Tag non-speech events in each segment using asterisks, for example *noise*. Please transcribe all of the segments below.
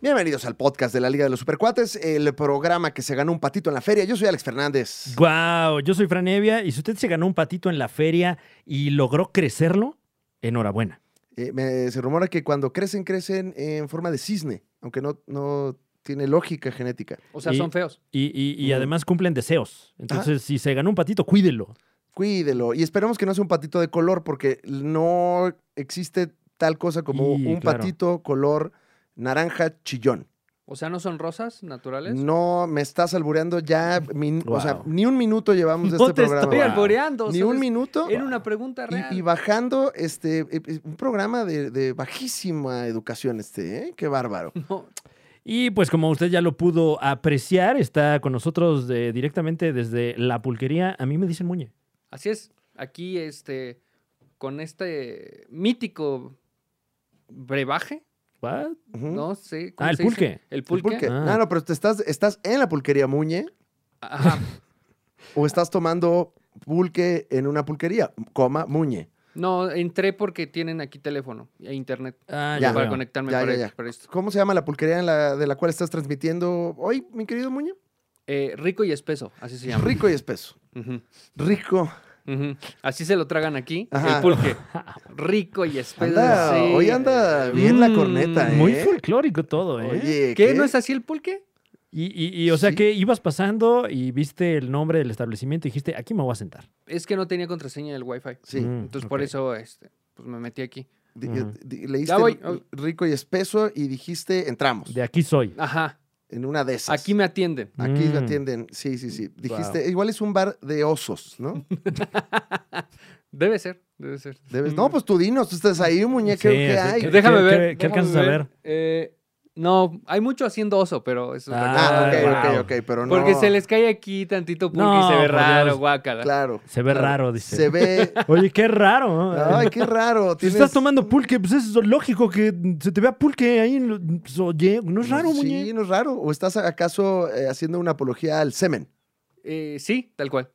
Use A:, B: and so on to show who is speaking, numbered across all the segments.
A: Bienvenidos al podcast de la Liga de los Supercuates, el programa que se ganó un patito en la feria. Yo soy Alex Fernández.
B: Guau, yo soy Fran Evia y si usted se ganó un patito en la feria y logró crecerlo, enhorabuena.
A: Eh, me- se rumora que cuando crecen, crecen en forma de cisne, aunque no, no tiene lógica genética.
C: O sea,
B: Y-
C: son feos.
B: Y, y- y
A: Mm.
B: además cumplen deseos. Entonces,
A: Ah.
B: si se ganó un patito, cuídelo.
A: Cuídelo. Y esperemos que no sea un patito de color, porque no existe tal cosa como
B: Y,
A: un
B: claro.
A: patito color naranja chillón.
C: O sea, no son rosas naturales.
A: No me estás albureando ya. min- O sea,
B: Wow.
A: ni un minuto llevamos de este
B: Ponte esto,
A: programa.
C: Estoy
B: Wow.
C: alboreando.
A: Ni
C: ¿sabes?
A: un minuto.
C: Era una pregunta real.
A: Y, y bajando, este, eh, eh, un programa de, de bajísima educación, este, ¿eh? Qué bárbaro.
C: *laughs* No,
B: Y pues como usted ya lo pudo apreciar, está con nosotros de- directamente desde la pulquería. A mí me dicen Muñe.
C: así es. Aquí, este, con este mítico brebaje,
B: ¿What?
A: Ujú.
C: no sé.
B: Ah, el
C: se dice?
B: pulque.
C: El
A: ¿El
C: pulque.
A: pulque?
B: Ah.
A: No, no, pero te estás, estás en la pulquería Muñe
C: Ajá.
A: o estás tomando pulque en una pulquería, coma Muñe.
C: No, entré porque tienen aquí teléfono e internet
B: Ah,
A: Ya.
B: ya,
C: para
B: veo.
C: conectarme
A: Ya,
C: para,
A: ya, ya.
C: para esto.
A: ¿Cómo se llama la pulquería en la- de la cual estás transmitiendo hoy, mi querido Muñe?
C: Eh, rico y espeso, así se llama.
A: Rico y espeso.
C: Ujú,
A: Rico.
C: ujú. Así se lo tragan aquí,
A: Ajá.
C: el pulque. Rico y espeso.
A: Anda,
C: sí.
A: hoy anda bien la
B: Mm,
A: corneta, ¿eh?
B: Muy folclórico todo, ¿eh?
A: Oye,
C: ¿Qué? ¿No es así el pulque?
B: Y, y- y, o sea
A: Sí.
B: que ibas pasando y viste el nombre del establecimiento y dijiste, aquí me voy a sentar.
C: Es que no tenía contraseña del wifi.
A: Sí.
B: Mm,
C: Entonces
B: ok.
C: por eso este, pues me metí aquí.
A: Di-
B: Ujú.
A: di- leíste
C: Ya voy. oh.
A: r- rico y espeso y dijiste entramos
B: De aquí soy.
C: Ajá,
A: en una de esas.
C: aquí me atienden.
A: Aquí lo
B: Mm.
A: atienden. Sí, sí, sí. Dijiste,
B: Wow.
A: igual es un bar de osos, ¿no?
C: Debe ser, debe ser.
B: *laughs*
A: Debes- no, pues tú dinos, tú estás ahí, muñeca,
B: Sí,
A: ¿qué
B: sí,
A: hay?
B: ¿qué-
C: Déjame
B: qué-
C: ver.
B: qué- qué
C: déjame
B: alcanzas a ver?
C: Eh, no, hay mucho haciendo oso, pero eso es otra
A: Ah, ok,
C: cosa.
B: Ah, wow.
A: ok, ok, pero no.
C: Porque se les cae aquí tantito pulque y
B: No,
C: se ve
B: por
C: raro,
B: Dios.
C: guácala.
A: Claro.
B: Se ve
A: claro.
B: raro, dice.
A: Se ve.
B: Oye, qué raro. *laughs* ¿no?
A: Ay, qué raro.
B: Si
A: tienes-
B: estás tomando pulque, pues es lógico que se te vea pulque ahí. en lo- pues, oye, no es raro,
A: Sí,
B: muñe.
A: no es raro. ¿O estás acaso eh, haciendo una apología al semen?
C: Eh, sí, tal cual.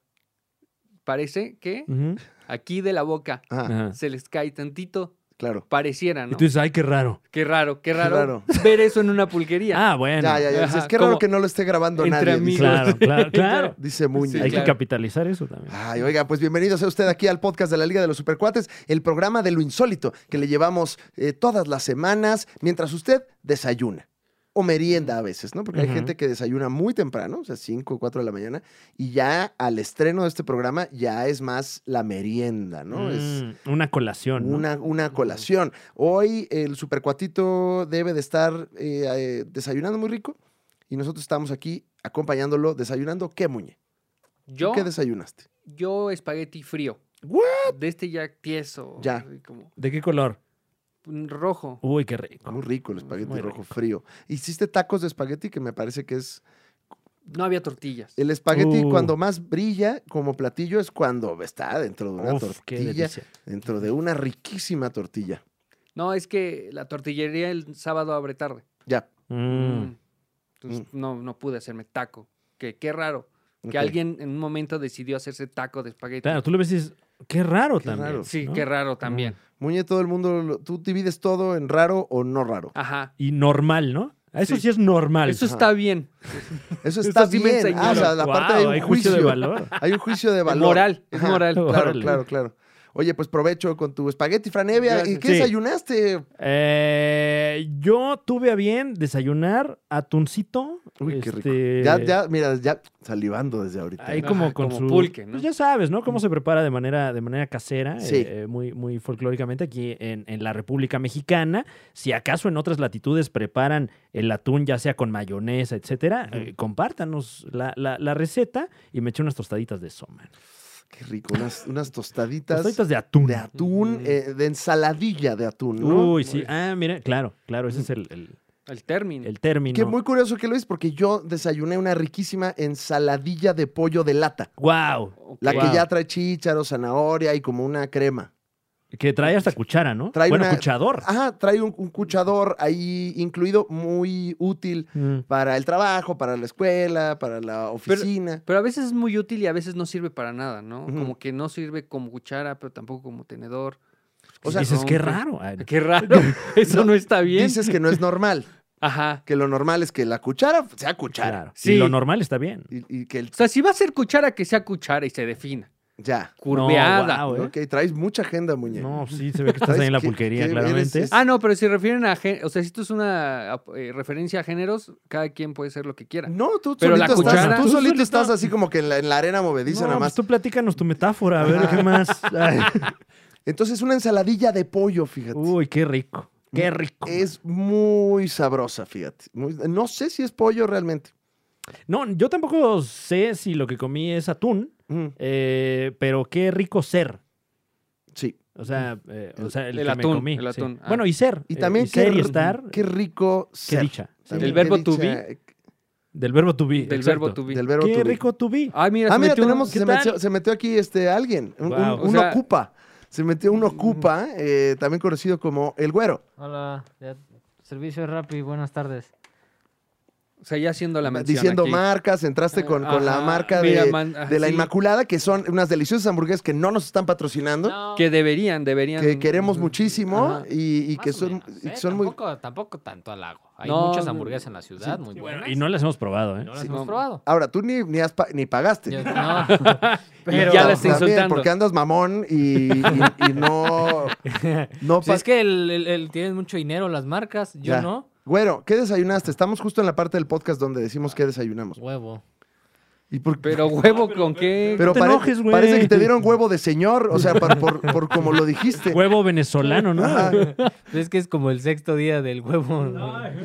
C: Parece que
A: *laughs*
B: Ujú.
C: aquí de la boca
A: Ajá,
B: Ajá.
C: se les cae tantito.
A: claro.
C: Pareciera,
B: Y
C: ¿no?
B: tú dices, ay, qué raro.
C: Qué raro, qué raro,
A: raro.
C: ver eso en una pulquería.
B: Ah, bueno.
A: Ya, ya, ya.
C: Ajá,
A: Dices, qué raro
C: como
A: que no lo esté grabando
C: entre
A: nadie. dice-
C: amigos.
B: Claro,
A: *laughs*
B: claro, claro.
A: Dice Muñe.
C: Sí,
B: Hay
C: claro.
B: que capitalizar eso también.
A: Ay, oiga, pues bienvenido sea usted aquí al podcast de la Liga de los Supercuates, el programa de lo insólito que le llevamos eh, todas las semanas mientras usted desayuna. O merienda a veces, ¿no? Porque hay
B: Ujú.
A: gente que desayuna muy temprano, o sea, 5 o 4 de la mañana, y ya al estreno de este programa ya es más la merienda, ¿no? Es
B: Mm, una colación. ¿no?
A: una, una colación. Hoy el supercuatito debe de estar eh, eh, desayunando muy rico y nosotros estamos aquí acompañándolo desayunando. ¿Qué, Muñe?
C: Yo,
A: ¿Qué desayunaste?
C: yo espagueti frío. De este ya tieso.
A: Ya.
C: así Como
B: ¿De qué color?
C: un rojo.
B: Uy, qué rico.
A: Ah, Muy rico el espagueti
B: Muy
A: rojo frío. Hiciste tacos de espagueti que me parece que es...
C: No había tortillas.
A: El espagueti
B: Uh.
A: cuando más brilla como platillo es cuando está dentro de una
B: Uf, qué
A: tortilla,
B: delicia.
A: dentro de una riquísima tortilla.
C: No, es que la tortillería el sábado abre tarde.
A: Ya.
B: Mm.
C: Entonces, no, no pude hacerme taco. Que qué raro.
A: ok.
C: Que alguien en un momento decidió hacerse taco de espagueti.
B: Claro, tú lo ves y dices, qué raro
A: Qué
B: también.
A: raro.
C: Sí,
B: ¿no? Mm.
C: qué raro también.
A: Muñe, todo el mundo, lo- tú divides todo en raro o no raro.
C: Ajá.
B: Y normal, ¿no? Eso
C: Sí.
B: sí, es normal.
C: Eso
A: Ajá.
C: está bien.
A: Eso
C: Eso
A: está
C: sí me
A: bien. Ah, o
C: enseñaron.
A: sea, la parte de
B: Guau,
A: un
B: hay
A: juicio.
B: juicio de valor.
A: *laughs* Hay un juicio de
C: Es
A: valor.
C: moral, es
A: Ajá,
C: moral.
A: Claro,
B: Órale.
A: claro, claro. Oye, pues provecho con tu espagueti, Franevia. ¿Y
C: Gracias.
A: qué
B: Sí.
A: desayunaste?
B: Eh, yo tuve a bien desayunar atuncito.
A: Uy, qué rico.
B: este,
A: Ya, ya, mira, ya salivando desde ahorita.
B: Ahí
C: Ajá,
B: como con
C: como
B: su
C: pulque, ¿no?
B: Pues ya sabes, ¿no? Cómo se prepara de manera, de manera casera,
A: Sí.
B: eh, eh, muy, muy folclóricamente aquí en, en la República Mexicana. Si acaso en otras latitudes preparan el atún, ya sea con mayonesa, etcétera,
A: Ujú.
B: eh, compártanos la, la- la receta y me eché unas tostaditas de soman.
A: Qué rico, unas, unas tostaditas.
B: Tostaditas de atún.
A: De atún,
C: Mm.
A: eh, de ensaladilla de atún, ¿no? Mm.
B: Uy, sí. Ah, mira, claro, claro, ese es el, el-
C: El término.
B: el término.
A: Que muy curioso que lo es, porque yo desayuné una riquísima ensaladilla de pollo de lata.
B: ¡Wow!
C: Ok.
A: La que
B: Wow.
A: ya trae chícharo, zanahoria y como una crema.
B: Que trae hasta cuchara, ¿no?
A: Trae
B: bueno,
A: una- Ah,
B: cuchador.
A: Ajá, trae un, un cuchador ahí incluido, muy útil
B: Mm.
A: para el trabajo, para la escuela, para la oficina.
C: Pero a veces es muy útil y a veces no sirve para nada, ¿no?
A: Ujú.
C: Como que no sirve como cuchara, pero tampoco como tenedor.
A: O
B: O
A: sea,
B: sea, dices,
C: no,
B: qué
C: *laughs* pues,
A: *laughs*
B: raro. Ay, no.
C: Qué raro. Eso no, está
B: *laughs*
C: bien.
A: Dices que no es normal.
C: Ajá.
A: Que lo normal es que la cuchara sea cuchara.
B: Claro.
C: Sí.
B: Y lo normal está bien.
A: Y, y que el...
C: O sea, si va a ser cuchara, que sea cuchara y se defina.
A: Ya.
C: Curveada.
B: No, guau, ¿eh?
A: Ok, traes mucha agenda, muñeca.
B: No, sí, se ve que estás ahí en la
A: ¿Sabes qué-
B: pulquería,
A: qué este?
B: claramente.
A: eres? Es-
C: Ah, no, pero si refieren a. gen- O sea, si esto es una eh, referencia a géneros, cada quien puede ser lo que quiera.
A: No, tú
C: Pero la
A: solito,
C: cuchara-
A: estás, tú
B: Tú
A: solito
B: solito-
A: estás así como que en la, en la arena movediza
B: No,
A: nada
B: pues
A: más.
B: tú platícanos tu metáfora, a ver
A: *laughs*
B: qué más. Ay,
A: Entonces, una ensaladilla de pollo, fíjate.
B: uy, qué rico. Qué
A: Mm,
B: rico.
A: Es muy sabrosa, fíjate. Muy- no sé si es pollo realmente.
B: No, yo tampoco sé si lo que comí es atún,
A: Mm,
B: eh, pero qué rico ser.
A: sí.
B: O sea, eh, o sea, el,
C: El
B: que me
C: atún,
B: comí.
C: el
B: sí.
C: atún, ah.
B: Bueno, y ser.
A: Mm. Y
B: eh,
A: también qué,
B: ser y
A: r-
B: estar.
A: qué rico
B: Qué
A: ser.
B: dicha. sí.
A: También
C: Del verbo
A: qué
C: to
A: dicha-
B: Del verbo to be.
C: Del
B: exacto.
C: verbo to be.
A: Del verbo
B: Qué
A: to be.
B: rico to be.
C: Ah, mira,
A: Ah,
C: se
A: mira,
C: metió-
A: tenemos,
B: ¿qué
A: se,
B: tal?
A: metió, se metió aquí este, alguien, un,
B: Guau.
A: un-
C: O
A: un
C: sea-
A: ocupa. Se metió un ocupa, eh, también conocido como el güero.
D: Hola, de- servicio Rappi, buenas tardes.
C: O sea, ya haciendo la mención
A: Diciendo
C: aquí.
A: marcas, entraste con, con la
C: Ajá,
A: marca
C: mira,
A: de,
D: Ah,
C: man- ajá,
A: de la
C: sí.
A: Inmaculada, que son unas deliciosas hamburguesas que no nos están patrocinando,
C: Que deberían, deberían.
A: que queremos muchísimo
C: Ajá.
A: y, y que
D: Más o
A: son,
D: menos,
A: y
D: ¿eh?
A: que son muy...
D: tampoco, Tampoco tanto halago. Hay
C: No,
D: muchas
C: no,
D: hamburguesas en la ciudad, muy buenas.
B: Y no las hemos probado, ¿eh?
D: No las
C: Sí,
D: hemos
C: no.
D: probado.
A: Ahora, tú ni, ni, has pa- ni pagaste. *laughs*
D: *laughs* Yo- no.
C: Y ya la está
A: También,
C: insultando.
A: Porque andas mamón y, y- y
C: *laughs*
A: no... no
D: Pues es
A: pas-
D: que el, el- el- tienen mucho dinero las marcas, yo
A: Ya.
D: no.
A: Güero, ¿qué desayunaste? Estamos justo en la parte del podcast donde decimos qué desayunamos.
D: Huevo.
A: ¿Y por qué?
C: *laughs* Pero huevo con qué.
A: Pero
B: te
A: pare-
B: enojes, güey.
A: parece que te dieron huevo de señor, o sea, por, por, por como lo dijiste.
B: Huevo venezolano, ¿no?
A: Ajá.
D: Pues es que es como el sexto día del huevo.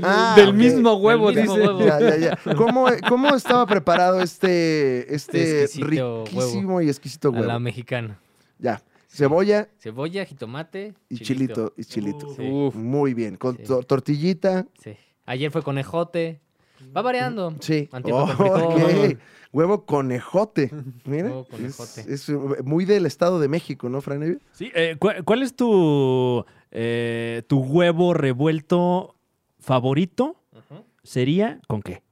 A: Ah,
C: del
A: ok.
C: mismo
A: *laughs*
C: huevo,
D: Del mismo
C: dice.
D: huevo.
A: Ya, ya, ya. ¿Cómo, cómo estaba preparado este, este
D: Exquisito
A: riquísimo y exquisito
D: A la
A: huevo?
D: mexicana.
A: Ya. Cebolla
D: Cebolla, jitomate.
A: y chilito. y chilito.
D: Sí.
C: Uf.
A: Muy bien. Con
D: Sí.
A: to- tortillita.
D: Sí. Ayer fue conejote. Va variando.
A: Sí.
D: Antier fue con
A: Oh,
D: frijol.
A: ok. Huevo conejote. Mira.
D: Huevo conejote.
A: Es, es muy del Estado de México, ¿no, Fran? Evia?
B: Sí, eh, ¿cuál, cuál es tu, eh, tu huevo revuelto favorito?
D: Ujú.
B: ¿Sería con qué?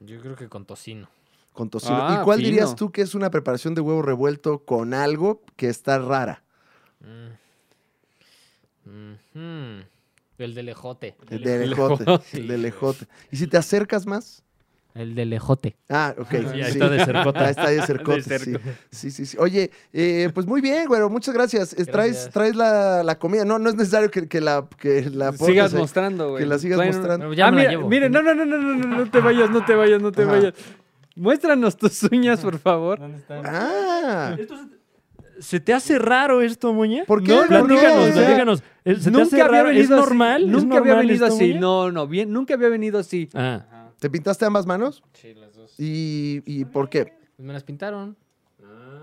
D: Yo creo que con tocino.
A: Con tocino.
C: Ah,
A: ¿Y cuál
C: fino.
A: dirías tú que es una preparación de huevo revuelto con algo que está rara?
D: Mm. Ujú. El del ejote.
A: El del ejote. El del ejote. ¿Y si te acercas más?
D: El del ejote.
A: Ah, ok.
B: Sí, ahí
A: sí.
B: está de cercota.
C: *laughs*
A: Ah, está de cercote,
C: De cerco.
A: sí. Sí, sí, sí. Oye, eh, pues muy bien, güero. Muchas gracias. Eh, Traes,
D: Gracias.
A: traes la, la comida. No, no es necesario que, que la, que la aportes
C: sigas
A: ahí.
C: mostrando, güey.
A: Que la sigas
C: Bueno,
A: mostrando.
D: Pero Pues ya
C: ah,
D: me la
C: mira,
D: llevo.
C: mira, no, no, no, no, no, no, no te vayas, no te vayas, no te
A: Ajá.
C: vayas. Muéstranos tus uñas, por favor.
D: ¿Dónde está?
A: Ah,
B: ¿Se te hace raro esto, Muñe?
A: ¿por qué?
C: No,
A: ¿Por
B: Platícanos,
A: qué?
C: no, no, no.
B: platícanos. Eh, ¿Se te hace raro? ¿Es
C: así,
B: normal? ¿Es
C: Nunca había
B: normal
C: venido
B: esto,
C: así.
B: Muñe?
C: No, no, bien, nunca había venido así.
B: Ah,
A: ¿Te pintaste ambas manos?
D: Sí, las dos.
A: ¿Y, y por qué?
D: Pues me las pintaron.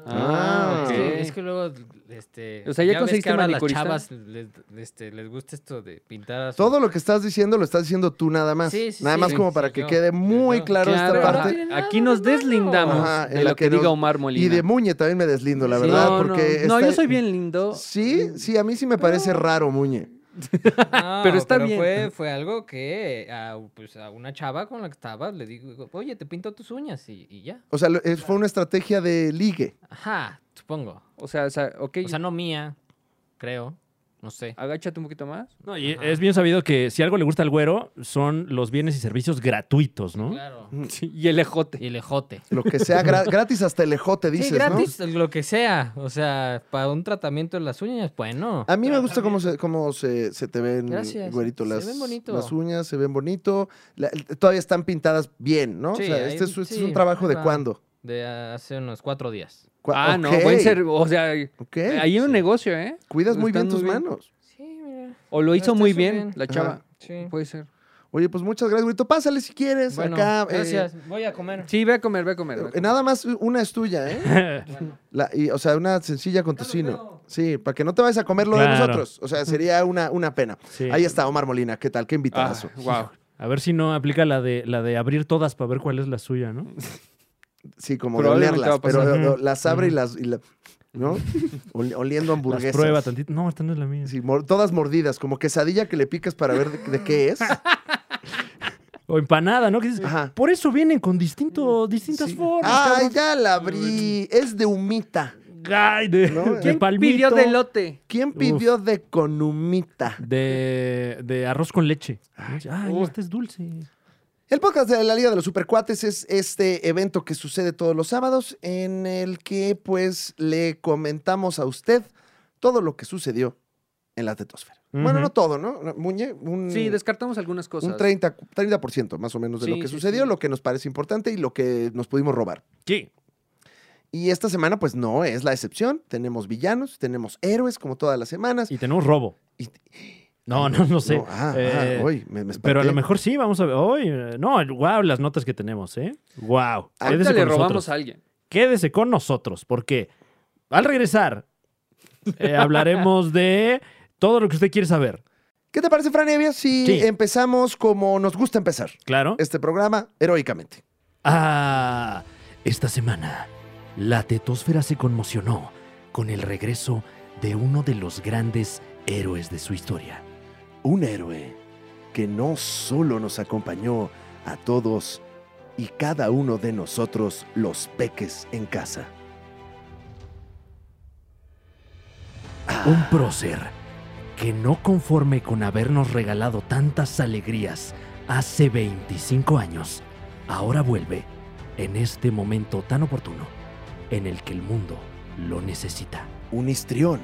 A: Ah,
D: Es,
A: ok.
D: que, es que luego, este...
C: O sea, ¿ya
D: ves
C: conseguiste
D: que ahora
C: manicurista?
D: las chavas les, este, les gusta esto de pintar a su-
A: Todo lo que estás diciendo lo estás diciendo tú nada más.
D: Sí, sí,
A: nada
D: sí.
A: más como
D: Sí,
A: para
D: sí,
A: que
D: yo.
A: quede muy
D: Yo.
A: claro esta
C: Claro,
D: Pero no
A: parte.
D: tiene nada
C: Aquí nos
D: de malo.
C: deslindamos
A: Ajá, en
C: de
A: la
C: lo que,
A: que nos-
C: diga Omar Molina.
A: Y de Muñe también me deslindo, la verdad.
C: no, no,
A: porque
C: no,
A: está-
C: yo soy bien lindo.
A: Sí, sí, a mí sí me parece raro, Muñe.
D: *laughs* No,
C: Pero está bien.
D: Fue, fue algo que a, pues, a una chava con la que estaba le digo, oye, te pinto tus uñas y, y ya.
A: O sea, lo- es- fue una estrategia de ligue.
D: Ajá, supongo.
C: O sea, o sea, ok,
D: O sea, no mía, creo. No sé.
C: agáchate un poquito más.
B: no, y
D: Ajá.
B: es bien sabido que si algo le gusta al güero son los bienes y servicios gratuitos, ¿no?
D: Claro.
C: y el ejote.
D: Y el ejote.
A: Lo que sea gra-
D: *laughs*
A: gratis hasta el ejote, dices,
D: sí, gratis, pues, lo que sea. O sea, para un tratamiento de las uñas,
A: ¿no?
D: bueno.
A: A mí me gusta cómo se, cómo se, se te ven,
D: Gracias.
A: güerito,
D: Se
A: las,
D: ven bonito.
A: las uñas, se ven bonito. La- todavía están pintadas bien, ¿no?
D: Sí,
A: o sea,
D: ahí-
A: este es, este es un
D: sí,
A: trabajo
D: ahí
A: de
D: va.
A: cuándo.
D: De hace unos cuatro días.
A: Cu-
C: Ah,
A: ok,
C: no, buen ser, o sea,
A: ok.
C: ahí en un negocio, ¿eh?
A: Cuidas muy bien
C: están
A: tus
C: muy bien.
A: manos.
D: Sí, mira.
C: O lo hizo
D: está
C: muy
D: súper
C: bien,
D: bien.
C: la chava.
D: Sí.
C: Puede ser.
A: Oye, pues muchas gracias, güerito. Pásale si quieres.
D: Bueno,
A: acá. eh,
D: gracias. Voy a comer.
C: Sí, ve a comer, ve a comer. ve a
A: eh,
C: comer.
A: nada más una es tuya, ¿eh?
D: *laughs*
A: La- y, o sea, una sencilla con tocino. Sí, para que no te vayas a comer lo de
B: Claro.
A: nosotros. O sea, sería una, una pena.
B: *laughs* Sí.
A: Ahí está Omar Molina, ¿qué tal? Qué
C: Ah,
A: invitazo.
C: wow.
B: A ver si no aplica la de, la de abrir todas para ver cuál es la suya, ¿no?
A: Sí, como de
C: Probablemente
A: olerlas,
C: va a pasar.
A: pero
B: Ujú.
A: eh, las abre y las... y la-
C: *laughs*
A: ¿No? Ol- Oliendo
B: Las
A: hamburguesas.
B: prueba tantito. No, esta no es la mía.
A: Sí, mor- todas mordidas, como quesadilla que le picas para ver de, de qué
C: *laughs*
A: es.
B: O empanada, ¿no? Que dices,
A: Ajá.
B: Por eso vienen con distinto, distintas
A: Sí.
B: formas.
A: Ay,
B: cabrón.
A: ya la abrí. Es de humita.
B: Ay, de,
A: ¿No?
B: de
A: ¿Quién
B: palmito,
C: Pidió de lote.
A: ¿Quién pidió de conumita?
B: de- de arroz con leche. Ay,
C: uy.
B: este es dulce.
A: El podcast de la Liga de los Supercuates es este evento que sucede todos los sábados en el que pues le comentamos a usted todo lo que sucedió en la tetosfera. Bueno,
B: Ujú.
A: no todo, ¿no? Muñe, un,
C: Sí, descartamos algunas cosas.
A: un 30, 30% más o menos de lo
C: Sí,
A: que
C: sí,
A: sucedió,
C: sí.
A: lo que nos parece importante y lo que nos pudimos robar.
B: Sí.
A: Y esta semana pues no es la excepción. Tenemos villanos, tenemos héroes como todas las semanas.
B: Y tenemos robo.
A: Y-
B: No, no, no sé.
A: No, ah, ah,
B: Eh,
A: uy, me- me
B: Pero a lo
A: espanté.
B: mejor sí, vamos a ver. Hoy, eh, no, wow, las notas que tenemos, ¿eh? Wow.
C: Ahorita le robamos a alguien.
B: Quédese con nosotros, porque al regresar eh, hablaremos de todo lo que usted quiere saber.
A: ¿Qué te parece, Fran Evia, si
B: Sí.
A: empezamos como nos gusta empezar
B: Claro.
A: este programa heroicamente?
B: Ah, esta semana la tetosfera se conmocionó con el regreso de uno de los grandes héroes de su historia.
A: Un héroe que no solo nos acompañó a todos y cada uno de nosotros los peques en casa.
B: Un prócer que no conforme con habernos regalado tantas alegrías hace 25 años, ahora vuelve en este momento tan oportuno en el que el mundo lo necesita.
A: Un histrión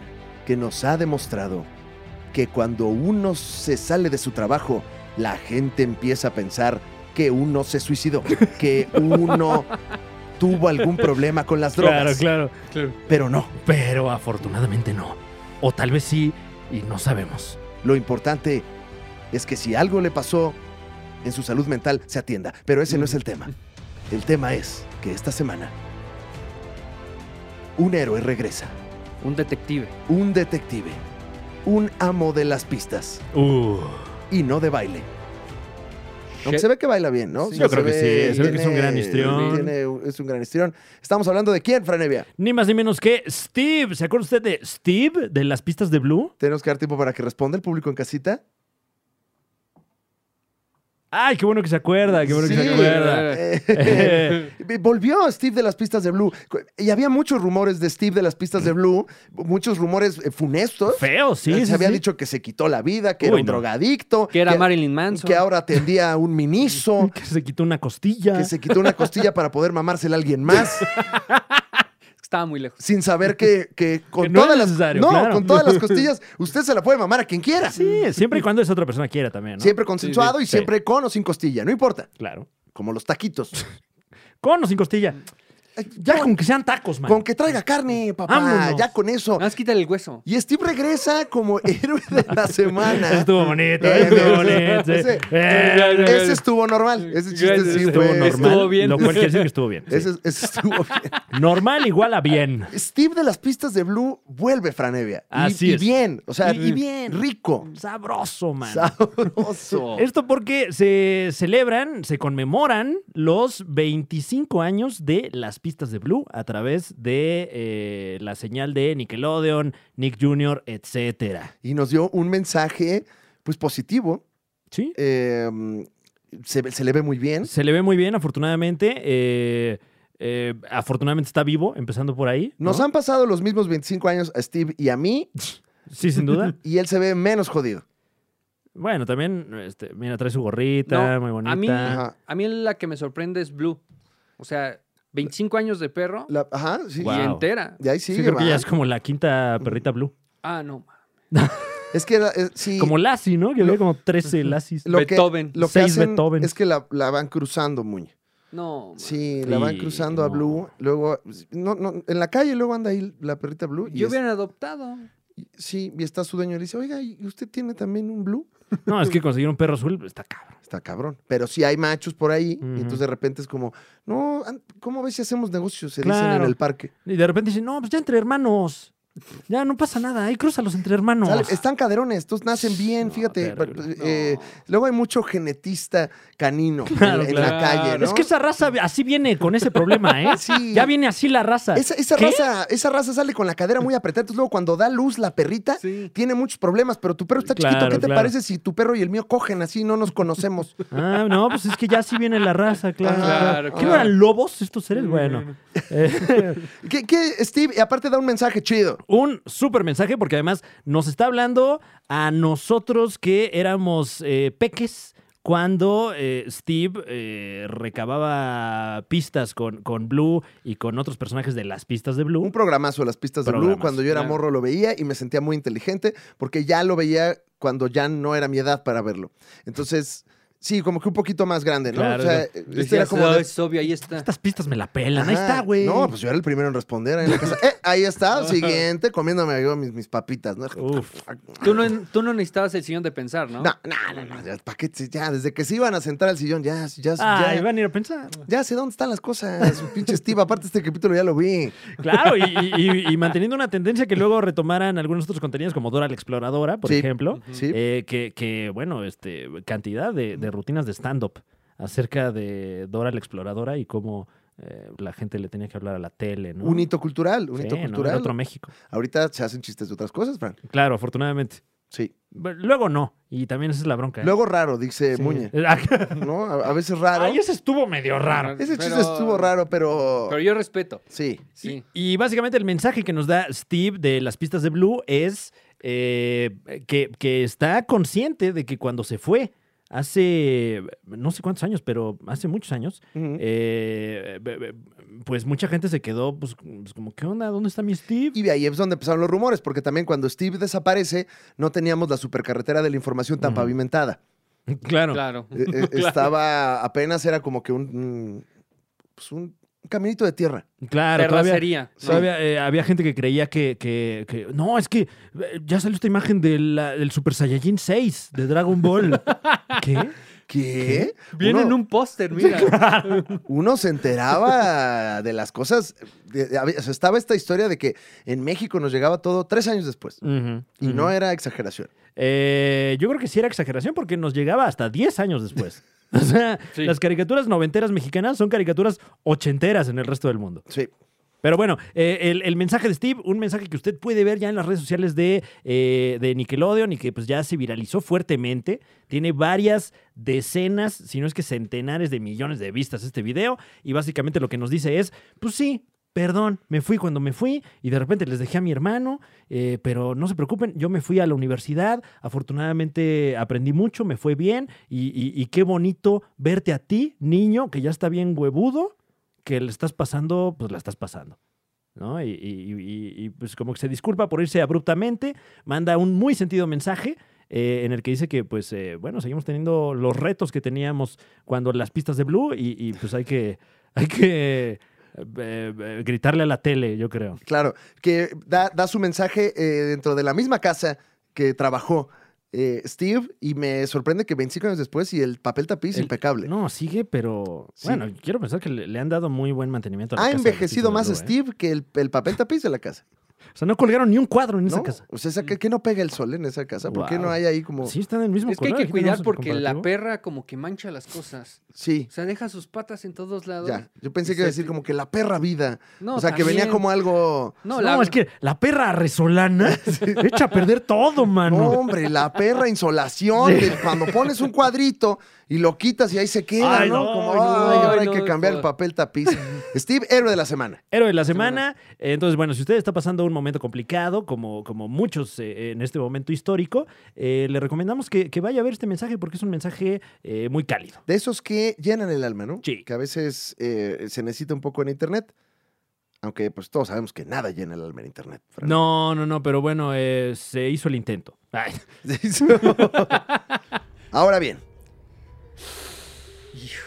A: que nos ha demostrado que cuando uno se sale de su trabajo, la gente empieza a pensar que uno se suicidó, que
B: *laughs*
A: uno tuvo algún problema con las drogas,
B: claro.
A: pero no.
B: Pero afortunadamente no. O tal vez sí y no sabemos.
A: Lo importante es que si algo le pasó en su salud mental, se atienda. Pero ese no es el tema. El tema es que esta semana un héroe regresa,
C: Un detective.
A: un detective, un amo de las pistas
B: Uh,
A: y no de baile. Aunque
C: Shit.
A: se ve que baila bien, ¿no?
C: Sí,
A: O sea,
B: yo creo que
A: ve-
B: sí, se ve que es un
A: tiene-
B: gran histrión.
A: tiene- es un gran histrión. Estamos hablando de quién, Franevia.
B: ni más ni menos que Steve. ¿Se acuerda usted de Steve de las pistas de Blue?
A: Tenemos que dar tiempo para que responda el público en casita.
B: Ay, qué bueno que se acuerda, qué bueno que
A: Sí.
B: se acuerda.
A: Eh, *laughs* Volvió Steve de las pistas de Blue. Y había muchos rumores de Steve de las pistas de Blue, muchos rumores eh, funestos. Eh,
B: Feo, sí.
A: se
B: sí,
A: había
B: sí.
A: dicho que se quitó la vida, que era
B: Uy,
A: un
B: no.
A: drogadicto.
C: Que era Marilyn Manson.
A: que ahora atendía a un
B: *laughs*
A: miniso,
B: que se quitó una costilla.
A: que se quitó una costilla para poder mamársela a alguien más,
C: Estaba
A: *laughs*
C: muy lejos.
A: sin saber que, que con
B: *laughs* Que no era
A: todas las
B: necesario,
A: no,
B: claro.
A: con
B: *laughs*
A: todas las costillas, usted se la puede mamar a quien quiera.
B: Sí, siempre y cuando esa otra persona quiera también, ¿no?
A: Siempre consensuado y
B: sí.
A: siempre con o sin costilla, no importa.
B: Claro.
A: Como los
B: *laughs*
A: taquitos.
B: Con o sin costilla.
A: Ay,
B: Ya
A: con,
B: con que sean tacos, man.
A: con que traiga carne, papá,
B: Vámonos.
A: ya con eso.
C: Nada más quítale el hueso.
A: Y Steve regresa
B: *laughs*
A: como héroe de la semana.
B: Estuvo bonito,
A: Eh,
B: estuvo
A: eh,
B: bonito. sí.
A: ese-
B: Eh,
A: Ese estuvo normal. Ese chiste sí
C: Estuvo
A: fue.
B: estuvo normal.
C: Estuvo bien.
B: Lo cual quiere decir que estuvo bien. sí.
A: Ese, ese estuvo bien.
B: Normal igual a bien.
A: Steve de las pistas de Blue vuelve, Franevia. Y-
B: Así
A: y,
B: es.
A: bien. O sea,
B: Y- y bien.
A: Rico.
B: Sabroso, man.
A: Sabroso.
B: Esto porque se celebran, se conmemoran los 25 años de las pistas de Blue a través de eh, la señal de Nickelodeon, Nick Jr., etcétera.
A: *laughs* Y nos dio un mensaje, pues positivo.
B: Sí.
A: Eh, se, ve- se le ve muy bien.
B: Se le ve muy bien, afortunadamente. eh, eh, afortunadamente está vivo, empezando por ahí. ¿no?
A: Nos han pasado los mismos 25 años a Steve y a mí,
B: Sí, sin
A: *laughs*
B: duda.
A: y él se ve menos jodido.
B: bueno, también, este, mira, trae su gorrita,
C: No,
B: muy bonita.
C: A mí,
A: Ajá.
C: a mí la que me sorprende es Blue. O sea, 25 años de perro
A: La- ajá, sí.
B: Guau.
C: y entera.
A: Y ahí sigue,
B: Sí, creo que
A: va.
B: ya es como la quinta perrita Blue.
C: Ah, no. ma.
A: Es que era- es- sí.
B: Como Lassie, ¿no? Que había como 13 Lassies.
A: *laughs* lo
C: Beethoven.
A: Que, lo que
B: Seis
A: hacen
B: Beethoven.
A: es que la, la van cruzando, Muñe.
C: No. ma.
A: Sí, la van
B: Sí,
A: cruzando a
B: no.
A: Blue. Luego, no, no, en la calle luego anda ahí la perrita Blue. Y
C: Yo
A: es-
C: hubiera adoptado.
A: y- sí, y está su dueño y le dice, oiga, ¿y usted tiene también un Blue?
B: No, es que conseguir un perro azul está cabrón.
A: Está cabrón. Pero sí hay machos por ahí.
B: Ujú.
A: Y entonces de repente es como, no, an- ¿cómo ves si hacemos negocios? Se dicen
B: Claro.
A: en el parque.
B: Y de repente dicen, no, pues ya entre hermanos. Ya, no pasa nada. Ahí crúzalos entre hermanos.
A: Sale, este, Están caderones, todos nacen bien,
B: No,
A: fíjate.
B: terrible.
A: Eh, Luego hay mucho genetista canino
B: Claro,
A: en, la
C: claro.
A: calle, ¿no?
B: Es que esa raza así viene con ese problema, ¿eh?
A: *laughs* Sí.
B: *laughs* Ya viene así la raza.
A: Esa, esa
B: ¿Qué?
A: raza, esa raza sale con la cadera muy apretada. Entonces, luego cuando da luz la perrita,
C: Sí.
A: tiene muchos problemas, pero tu perro está chiquito.
B: Claro,
A: ¿Qué te
B: claro.
A: parece si tu perro y el mío cogen así? No nos conocemos.
B: Ah, no, pues es que ya sí viene la raza, claro.
A: Ah, Claro,
B: claro. ¿Qué no
A: claro.
B: eran lobos estos seres? Bueno. Eh, *laughs*
A: ¿Qué, qué, Steve? Y aparte da un mensaje chido.
B: un súper mensaje porque además nos está hablando a nosotros que éramos eh, peques cuando eh, Steve eh, recababa pistas con, con Blue y con otros personajes de las pistas de
A: Un
B: Blue.
A: programazo de las pistas de Blue.
B: Programazo,
A: Cuando yo era
C: claro.
A: morro lo veía y me sentía muy inteligente porque ya lo veía cuando ya no era mi edad para verlo. Entonces, sí, como que un poquito más grande, ¿no?
B: Claro,
A: o sea,
B: no.
A: este era
C: Decías,
A: como
C: "Ah,
A: de-
C: es obvio, ahí está.
B: Estas pistas me la pelan. Ahí
A: Ajá.
B: está, güey.
A: No, pues yo era el primero en responder ahí en la casa. Eh, ahí
B: *laughs*
A: está, siguiente, comiéndome yo mis, mis papitas, ¿no?
B: Uf.
C: Tú no, tú no necesitabas el sillón de pensar, ¿no?
A: No, no, no, no, ya, ¿pa' qué? Sí, ya, desde que se iban a sentar al sillón, ya, ya,
B: Ay,
A: ya,
B: van a ir a pensar.
A: ya sé dónde están las cosas, pinche Steve, aparte este capítulo ya lo vi.
B: Claro, y, y- y- y manteniendo una tendencia que luego retomaran algunos otros contenidos como Dora la Exploradora, por
A: Sí.
B: ejemplo,
A: Sí.
B: eh, que, que, bueno, este, cantidad de, de rutinas de stand-up acerca de Dora la Exploradora y cómo eh, la gente le tenía que hablar a la tele, ¿no?
A: Un hito cultural, un
B: Sí,
A: hito
B: ¿no? Era
A: cultural.
B: otro México.
A: Ahorita se hacen chistes de otras cosas, Fran.
B: Claro, afortunadamente.
A: Sí.
B: Pero Luego no, y también esa es la bronca. ¿eh?
A: Luego raro, dice
B: Sí. *laughs*
A: Muñe, ¿no? A, a veces raro.
B: Ahí ese estuvo medio raro.
A: Ese chiste
C: Pero-
A: estuvo raro, pero...
C: Pero yo respeto.
A: Sí.
C: Sí.
B: Y, y básicamente el mensaje que nos da Steve de las pistas de Blue es eh, que, que está consciente de que cuando se fue hace no sé cuántos años, pero hace muchos años,
A: Ujú.
B: eh, be- be- pues mucha gente se quedó pues, pues como, ¿qué onda? ¿Dónde está mi Steve?
A: Y de ahí es donde empezaron los rumores, porque también cuando Steve desaparece, no teníamos la supercarretera de la información tan
B: Ujú.
A: pavimentada.
B: *laughs* Claro.
C: Claro.
A: Eh, eh, Estaba, apenas era como que un, mm, pues un caminito de tierra.
B: Claro, todavía,
C: Terracería. ¿no?
B: todavía, eh, había gente que creía que, que- que- No, es que eh, ya salió esta imagen de la- del Super Saiyajin 6 de
A: *laughs*
B: Dragon Ball. ¿Qué?
A: ¿Qué?
C: Viene en
A: Uno-
C: un póster, *laughs* mira.
A: Uno se enteraba de las cosas. de- de- había- o sea, estaba esta historia de que en México nos llegaba todo tres años después.
B: Ujú,
A: Y
B: ujú.
A: no era exageración.
B: Eh, yo creo que sí era exageración porque nos llegaba hasta 10 años después. *laughs* O sea,
C: Sí.
B: las caricaturas noventeras mexicanas son caricaturas ochenteras en el resto del mundo.
A: Sí.
B: Pero bueno, eh, el, el mensaje de Steve, un mensaje que usted puede ver ya en las redes sociales de, eh, de Nickelodeon y que pues ya se viralizó fuertemente. Tiene varias decenas, si no es que centenares de millones de vistas este video. Y básicamente lo que nos dice es, pues sí, perdón, me fui cuando me fui y de repente les dejé a mi hermano, eh, pero no se preocupen, yo me fui a la universidad, afortunadamente aprendí mucho, me fue bien y, y- y qué bonito verte a ti, niño, que ya está bien huevudo, que le estás pasando, pues la estás pasando. ¿no? Y, y- y- y, pues como que se disculpa por irse abruptamente, manda un muy sentido mensaje eh, en el que dice que pues eh, bueno, seguimos teniendo los retos que teníamos cuando las pistas de Blue y, y, pues hay que, hay que eh, eh, gritarle a la tele, yo creo.
A: Claro. Que da, da su mensaje eh, dentro de la misma casa que trabajó eh, Steve. Y me sorprende que 25 años después y el papel tapiz
B: El-
A: impecable.
B: No, sigue, pero
A: Sí.
B: bueno, quiero pensar que le, le han dado muy buen mantenimiento a la
A: Ha
B: casa de las
A: envejecido más
B: pistas de Blue, ¿eh?
A: Steve que el, el papel tapiz de la casa.
B: O sea, no colgaron ni un cuadro en
A: ¿No?
B: esa casa.
A: O sea, esa ca- ¿qué no pega el sol en esa casa? ¿Por qué
B: Wow.
A: no hay ahí como.?
B: Sí, están en el mismo
C: Es que hay
B: color,
C: que
B: aquí tenemos
C: cuidar
B: el
C: porque la
B: comparativo.
C: perra como que mancha las cosas.
A: sí.
C: O sea, deja sus patas en todos lados.
A: Ya, yo pensé que iba a decir como que la perra vida.
C: No,
A: o sea, que venía
C: también.
A: como algo.
C: No,
B: No,
C: la-
B: es que la perra
A: *laughs*
B: resolana echa a perder todo, mano.
A: No, hombre, la perra insolación. de cuando pones un cuadrito y lo quitas y ahí se queda,
B: Ay,
A: ¿no?
B: no,
A: Como,
C: ay, no,
A: ay, ahora
C: ay,
A: hay
C: no,
A: que
C: no,
A: cambiar el
C: joder.
A: papel tapiz. Steve, héroe de la semana.
B: Héroe de la semana. Eh, Entonces, bueno, si usted está pasando un momento complicado, como, como muchos eh, en este momento histórico, eh, le recomendamos que, que vaya a ver este mensaje porque es un mensaje eh, muy cálido.
A: De esos que llenan el alma, ¿no?
B: Sí.
A: Que a veces eh, se necesita un poco en Internet. Aunque, pues, todos sabemos que nada llena el alma en Internet. Fran.
B: No, no, no, pero bueno, eh, se hizo el intento. Ay. *laughs*
A: *laughs* Ahora bien,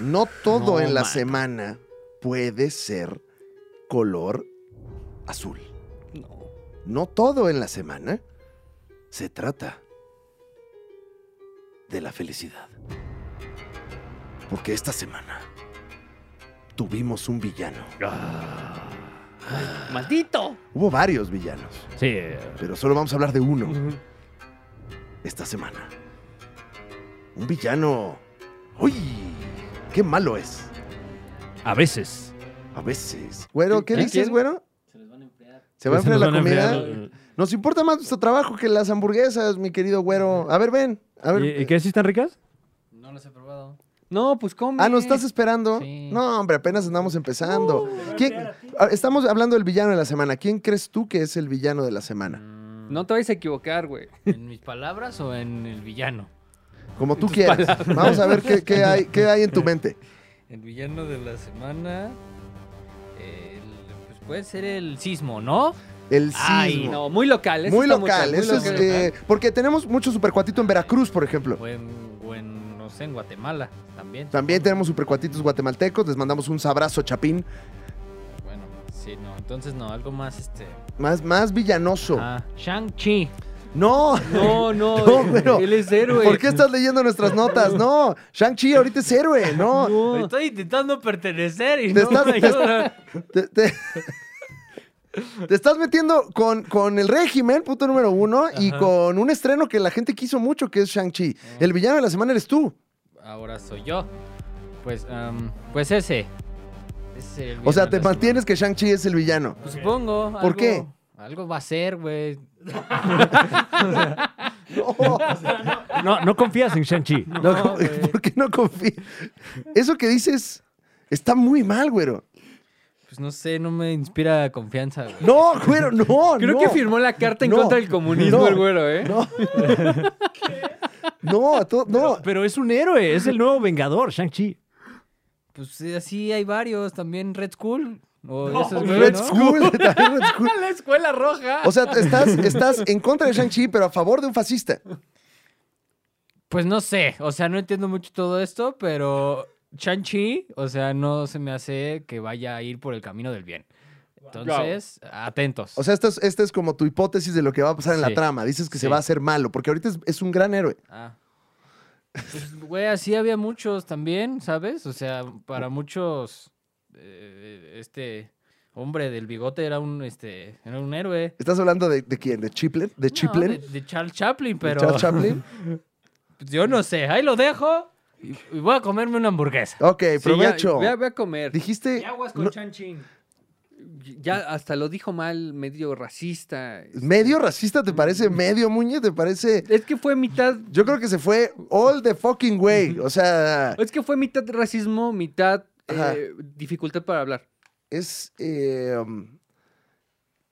A: no todo
B: No,
A: en la
B: mano.
A: semana puede ser color azul.
C: No.
A: No todo en la semana se trata de la felicidad. Porque esta semana tuvimos un villano.
C: ¡Maldito!
A: Hubo varios villanos,
B: Sí.
A: pero solo vamos a hablar de uno esta semana. Un villano... ¡Uy! ¡Qué malo es!
B: A veces.
A: A veces. Güero, ¿qué
C: ¿Eh?
A: dices,
C: ¿Quién?
A: güero? Se va a
B: veces
A: enfriar
B: nos
A: la
B: van a
A: comida.
B: enfriar.
A: Nos importa más nuestro trabajo que las hamburguesas, mi querido güero. A ver, ven. A ver.
B: ¿Y, y qué? ¿Sí están ricas?
D: No las he probado.
C: No, pues come.
A: Ah, ¿nos estás esperando?
D: Sí.
A: No, hombre, apenas andamos empezando. ¿Quién- Ah, Estamos hablando del villano de la semana. ¿Quién crees tú que es el villano de la semana?
C: No te vayas a equivocar, güey.
D: ¿En mis palabras o en el villano?
A: Como tú quieras. Vamos a ver qué, qué hay, qué hay en tu mente.
D: El villano de la semana. el- pues puede ser el sismo, ¿no?
A: El
D: Ay,
A: sismo.
C: No, muy local. ese
A: Muy
C: está
A: local.
C: muy
A: ese es,
C: local.
A: eh, porque tenemos mucho supercuatito en Veracruz, por ejemplo.
D: O en, o en, no sé, en Guatemala también.
A: También tenemos supercuatitos guatemaltecos. Les mandamos un sabrazo, Chapín.
D: Bueno, sí, no. Entonces, no, algo más este.
A: Más, más villanoso.
D: Ah, Shang-Chi. *laughs*
A: No.
C: No, no,
A: *laughs* No,
C: él-
A: pero-
C: él es héroe.
A: ¿Por qué estás leyendo nuestras notas? No, Shang-Chi ahorita es héroe,
D: *laughs*
A: no.
C: No.
D: Estoy intentando pertenecer y
A: Oh. Te
D: no
A: estás- *laughs*
D: me ayuda.
A: Te, te- *laughs* te estás metiendo con, con el régimen, punto número uno, y con un estreno que la gente quiso mucho, que es Shang-Chi.
D: Ah.
A: El villano de la semana eres tú.
D: Ahora soy yo. Pues, am, pues ese. Ese es el
A: O sea, te
D: villano de la semana.
A: mantienes que Shang-Chi es el
D: *laughs*
A: villano.
D: Pues supongo.
A: ¿Por
D: algo-
A: qué?
D: Algo va a ser, güey.
A: No,
B: No, no confías en Shang-Chi.
A: *laughs* no, ¿cómo-
D: güey.
A: ¿Por qué no confío? Eso que dices está muy mal, güero.
D: Pues no sé, no me inspira confianza, güey.
A: No, güero,
D: *laughs*
A: no.
C: Creo
A: no.
C: que firmó la carta en
A: No.
C: contra del comunismo
A: No.
C: el güero, ¿eh?
A: No. No, to- no.
B: Pero es un héroe, es el nuevo vengador, Shang-Chi.
D: Pues eh, así hay varios, también Red School. O esos, güey,
A: Red
D: ¿no?
A: School, *laughs* también Red School.
D: La escuela roja.
A: O sea,
D: *laughs*
A: estás, estás en contra de Shang-Chi, pero a favor de un fascista.
D: Pues no sé, o sea, no entiendo mucho todo esto, pero Shang-Chi, o sea, no se me hace que vaya a ir por el camino del bien. Entonces, atentos.
A: O sea, esta es, esta es como tu hipótesis de lo que va a pasar en la
D: Sí.
A: trama. Dices que se
D: Sí.
A: va a hacer malo, porque ahorita es, es un gran héroe.
D: Ah. Pues, güey, así había muchos también, ¿sabes? O sea, para muchos, eh, este hombre del bigote era un, este, era un héroe.
A: ¿Estás hablando de, de quién? ¿De Chiplin? ¿De Chiplin?
D: No, de, de Charles Chaplin,
A: ¿De
D: pero pues,
A: Charles Chaplin?
D: yo no sé, ahí lo dejo y, y voy a comerme una hamburguesa. *laughs*
A: Ok,
C: Sí, ya,
A: provecho.
C: Ve, a- ve a comer.
A: Dijiste... no,
C: Ya hasta lo dijo mal, medio racista.
A: ¿Medio racista te parece? ¿Medio Muñe te parece?
C: Es que fue mitad.
A: Yo creo que se fue all the fucking way. O sea,
C: Es que fue mitad racismo, mitad eh,
A: Ajá.
C: dificultad para hablar.
A: es... eh, um,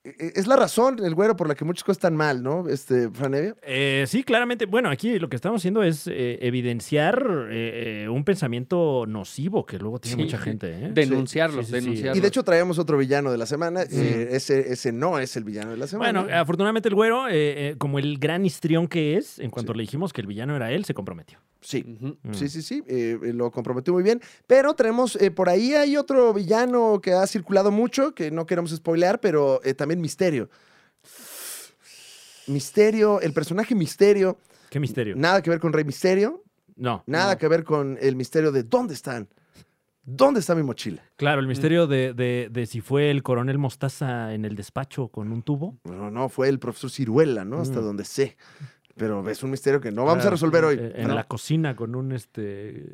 A: e- es la razón, el güero, por la que muchas cosas están mal, ¿no? Este, Franevia.
B: Eh, sí, claramente. Bueno, aquí lo que estamos haciendo es eh, evidenciar eh, eh, un pensamiento nocivo que luego tiene
C: Sí.
B: mucha gente. ¿eh?
C: Denunciarlo,
B: Sí, sí, sí.
C: denunciarlo.
A: Y de hecho traemos otro villano de la semana. Eh, ese, ese no es el villano de la semana.
B: Bueno, afortunadamente el güero, eh, eh, como el gran histrión que es, en cuanto le dijimos que el villano era él, se comprometió.
A: sí.
C: Ujú.
B: Mm.
A: Sí, sí, sí, eh, eh, lo comprometió muy bien. Pero tenemos, eh, por ahí hay otro villano que ha circulado mucho, que no queremos spoilear, pero eh, también Misterio. Misterio, el personaje Misterio,
B: Qué misterio.
A: nada que ver con Rey Misterio,
B: No,
A: nada que ver con el misterio de dónde están, dónde está mi mochila.
B: claro, el misterio de, de- de si fue el coronel Mostaza en el despacho con un tubo.
A: No, no, fue el profesor Ciruela, ¿no? Hasta
B: Mm.
A: donde sé. Pero es un misterio que no vamos a
B: Claro,
A: resolver hoy.
B: eh, En
A: ¿no?
B: la cocina con un, este,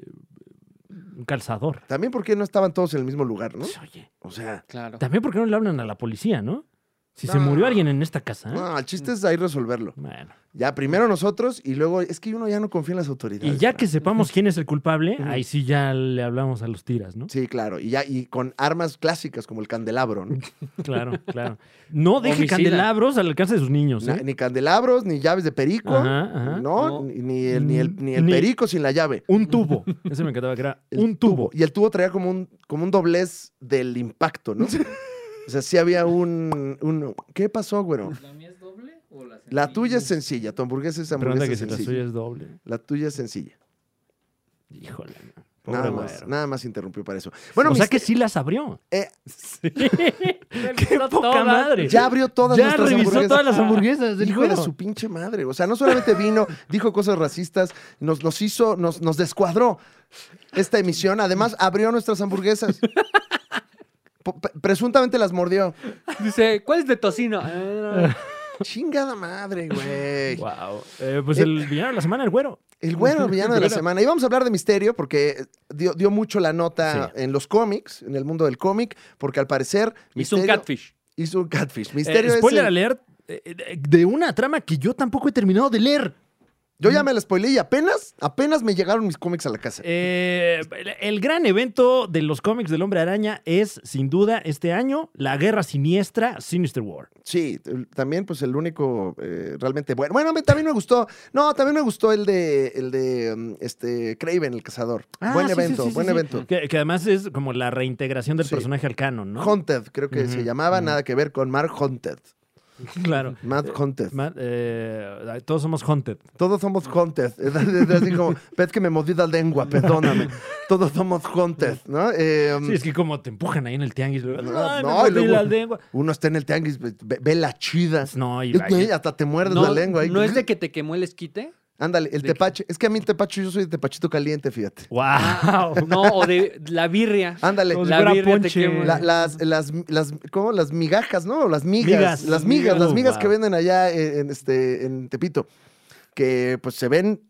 B: un calzador.
A: También porque no estaban todos en el mismo lugar, ¿no?
B: Oye,
A: O sea,
C: Claro.
B: también porque no le hablan a la policía, ¿no? Si se
A: No.
B: murió alguien en esta casa. ¿eh?
A: no, el chiste es ahí resolverlo.
B: Bueno.
A: Ya, primero nosotros y luego es que uno ya no confía en las autoridades.
B: Y ya
A: ¿no?
B: que sepamos quién es el culpable,
A: Ujú.
B: ahí sí ya le hablamos a los tiras, ¿no?
A: Sí, claro. Y ya, y con armas clásicas como el candelabro, ¿no?
B: Claro, claro. No deje
C: Homicida.
B: candelabros al alcance de sus niños.
A: Na-
B: ¿eh?
A: Ni candelabros, ni llaves de perico,
B: Ajá, ajá.
A: ¿no?
C: No.
A: Ni, ni el, ni, el, ni el
B: Ni-
A: perico sin la llave.
B: Un
A: *laughs*
B: tubo. Ese me encantaba que era
A: El
B: un tubo.
A: Y el tubo traía como un, como un doblez del impacto, ¿no? O sea, sí había un, un- ¿Qué pasó, güero?
D: ¿La mía es doble o la
A: La tuya es sencilla, tu hamburguesa es hamburguesa
B: Pregunta que si la
A: sencilla.
B: suya es doble.
A: La tuya es sencilla.
B: Híjole. no. Pobre
A: Nada más,
B: güero.
A: nada más interrumpió para eso. Bueno,
B: o sea
A: mis-
B: que sí las abrió.
A: eh,
B: *laughs*
A: *laughs*
B: ¡Qué poca madre!
A: ya abrió todas
B: Ya
A: nuestras
B: revisó
A: hamburguesas. Ah,
B: todas las hamburguesas del
A: Hijo de
B: güero.
A: su pinche madre. O sea, no solamente vino, *laughs* dijo cosas racistas, nos, nos hizo, nos,
B: *laughs*
A: nos descuadró esta emisión. Además, abrió nuestras hamburguesas. po- pe- presuntamente las mordió.
C: Dice, ¿cuál es de tocino? Ah,
A: Chingada madre, güey.
B: Wow. pues
A: Eh,
B: el villano de la semana, el güero. Eh,
A: El bueno, el
B: *laughs*
A: villano de la
B: Bueno.
A: semana. Y vamos a hablar de Misterio porque dio, dio mucho la nota en los cómics, en el mundo del cómic, porque al parecer
C: Hizo un
A: Misterio-
C: catfish.
A: Hizo un catfish.
B: Eh,
A: Misterio es
B: spoiler
A: el-
B: alert eh, eh, de una trama que yo tampoco he terminado de leer.
A: Yo ya me la spoilé y apenas, apenas me llegaron mis cómics a la casa.
B: Eh, el, el gran evento de los cómics del Hombre Araña es, sin duda, este año, la Guerra Siniestra, Sinister War.
A: Sí, el- también pues el único eh, realmente bueno. Bueno, me- también me gustó. No, también me gustó el de el de mm, este Craven el cazador.
B: Ah,
A: buen
B: sí, sí,
A: evento,
B: sí, sí,
A: buen
B: sí.
A: evento.
B: Que, que además es como la reintegración del
A: Sí.
B: personaje al canon, ¿no?
A: Haunted, creo que se
B: Ujú,
A: llamaba,
B: ujú.
A: nada que ver con Mark Haunted.
B: Claro.
A: Matt Haunted.
B: Ma- eh, todos somos haunted.
A: Todos somos Haunted. Es así como, ves que me mordí la lengua, perdóname. Todos somos Haunted, ¿no? Eh,
B: Sí, es que como te empujan ahí en el tianguis. Um, No,
A: No,
B: no,
A: no, y luego-
B: la lengua.
A: Uno está en el tianguis, ve, ve la chida.
B: No, y-
A: Güey, hasta te muerdes
C: No,
A: la lengua. ahí.
C: ¿No es de que te quemó el
A: *laughs*
C: esquite?
A: Ándale, el
C: de que-
A: tepache. Es que a mí el tepache, yo soy de tepachito caliente, fíjate.
B: ¡Wow!
C: No, o de la birria.
A: Ándale,
B: Como si
C: la
B: fuera
C: birria te
B: ponche.
C: quema.
A: La- las, las, las, ¿cómo? Las migajas, ¿no? Las migas.
B: Migas.
A: las migas,
B: Migas.
A: las migas
B: Oh,
A: que
B: wow.
A: venden allá en, en este, en Tepito. Que pues se ven,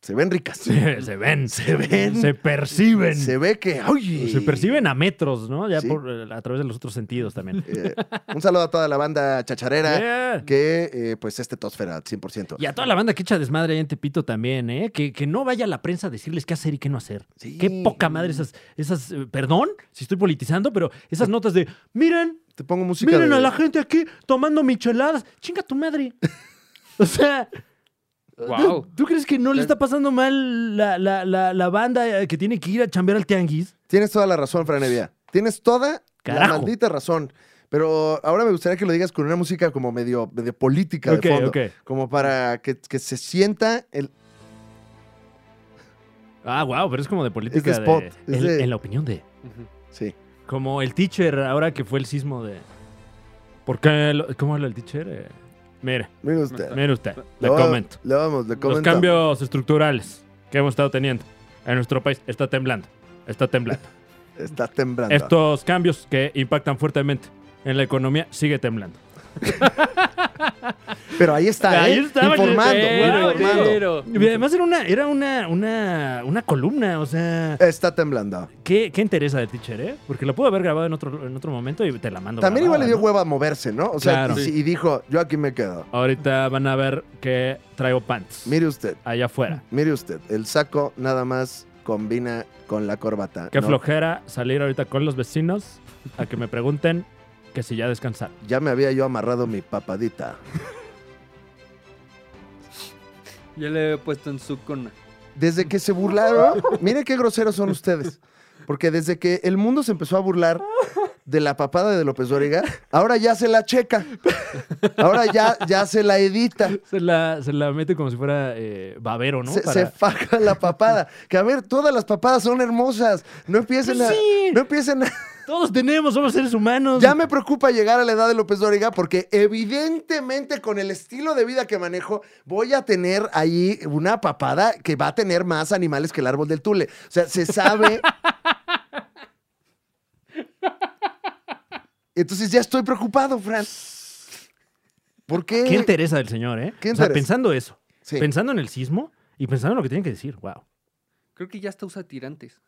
A: se ven ricas.
B: Se, se ven. Se
A: ven.
B: Se perciben.
A: Se
B: Se,
A: ve que, ¡ay!
B: perciben a metros, ¿no? Ya
A: Sí.
B: por, eh, a través de los otros sentidos también.
A: Eh, un saludo a toda la banda chacharera
B: Yeah.
A: que, eh, pues, este Tosfera, 100%.
B: Y a toda la banda que echa desmadre allá en Tepito también, ¿eh? Que, que no vaya a la prensa a decirles qué hacer y qué no hacer.
A: Sí.
B: Qué poca madre esas, esas, eh, perdón si estoy politizando, pero esas notas de, miren,
A: Te pongo música
B: miren
A: de-
B: a la gente aquí tomando micheladas, chinga tu madre. O sea,
C: Guau.
B: ¿tú, tú crees que no le está pasando mal la, la- la- la banda eh, que tiene que ir a chambear al tianguis?
A: Tienes toda la razón, Franevia. Tienes toda la
B: Carajo.
A: maldita razón. Pero ahora me gustaría que lo digas con una música como medio, medio política
B: Ok,
A: de fondo.
B: ok.
A: Como para que, que se sienta el,
B: Ah, wow, pero es como de política.
A: Es de
B: de-
A: spot, es
B: en-
A: de-
B: en la opinión de...
C: Ujú.
A: Sí.
B: Como el teacher, ahora que fue el sismo de. ¿Por qué? lo- ¿Cómo habla el teacher? Eh, Mire,
A: Mire usted.
B: mire usted, le
A: Lo va-
B: comento.
A: lo vamos, le
B: Los
A: comento.
B: cambios estructurales que hemos estado teniendo en nuestro país está temblando. Está *laughs* temblando.
A: Está temblando.
B: Estos cambios que impactan fuertemente en la economía sigue temblando.
A: Pero ahí está,
B: Ahí
A: ¿eh?
B: estaba,
A: informando,
B: pero,
A: informando.
C: pero.
B: Y además era una, era una, una, una columna, o sea,
A: Está temblando.
B: ¿qué, qué interesa del teacher, eh? Porque la pudo haber grabado en otro, en otro momento y te la mando.
A: También igual
B: grabada,
A: le dio
B: ¿no?
A: hueva a moverse, ¿no? O sea,
B: Claro.
A: y, si- y dijo, yo aquí me quedo.
B: Ahorita van a ver que traigo pants.
A: Mire usted,
B: allá afuera.
A: mire usted. El saco nada más combina con la corbata.
B: Qué
A: ¿no?
B: flojera salir ahorita con los vecinos a que me pregunten que si ya descansaron.
A: Ya me había yo amarrado mi papadita.
C: Yo le he puesto en su cona.
A: Desde que se burlaron,
B: *laughs*
A: miren qué groseros son ustedes. Porque desde que el mundo se empezó a burlar de la papada de López Dóriga, ahora ya se la checa. Ahora ya, ya se la edita.
B: Se la, se la mete como si fuera eh, babero, ¿no?
A: Se,
B: Para-
A: se faja la papada. Que a ver, todas las papadas son hermosas. No empiecen
B: Pues
A: a.
B: sí.
A: No empiecen a.
B: Todos tenemos, somos seres humanos.
A: Ya me preocupa llegar a la edad de López Dóriga porque evidentemente con el estilo de vida que manejo voy a tener ahí una papada que va a tener más animales que el árbol del tule. O sea, se sabe. Entonces ya estoy preocupado, Fran. ¿Por qué?
B: ¿Qué interesa del señor, eh?
A: ¿Qué
B: o sea,
A: interesa?
B: pensando eso,
A: Sí.
B: pensando en el sismo y pensando en lo que tienen que decir, wow.
C: Creo que ya hasta
A: *laughs*
C: usa tirantes.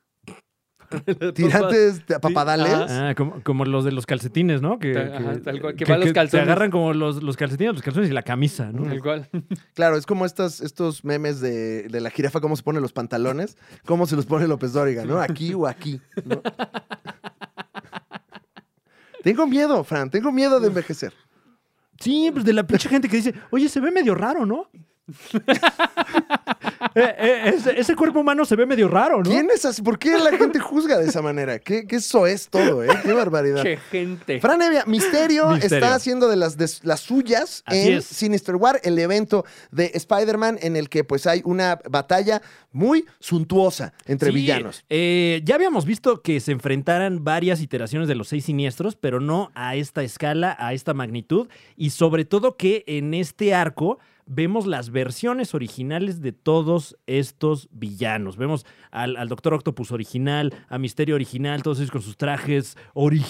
A: Tirantes de- papadales.
B: Ah, como, como los de los calcetines, ¿no? Que,
C: Ta- ajá, tal cual, que va a los
B: te
C: calzones.
B: agarran como los, los calcetines, los calzones y la camisa, ¿no?
C: Tal cual.
A: Claro, es como estas, estos memes de, de la jirafa, cómo se pone los pantalones, cómo se los pone López Dóriga, ¿no? Aquí o aquí. ¿no? tengo miedo, Fran, tengo miedo de envejecer.
B: Sí, pues de la pinche gente que dice, oye, se ve medio raro, ¿no? *laughs* Eh, eh, ese, ese cuerpo humano se ve medio raro, ¿no?
A: ¿Quién es así? ¿Por qué la gente juzga de esa manera? ¿Qué, qué eso es todo, eh? Qué barbaridad.
C: Che, gente.
A: Fran Evia, Misterio,
B: Misterio.
A: está haciendo de las, de las suyas
B: Así
A: en
B: es.
A: Sinister War, el evento de Spider-Man en el que pues hay una batalla muy suntuosa entre
B: Sí,
A: villanos.
B: eh, ya habíamos visto que se enfrentaran varias iteraciones de los seis siniestros, pero no a esta escala, a esta magnitud, y sobre todo que en este arco vemos las versiones originales de todo todos estos villanos. Vemos al, al Doctor Octopus original, a Misterio original, todos ellos con sus trajes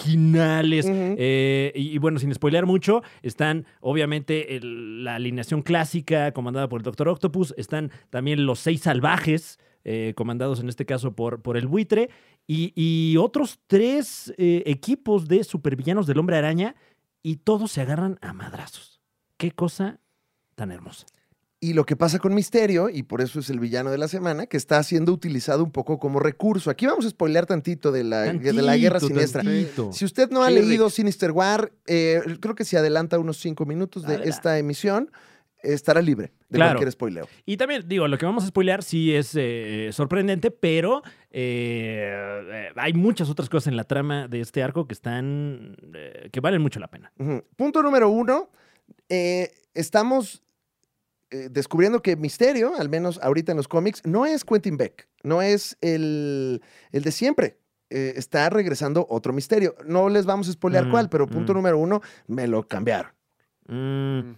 B: originales.
A: Ujú.
B: Eh, y, y bueno, sin spoilear mucho, están obviamente el- la alineación clásica comandada por el Doctor Octopus, están también los seis salvajes, eh, comandados en este caso por, por el buitre, y, y otros tres eh, equipos de supervillanos del hombre araña, y todos se agarran a madrazos. Qué cosa tan hermosa.
A: Y lo que pasa con Misterio, y por eso es el villano de la semana, que está siendo utilizado un poco como recurso. Aquí vamos a spoilear tantito de la, de la guerra
B: Tantito,
A: siniestra.
B: tantito.
A: Si usted no ha
C: Sí,
A: leído Sinister War, eh, creo que si adelanta unos cinco minutos de
B: Adelante.
A: esta emisión, estará libre de
B: Claro.
A: cualquier spoileo.
B: Y también, digo, lo que vamos a spoilear sí es eh, sorprendente, pero eh, eh, hay muchas otras cosas en la trama de este arco que están. eh, que valen mucho la pena.
A: Ujú. Punto número uno, eh, estamos eh, descubriendo que Misterio, al menos ahorita en los cómics, no es Quentin Beck, no es el, el de siempre. Eh, está regresando otro misterio. No les vamos a spoilear
B: Mm,
A: cuál, pero punto
B: mm.
A: número uno, me lo cambiaron.
B: Mm,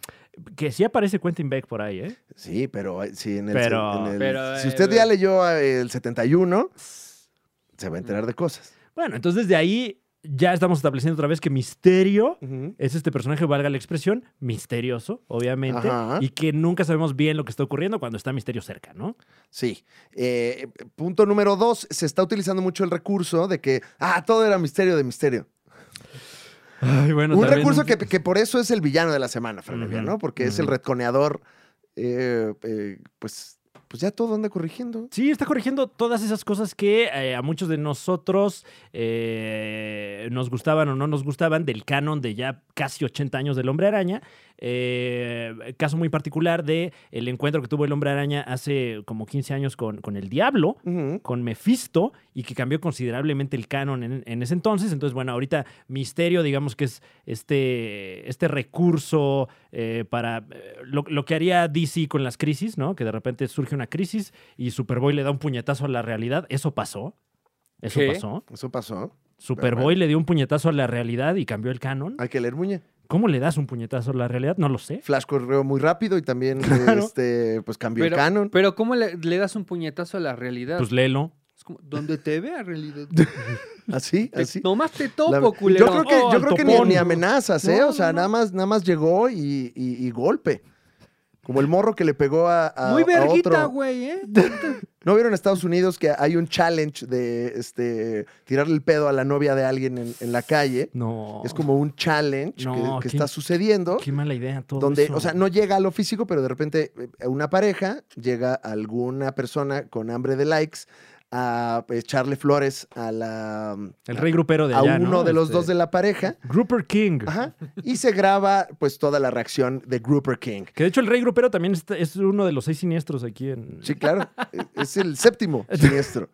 B: que sí aparece Quentin Beck por ahí, ¿eh?
A: Sí, pero eh, sí, en el,
B: Pero-
A: en el-
C: pero,
A: si
C: eh,
A: usted ya leyó eh, el 71, se va a
B: Mm.
A: enterar de cosas.
B: Bueno, entonces de ahí ya estamos estableciendo otra vez que Misterio
A: Ujú.
B: es este personaje, valga la expresión, misterioso, obviamente,
A: Ajá.
B: y que nunca sabemos bien lo que está ocurriendo cuando está Misterio cerca, ¿no?
A: Sí. Eh, punto número dos, se está utilizando mucho el recurso de que, ah, todo era misterio de misterio. Un recurso que, que por eso es el villano de la semana, Franevia,
B: Ujú,
A: ¿no? Porque es el
B: ujú.
A: retconeador, eh, eh, pues, pues ya todo anda corrigiendo.
B: Sí, está corrigiendo todas esas cosas que eh, a muchos de nosotros eh, nos gustaban o no nos gustaban del canon de ya casi 80 años del Hombre Araña. Eh, caso muy particular de el encuentro que tuvo el Hombre Araña hace como 15 años con, con el Diablo
A: Ujú.
B: con Mephisto y que cambió considerablemente el canon en, en ese entonces. Entonces, bueno, ahorita Misterio, digamos que es este, este recurso eh, para eh, lo, lo que haría DC con las crisis, ¿no? Que de repente surge una crisis y Superboy le da un puñetazo a la realidad. Eso pasó. Eso
C: ¿Qué?
B: pasó.
A: Eso pasó.
B: Superboy le dio un puñetazo a la realidad y cambió el canon.
A: Hay que leer Muñe.
B: ¿Cómo le das un puñetazo a la realidad? No lo sé.
A: Flash corrió muy rápido y también,
B: Claro.
A: este, pues cambió
C: Pero,
A: el canon.
C: pero ¿cómo le, le das un puñetazo a la realidad?
B: Pues léelo.
C: es como, donde te vea
A: *laughs*
C: realidad.
A: Así,
B: eh,
C: Te-
A: así.
C: Nomás te
A: La-
C: topo, culero.
A: yo creo que,
B: Oh,
A: yo
B: al
A: creo que ni,
B: topón.
A: ni amenazas, ¿eh?
B: No,
A: o sea,
B: no, no.
A: nada más, nada más llegó y, y- y golpe. Como el morro que le pegó a, a-
C: Oh, Muy
A: a
C: verguita,
A: otro.
C: güey,
A: *laughs*
C: ¿eh?
A: ¿No vieron en Estados Unidos que hay un challenge de este tirarle el pedo a la novia de alguien en, en la calle?
B: No.
A: Es como un challenge
B: No,
A: que, que
B: qué-
A: está sucediendo.
B: Qué mala idea todo
A: Donde,
B: eso.
A: o sea, no llega a lo físico, pero de repente eh, una pareja llega alguna persona con hambre de likes a echarle flores a la
B: El rey grupero de
A: a
B: allá,
A: uno
B: ¿no?
A: de los
B: Este,
A: dos de la pareja
B: *laughs* Grouper King.
A: Ajá. Y se graba pues toda la reacción de Grouper King.
B: Que de hecho el Rey Grupero también está- es uno de los seis siniestros aquí en...
A: Sí, claro. e, es el
B: *laughs*
A: séptimo siniestro.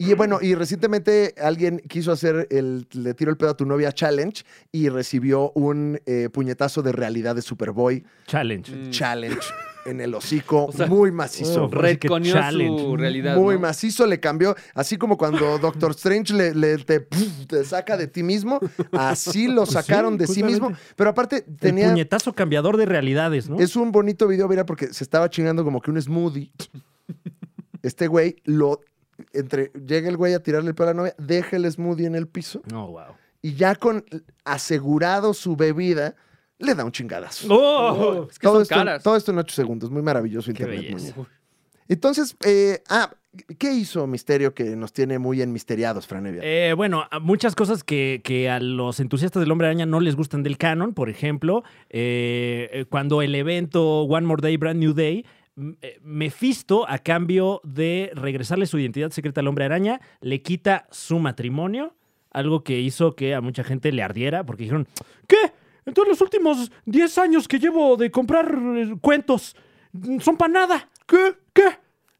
A: Y bueno, y recientemente alguien quiso hacer el le tiro el pedo a tu novia challenge y recibió un eh, puñetazo de realidad de Superboy
B: Challenge.
C: Mm. *laughs*
A: challenge en el hocico
C: O sea,
A: muy macizo.
B: Oh, Ahora sí que
C: Reconeó
B: challenge.
C: su realidad.
A: Muy
C: ¿no?
A: macizo le cambió, así como cuando
C: *laughs*
A: Doctor Strange le, le- te, te saca de ti mismo, así lo
C: Pues
A: sacaron de sí mismo. Pero aparte
B: El
A: tenía
B: puñetazo cambiador de realidades, ¿no?
A: Es un bonito video, mira, porque se estaba chingando como que un
C: *laughs*
A: smoothie. Este güey lo. Entre, llega el güey a tirarle el pelo a la novia, deja el smoothie en el piso
B: No, wow.
A: y ya con asegurado su bebida, le da un chingadazo.
B: ¡Oh!
C: Es que
A: todo,
C: son
A: esto,
C: caras.
A: todo esto en ocho segundos. Muy maravilloso
B: Qué
A: internet.
B: belleza.
A: muñe. Entonces, eh, ah, ¿qué hizo Misterio que nos tiene muy enmisteriados, Franevia?
B: Eh, bueno, a- muchas cosas que, que a los entusiastas del Hombre Araña no les gustan del canon, por ejemplo, eh, eh, cuando el evento One More Day, Brand New Day, m- eh, Mephisto, a cambio de regresarle su identidad secreta al Hombre Araña, le quita su matrimonio, algo que hizo que a mucha gente le ardiera, porque dijeron, ¿qué? Entonces los últimos 10 años que llevo de comprar eh, cuentos mm, son para nada. ¿Qué? ¿Qué?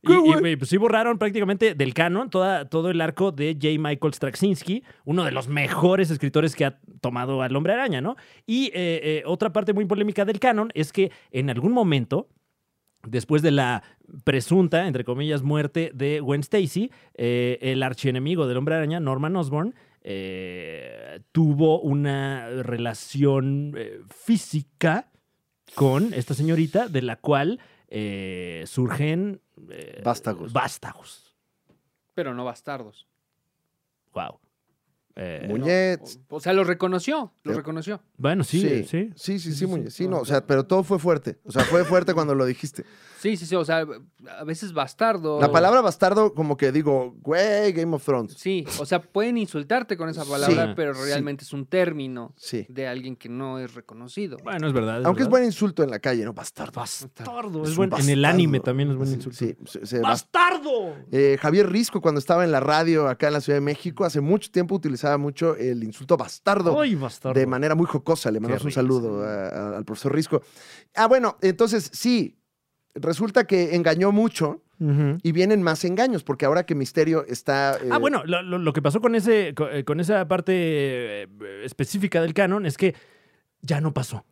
B: Y,
A: ¿Qué,
B: y,
A: güey?
B: y, pues, sí borraron prácticamente del canon toda, todo el arco de J. Michael Straczynski, uno de los mejores escritores que ha tomado al Hombre Araña, ¿no? Y eh, eh, otra parte muy polémica del canon es que en algún momento, después de la presunta, entre comillas, muerte de Gwen Stacy, eh, el archienemigo del Hombre Araña, Norman Osborn, eh, tuvo una relación eh, física con esta señorita, de la cual eh, surgen... eh,
A: Vástagos.
B: Vástagos.
C: Pero no bastardos.
B: Wow. Eh,
A: Muy-
C: No,
A: Muñets.
C: o, o sea, los reconoció, los
A: Pero-
C: reconoció.
B: bueno, sí, sí.
A: sí, sí, sí,
B: sí,
A: Muñe,
B: sí.
A: sí, no, o sea, pero todo fue fuerte, o sea, fue fuerte cuando lo
C: *laughs*
A: dijiste.
C: Sí, sí, sí, o sea, a veces bastardo.
A: La palabra bastardo, como que digo, güey, Game of Thrones.
C: Sí, o sea, pueden insultarte con esa palabra,
B: Sí,
C: pero
A: sí.
C: realmente es un término
A: Sí.
C: de alguien que no es reconocido.
B: Bueno, es verdad.
A: Aunque es
B: verdad.
A: buen insulto en la calle, ¿no? Bastardo.
B: Bastardo.
A: Es
B: Es
A: un
B: buen, En el
A: bastardo.
B: anime también es buen
A: Sí,
B: insulto.
A: Sí, se- se- bas-
B: ¡Bastardo!
A: Eh, Javier Risco, cuando estaba en la radio acá en la Ciudad de México, hace mucho tiempo utilizaba mucho el insulto bastardo.
B: ¡Ay, bastardo!
A: de manera muy jocosa. Le mandamos un
B: rico,
A: saludo a- a- al profesor Risco. Ah, bueno, entonces sí, resulta que engañó mucho
B: Ujú.
A: y vienen más engaños, porque ahora que Misterio está. eh,
B: Ah, bueno, lo, lo- lo que pasó con, ese, co- eh, con esa parte eh, específica del canon es que ya no pasó.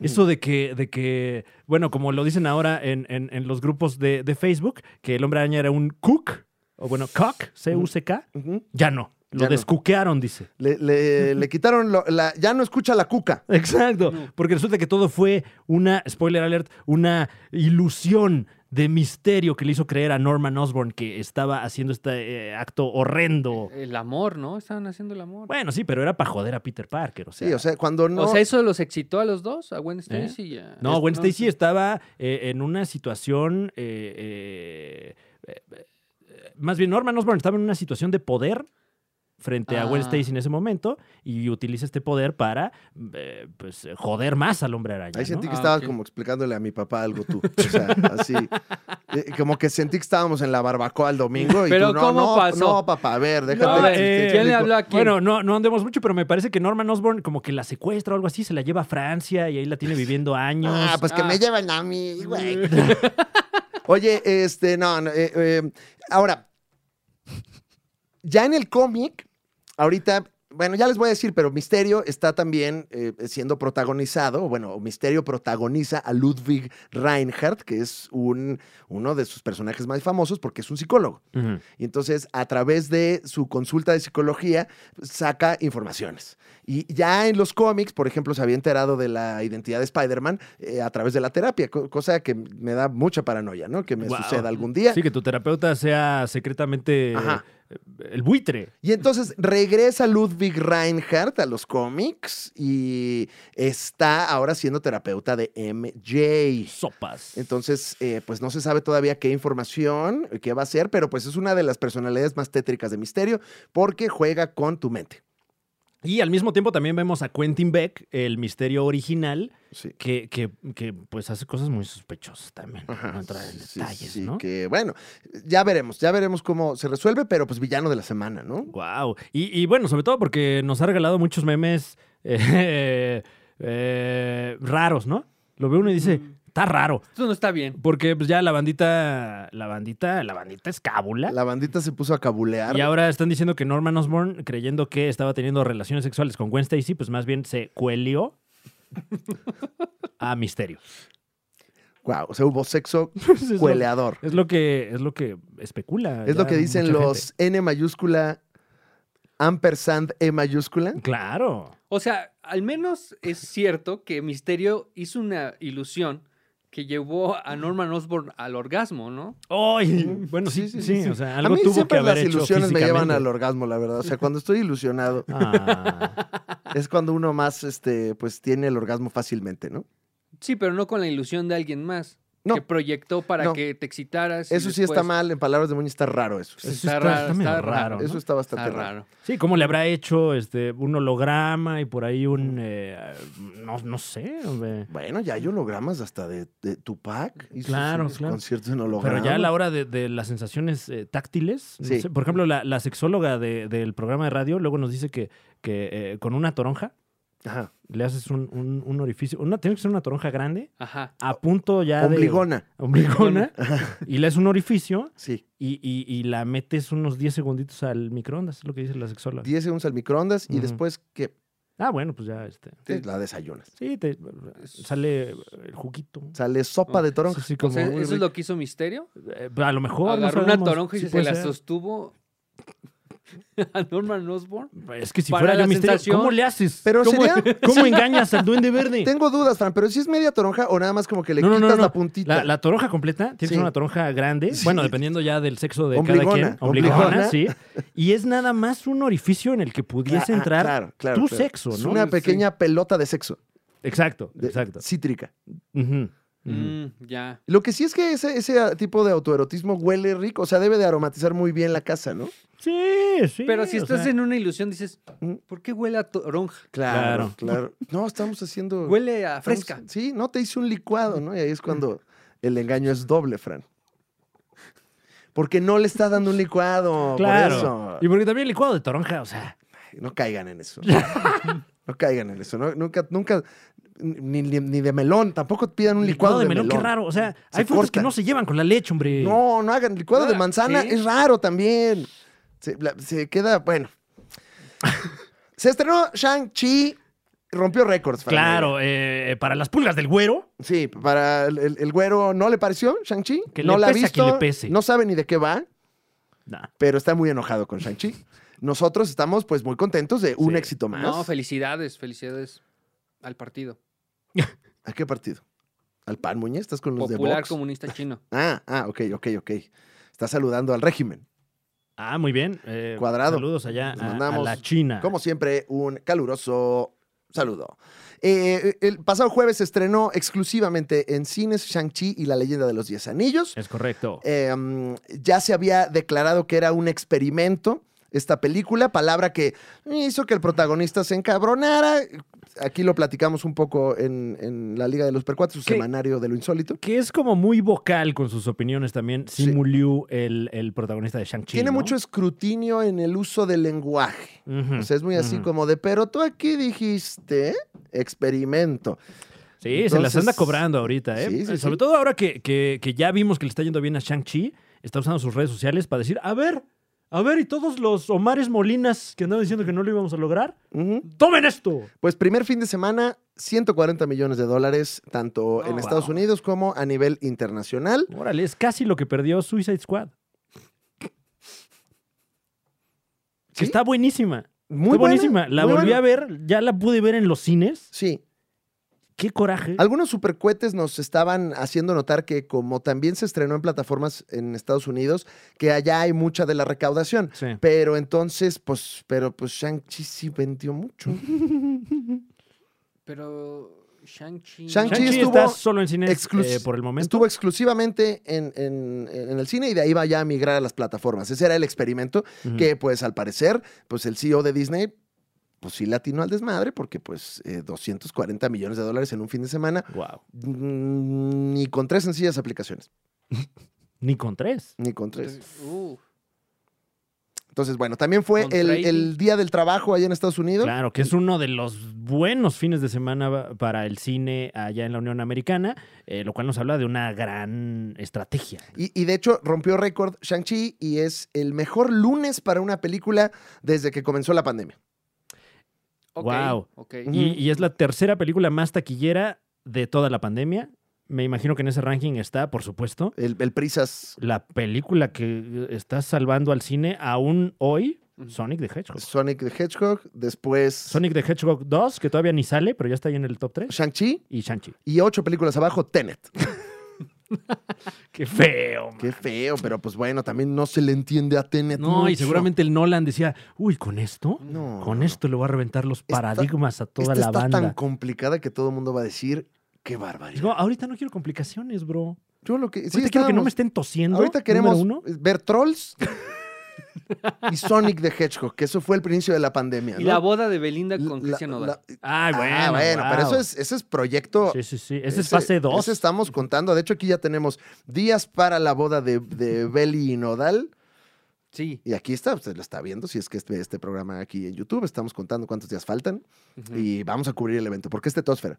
A: Mm.
B: Eso de que, de que, bueno, como lo dicen ahora en, en- en los grupos de, de Facebook, que el hombre araña era un cook, o bueno, cock, C-U-C-K,
A: ujú,
B: ya no. Lo
A: Ya no.
B: descuquearon, dice.
A: Le, le-
C: *laughs*
A: le quitaron lo- la. Ya no escucha la cuca.
B: Exacto, porque resulta que todo fue una, spoiler alert, una ilusión de misterio que le hizo creer a Norman Osborn que estaba haciendo este eh, acto horrendo.
C: El amor, ¿no? Estaban haciendo el amor.
B: Bueno, sí, pero era para joder a Peter Parker, o sea.
A: Sí, o sea, cuando no.
C: O sea, eso los excitó a los dos, a Gwen
B: ¿Eh?
C: Stacy y a... este,
B: no, Gwen Stacy
C: sí.
B: estaba eh, en una situación, eh, eh, eh, eh, más bien Norman Osborn estaba en una situación de poder frente a Gwen
C: Ah.
B: Stacy en ese momento y utiliza este poder para, eh, pues, eh, joder más al hombre araña.
A: Ahí
B: ¿no?
A: sentí que
C: Ah,
A: estabas
C: ok.
A: como explicándole a mi papá algo tú.
C: *laughs*
A: O sea, así. eh, Como que sentí que estábamos en la barbacoa el domingo y
C: Pero
A: tú, no,
C: ¿cómo
A: no,
C: pasó?
A: no, papá, a ver, déjate.
C: No,
A: te-
C: eh,
A: te
C: ¿quién le
A: explico.
C: habló a quién?
B: Bueno, no, no andemos mucho, pero me parece que Norman Osborn como que la secuestra o algo así, se la lleva a Francia y ahí la tiene viviendo años.
A: *laughs* Ah, pues que
C: Ah.
A: me llevan a mí, güey. Oye, este, no, no, eh, eh, ahora, ya en el cómic, ahorita, bueno, ya les voy a decir, pero Misterio está también eh, siendo protagonizado, bueno, Misterio protagoniza a Ludwig Reinhardt, que es un, uno de sus personajes más famosos porque es un psicólogo.
B: Ujú.
A: Y entonces, a través de su consulta de psicología, saca informaciones. Y ya en los cómics, por ejemplo, se había enterado de la identidad de Spider-Man eh, a través de la terapia, co- cosa que me da mucha paranoia, ¿no? Que me
B: Wow.
A: suceda algún día.
B: Sí, que tu terapeuta sea secretamente
A: Ajá.
B: eh, el buitre.
A: Y entonces regresa Ludwig Reinhardt a los cómics y está ahora siendo terapeuta de MJ.
B: Sopas.
A: Entonces, eh, pues no se sabe todavía qué información, qué va a ser, pero pues es una de las personalidades más tétricas de Misterio porque juega con tu mente.
B: y al mismo tiempo también vemos a Quentin Beck, el misterio original,
A: Sí.
B: que, que, que, pues hace cosas muy sospechosas también.
A: Ajá,
B: No entrar en
A: sí,
B: detalles,
A: sí,
B: ¿no?
A: que bueno, ya veremos, ya veremos cómo se resuelve, pero pues villano de la semana, ¿no?
B: Wow. Y, y bueno, sobre todo porque nos ha regalado muchos memes *laughs* eh, eh, raros, ¿no? Lo ve uno y dice,
C: Mm.
B: está raro.
C: Esto no está bien.
B: Porque pues ya la bandita, la bandita, la bandita es cábula.
A: La bandita se puso a cabulear.
B: Y ahora están diciendo que Norman Osborn, creyendo que estaba teniendo relaciones sexuales con Gwen Stacy, pues más bien se cuelió a Misterio.
A: Guau, o sea, hubo sexo
B: *laughs* Es lo-
A: cueleador.
B: Es lo que es lo que especula.
A: Es lo
B: ya
A: que dicen
B: mucha
A: los N mayúscula, ampersand E mayúscula.
B: gente. Claro.
C: O sea, al menos es cierto que Misterio hizo una ilusión que llevó a Norman Osborn al orgasmo, ¿no?
B: Ay, bueno, sí, sí,
A: sí, sí, sí.
B: o sea,
A: A
B: algo
A: mí
B: tuvo que
A: siempre
B: haber
A: las
B: hecho
A: ilusiones me llevan
B: físicamente.
A: al orgasmo, la verdad. O sea, cuando estoy
B: *laughs*
A: ilusionado
B: Ah,
A: es cuando uno más, este, pues tiene el orgasmo fácilmente, ¿no?
C: Sí, pero no con la ilusión de alguien más.
A: No.
C: Que proyectó para
A: No.
C: que te excitaras. y
A: Eso sí está
C: después-
A: mal, en palabras de Muñoz está raro eso.
B: Eso
C: Está
B: pues está,
C: raro,
B: está medio
C: está
B: raro.
C: raro,
B: ¿no?
A: Eso está bastante
C: Está
A: raro.
C: Ah, raro.
B: Sí, ¿cómo le habrá hecho este, un holograma y por ahí un. eh, no, no sé. hombre.
A: Bueno, ya hay hologramas hasta de, de Tupac. Hizo
B: Claro,
A: sus
B: claro.
A: conciertos en holograma.
B: Pero ya a la hora de, de las sensaciones eh, táctiles, no
A: Sí.
B: sé, por ejemplo, la, la sexóloga de- del programa de radio luego nos dice que, que eh, con una toronja
A: Ajá.
B: le haces un, un- un orificio, una, tiene que ser una toronja grande,
C: Ajá.
B: a punto ya
A: Ombligona.
B: de...
C: *laughs*
B: Ombligona. y le haces un orificio
A: Sí.
B: y, y- y la metes unos 10 segunditos al microondas, es lo que dice la sexóloga.
A: 10 segundos al microondas y
B: Pues. Ujú.
A: después que
B: Ah, bueno, pues ya, este...
A: te la desayunas.
B: Sí, te, eh, sale el juguito.
A: Sale sopa de toronja.
B: Oh, Sí, sí,
C: O
B: como
C: sea,
B: muy
C: ¿Eso es
B: rico.
C: lo que hizo Misterio?
B: Eh, a lo mejor... no
C: Agarró una
B: sabemos.
C: toronja y
B: Sí
C: se
B: puede
C: la
B: ser.
C: sostuvo *laughs* a Norman Osborn.
B: Es que si
C: Para
B: fuera
C: la
B: yo misterio,
C: sensación-
B: ¿cómo le haces?
A: Pero
B: ¿Cómo,
A: sería-
B: *laughs* ¿cómo engañas al duende verde?
A: Tengo dudas, Fran, pero si es media toronja o nada más como que le
B: No, no,
A: quitas
B: no, no.
A: la puntita.
B: La, la toronja completa, tiene que
A: Sí.
B: ser una toronja grande.
A: Sí.
B: Bueno, dependiendo ya del sexo de cada
A: Ombligona,
B: quien. Ombligona,
A: ombligona.
B: sí. Y es nada más un orificio en el que
A: Ah,
B: pudiese
A: ah,
B: entrar
A: claro, claro,
B: tu
A: claro.
B: sexo,
A: Es
B: ¿no?
A: una pequeña pelota de sexo.
B: Exacto,
A: de-
B: exacto.
A: Cítrica.
B: Ujú, ujú.
C: Mm, ya.
A: Lo que sí es que ese, ese tipo de autoerotismo huele rico. O sea, debe de aromatizar muy bien la casa, ¿no?
B: Sí, sí.
C: Pero si
B: o
C: estás
B: sea,
C: en una ilusión, dices,
A: Mm.
C: ¿por qué huele a toronja?
A: Claro, claro. No, estamos haciendo...
C: Huele a
A: estamos-
C: fresca.
A: Sí, no, te hice un licuado, ¿no? Y
B: Mm.
A: ahí es cuando el engaño es doble, Fran. Porque no le estás dando un licuado.
B: Claro.
A: Por
B: Y
A: eso.
B: porque también el licuado de toronja, o sea.
A: No caigan en
B: *laughs*
A: eso. No caigan en eso. No, nunca, nunca... Ni, ni- ni de melón. Tampoco pidan un licuado,
B: de melón, qué raro. O sea, hay frutas que
A: cortan.
B: no se llevan con la leche, hombre.
A: No, no hagan licuado de
C: Ah,
A: manzana,
C: ¿sí?
A: es raro también. Se, la- se queda,
B: *laughs*
A: bueno. se estrenó Shang-Chi, rompió récords. Fran Evia.
B: Claro, eh, para las pulgas del güero.
A: Sí, para el, el- el güero no le pareció Shang-Chi.
B: Que
A: no
B: le
A: la ha
B: pese a
A: visto,
B: quien le pese.
A: No sabe ni de qué va,
B: Nah.
A: pero está muy enojado con Shang-Chi. Nosotros estamos pues muy contentos de un
B: Sí.
A: éxito más.
C: No, felicidades, felicidades al partido.
A: ¿A qué partido? ¿Al PAN, Muñez? ¿Estás con los de
C: Popular
A: Vox? *laughs*
C: comunista chino.
A: Ah, ah, ok, ok, ok. Está saludando al régimen.
B: Ah, muy bien. eh,
A: Cuadrado.
B: Saludos allá
A: Les
B: a, a
A: mandamos-
B: la China.
A: Como siempre, un caluroso saludo. Eh, el pasado jueves se estrenó exclusivamente en cines Shang-Chi y la leyenda de los Diez Anillos.
B: Es correcto.
A: Eh, mm, ya se había declarado que era un experimento esta película, palabra que hizo que el protagonista se encabronara. Aquí lo platicamos un poco en, en la Liga de los Percuates, su
B: ¿Qué?
A: semanario de lo insólito.
B: Que es como muy vocal con sus opiniones también.
A: Sí.
B: Simu Liu, el, el protagonista de Shang-Chi.
A: Tiene
B: ¿no?
A: mucho escrutinio en el uso del lenguaje.
B: Ujú,
A: O sea, es muy así
B: ujú.
A: como de, pero tú aquí dijiste experimento.
B: Sí, se las
A: Entonces-
B: anda cobrando ahorita, ¿eh?
A: Sí, sí,
B: Sobre
A: sí.
B: todo ahora que, que- que ya vimos que le está yendo bien a Shang-Chi, está usando sus redes sociales para decir, a ver, a ver, y todos los Omares Molinas que andaban diciendo que no lo íbamos a lograr,
A: Ujú.
B: ¡tomen esto!
A: Pues primer fin de semana, 140 millones de dólares, tanto en
B: Oh,
C: wow.
A: Estados Unidos como a nivel internacional.
B: Órale, es casi lo que perdió Suicide Squad.
A: ¿Sí?
B: Que está buenísima.
A: Muy
B: está buenísima.
A: buena,
B: La
A: muy
B: volví
A: buena.
B: a ver, ya la pude ver en los cines.
A: Sí.
B: ¡Qué coraje!
A: Algunos supercohetes nos estaban haciendo notar que como también se estrenó en plataformas en Estados Unidos, que allá hay mucha de la recaudación.
B: Sí.
A: Pero entonces, pues, pero pues Shang-Chi sí vendió mucho.
C: Pero Shang-Chi.
A: Shang-Chi
B: Shang-Chi
A: estuvo
B: está solo en cines
A: exclus-
B: eh, por el momento.
A: Estuvo exclusivamente en, en- en el cine y de ahí va ya a migrar a las plataformas. Ese era el experimento
B: Ujú.
A: que, pues, al parecer, pues el CEO de Disney, pues sí latino al desmadre, porque pues eh, 240 millones de dólares en un fin de semana,
B: Wow.
A: mm, ni con tres sencillas aplicaciones,
B: Ni con tres.
A: ni con tres.
C: Uh,
A: Entonces, bueno, también fue
C: Con
A: el,
C: trading.
A: el día del trabajo allá en Estados Unidos.
B: Claro, que es uno de los buenos fines de semana ba- para el cine allá en la Unión Americana, eh, lo cual nos habla de una gran estrategia.
A: Y, y de hecho rompió récord Shang-Chi y es el mejor lunes para una película desde que comenzó la pandemia.
C: ok,
B: Guau.
C: ok.
B: Y, y es la tercera película más taquillera de toda la pandemia. Me imagino que en ese ranking está, por supuesto,
A: El, el Prisas
B: la película que eh, está salvando al cine aún hoy, Sonic the Hedgehog.
A: Sonic the Hedgehog, después
B: Sonic the Hedgehog 2, que todavía ni sale, pero ya está ahí en el top 3.
A: Shang-Chi
B: Y Shang-Chi.
A: y ocho películas abajo, Tenet.
B: ¡Qué feo!
A: Qué feo, pero pues bueno, también no se le entiende a Tenet.
B: No, y
A: mucho.
B: seguramente el Nolan decía, uy, ¿con esto?
A: No,
B: Con
A: no,
B: esto le voy a reventar los
A: Está-
B: paradigmas a
A: no.
B: toda
A: Esta
B: la
A: está tan
B: banda.
A: complicada que todo el mundo va a decir, qué
B: Digo,
A: barbaridad.
B: ahorita no quiero complicaciones, bro.
A: Yo lo que... sí,
B: Ahorita quiero que no
A: estábamos-
B: me estén tosiendo.
A: Ahorita
B: número
A: queremos eh,
B: uno.
A: ver Trolls y Sonic the Hedgehog, que eso fue el principio de la pandemia.
C: Y
A: ¿no?
C: la boda de Belinda con
A: La-
C: Cristian Nodal.
A: la-
B: Ay, bueno.
A: ah, bueno, pero
B: wow.
A: eso es, ese es proyecto...
B: Sí, sí, sí. Ese, es
A: ese-
B: fase 2.
A: Ese estamos contando. De hecho, aquí ya tenemos días para la boda de, de Belly y Nodal.
C: Sí.
A: Y aquí está, usted lo está viendo, si es que este, este programa aquí en YouTube, estamos contando cuántos días faltan
C: ujú.
A: y vamos a cubrir el evento, porque es tetosfera.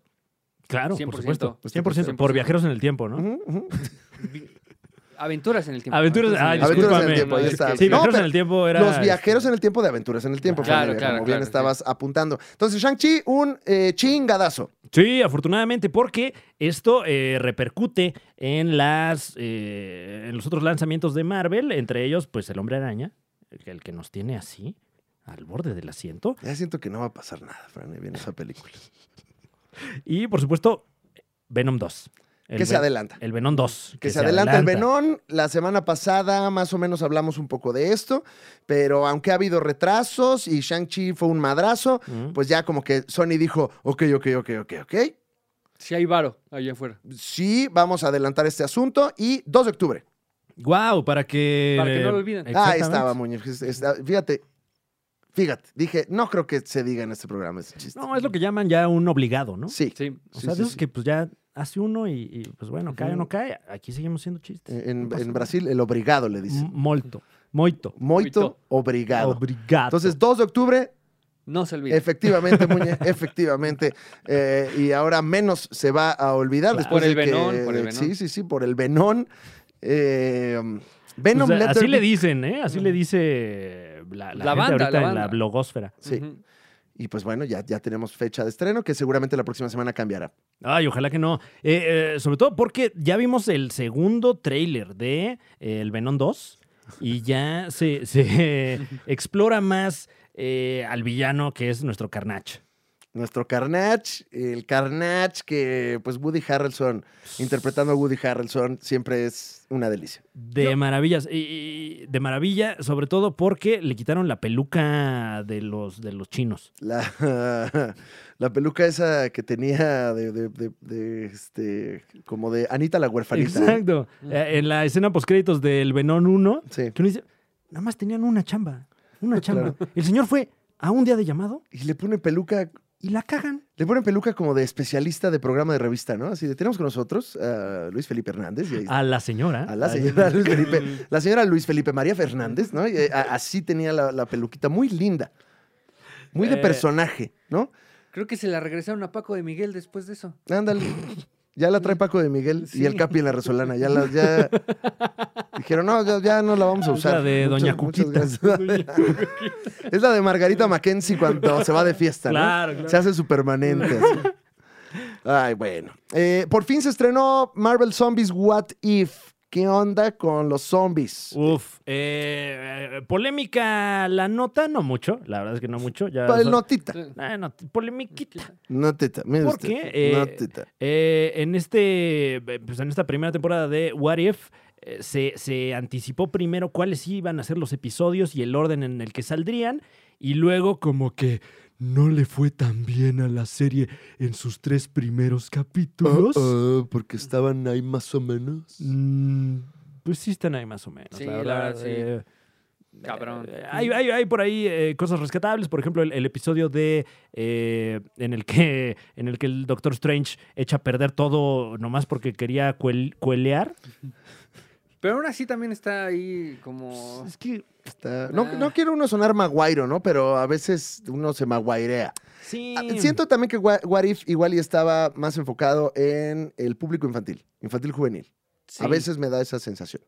B: Claro, por
C: 100%.
B: supuesto. 100%,
C: 100%.
B: Por viajeros en el tiempo, ¿no?
A: Ujú, ujú.
C: Vi- Aventuras en el tiempo.
B: Aventuras, ah,
A: Aventuras en el
B: discúlpame.
A: tiempo, ahí
B: No,
A: está.
B: es que- Sí,
A: No,
B: viajeros
A: pero
B: en el tiempo era.
A: Los viajeros en el tiempo de aventuras en el tiempo,
B: este Claro,
A: familia,
C: claro,
A: como bien
C: claro,
A: estabas apuntando. Entonces, Shang-Chi, un eh, chingadazo.
B: Sí, afortunadamente, porque esto eh, repercute en las eh, en los otros lanzamientos de Marvel, entre ellos, pues el Hombre Araña, el, el que nos tiene así, al borde del asiento.
A: Ya siento que no va a pasar nada, Fran, bien esa película.
B: Y por supuesto, Venom 2. El
A: que se
B: Ven-
A: adelanta.
B: El Venom 2.
A: Que, se, adelanta, el Venón. La semana pasada más o menos hablamos un poco de esto, pero aunque ha habido retrasos y Shang-Chi fue un madrazo,
B: Mm.
A: pues ya como que Sony dijo, ok, ok, ok, ok, ok,
C: Si hay varo allá afuera.
A: sí, vamos a adelantar este asunto y 2 de octubre.
B: Guau, para que...
C: Para que no lo olviden.
A: Ah,
B: Exactamente.
A: estaba, Muñoz. es- está- Fíjate, fíjate, dije, no creo que se diga en este programa ese chiste.
B: No, es lo que llaman ya un obligado, ¿no?
A: Sí,
C: Sí.
B: O
A: sí,
B: sea,
A: sí,
B: de esos
A: sí.
B: que pues ya hace uno y, y, pues bueno, cae o
A: Ujú.
B: no cae, aquí seguimos siendo chistes.
A: En,
B: No pasa
A: en
B: nada.
A: Brasil, el obrigado le dice.
B: M- Molto. Moito.
A: Moito,
C: Moito.
A: obrigado.
B: Obrigado.
A: Entonces, 2 de octubre,
C: No se
B: *laughs*
C: olviden.
A: Efectivamente, Muñe, efectivamente. Eh, y ahora menos se va a olvidar después
C: Por el
A: de que-
C: Venón, por el Venón.
A: Sí, sí, sí, por el Venón. Eh, Venom
B: O sea,
A: Letter
B: así le
A: B-
B: dicen, ¿eh? Así le dice la, la
C: La
B: gente
C: banda,
B: ahorita
C: la
B: en la
C: banda.
B: blogósfera.
A: Sí.
C: Ujú.
A: Y pues bueno, ya, ya tenemos fecha de estreno que seguramente la próxima semana cambiará.
B: Ay, ojalá que no. Eh, eh, sobre todo porque ya vimos el segundo tráiler de eh, El Venom 2 y ya se, se explora más eh, al villano que es nuestro Carnage.
A: Nuestro Carnage, el Carnage que pues Woody Harrelson, interpretando a Woody Harrelson, siempre es una delicia.
B: De maravillas. Y, y- de maravilla, sobre todo porque le quitaron la peluca de los, de los chinos.
A: La, *laughs* la peluca esa que tenía de, de- de- de, este, como de Anita la huerfanita. ¿no?
B: Exacto. Eh, en la escena postcréditos del Venom 1,
A: Sí.
B: que uno dice, nada más tenían una chamba. *laughs* Una chamba. El señor fue a un día de llamado
A: Y le pone peluca
B: y la cagan.
A: Le ponen peluca como de especialista de programa de revista, ¿no? Así de, tenemos con nosotros a Luis Felipe Hernández. Y ahí-
B: A la señora.
A: a la
B: Ay, *laughs*
A: señora Luis Felipe, la señora Luis Felipe María Fernández, ¿no? Y, eh, a- así tenía la, la peluquita, muy linda, muy de
B: Eh.
A: personaje, ¿no?
C: Creo que se la regresaron a Paco de Miguel después
A: *laughs*
C: de eso.
A: Ándale, ya la trae Paco de Miguel y
C: Sí.
A: el Capi en la Resolana, ya la,
B: *laughs*
A: ya dijeron, no, ya, ya no la vamos a
B: Es la
A: usar.
B: de Doña
A: muchas
B: *laughs*
A: gracias. es la de Margarita Mackenzie cuando se va de fiesta, ¿no?
B: Claro, claro.
A: Se hace su permanente. así. Ay, bueno. Eh, por fin se estrenó Marvel Zombies What If. ¿Qué onda con los zombies?
B: Uf, eh, eh, polémica la nota, no mucho, la verdad es que no mucho. Ya
A: Pa-
B: son-
A: Pues, notita.
B: Ah, no, polemiquita.
A: Notita. Mire
B: ¿Por
A: usted.
B: qué? Eh,
A: Notita.
B: Eh, en, este, eh, pues en esta primera temporada de What If, eh, se, se anticipó primero cuáles iban a ser los episodios y el orden en el que saldrían, y luego como que no le fue tan bien a la serie en sus tres primeros capítulos.
A: Ah, ah, porque estaban ahí más o menos.
B: Mm, pues sí están ahí más o menos.
C: Sí,
B: la
C: la
B: verdad,
C: verdad, sí.
B: eh,
C: Cabrón.
B: eh, hay, hay- hay por ahí eh, cosas rescatables. Por ejemplo, el, el episodio de eh, en el que *laughs* en el que el Doctor Strange echa a perder todo nomás porque quería cuel- cuelear.
C: Pero aún así también está ahí
A: Pues,
C: como.
B: Es que
A: Está- No,
C: Ah.
A: no quiero uno sonar maguairo, ¿no? Pero a veces uno se maguairea.
B: sí.
A: Ah, Siento también que Wha- What If igual y estaba más enfocado en el público infantil, infantil juvenil.
C: Sí.
A: A veces me da esa sensación.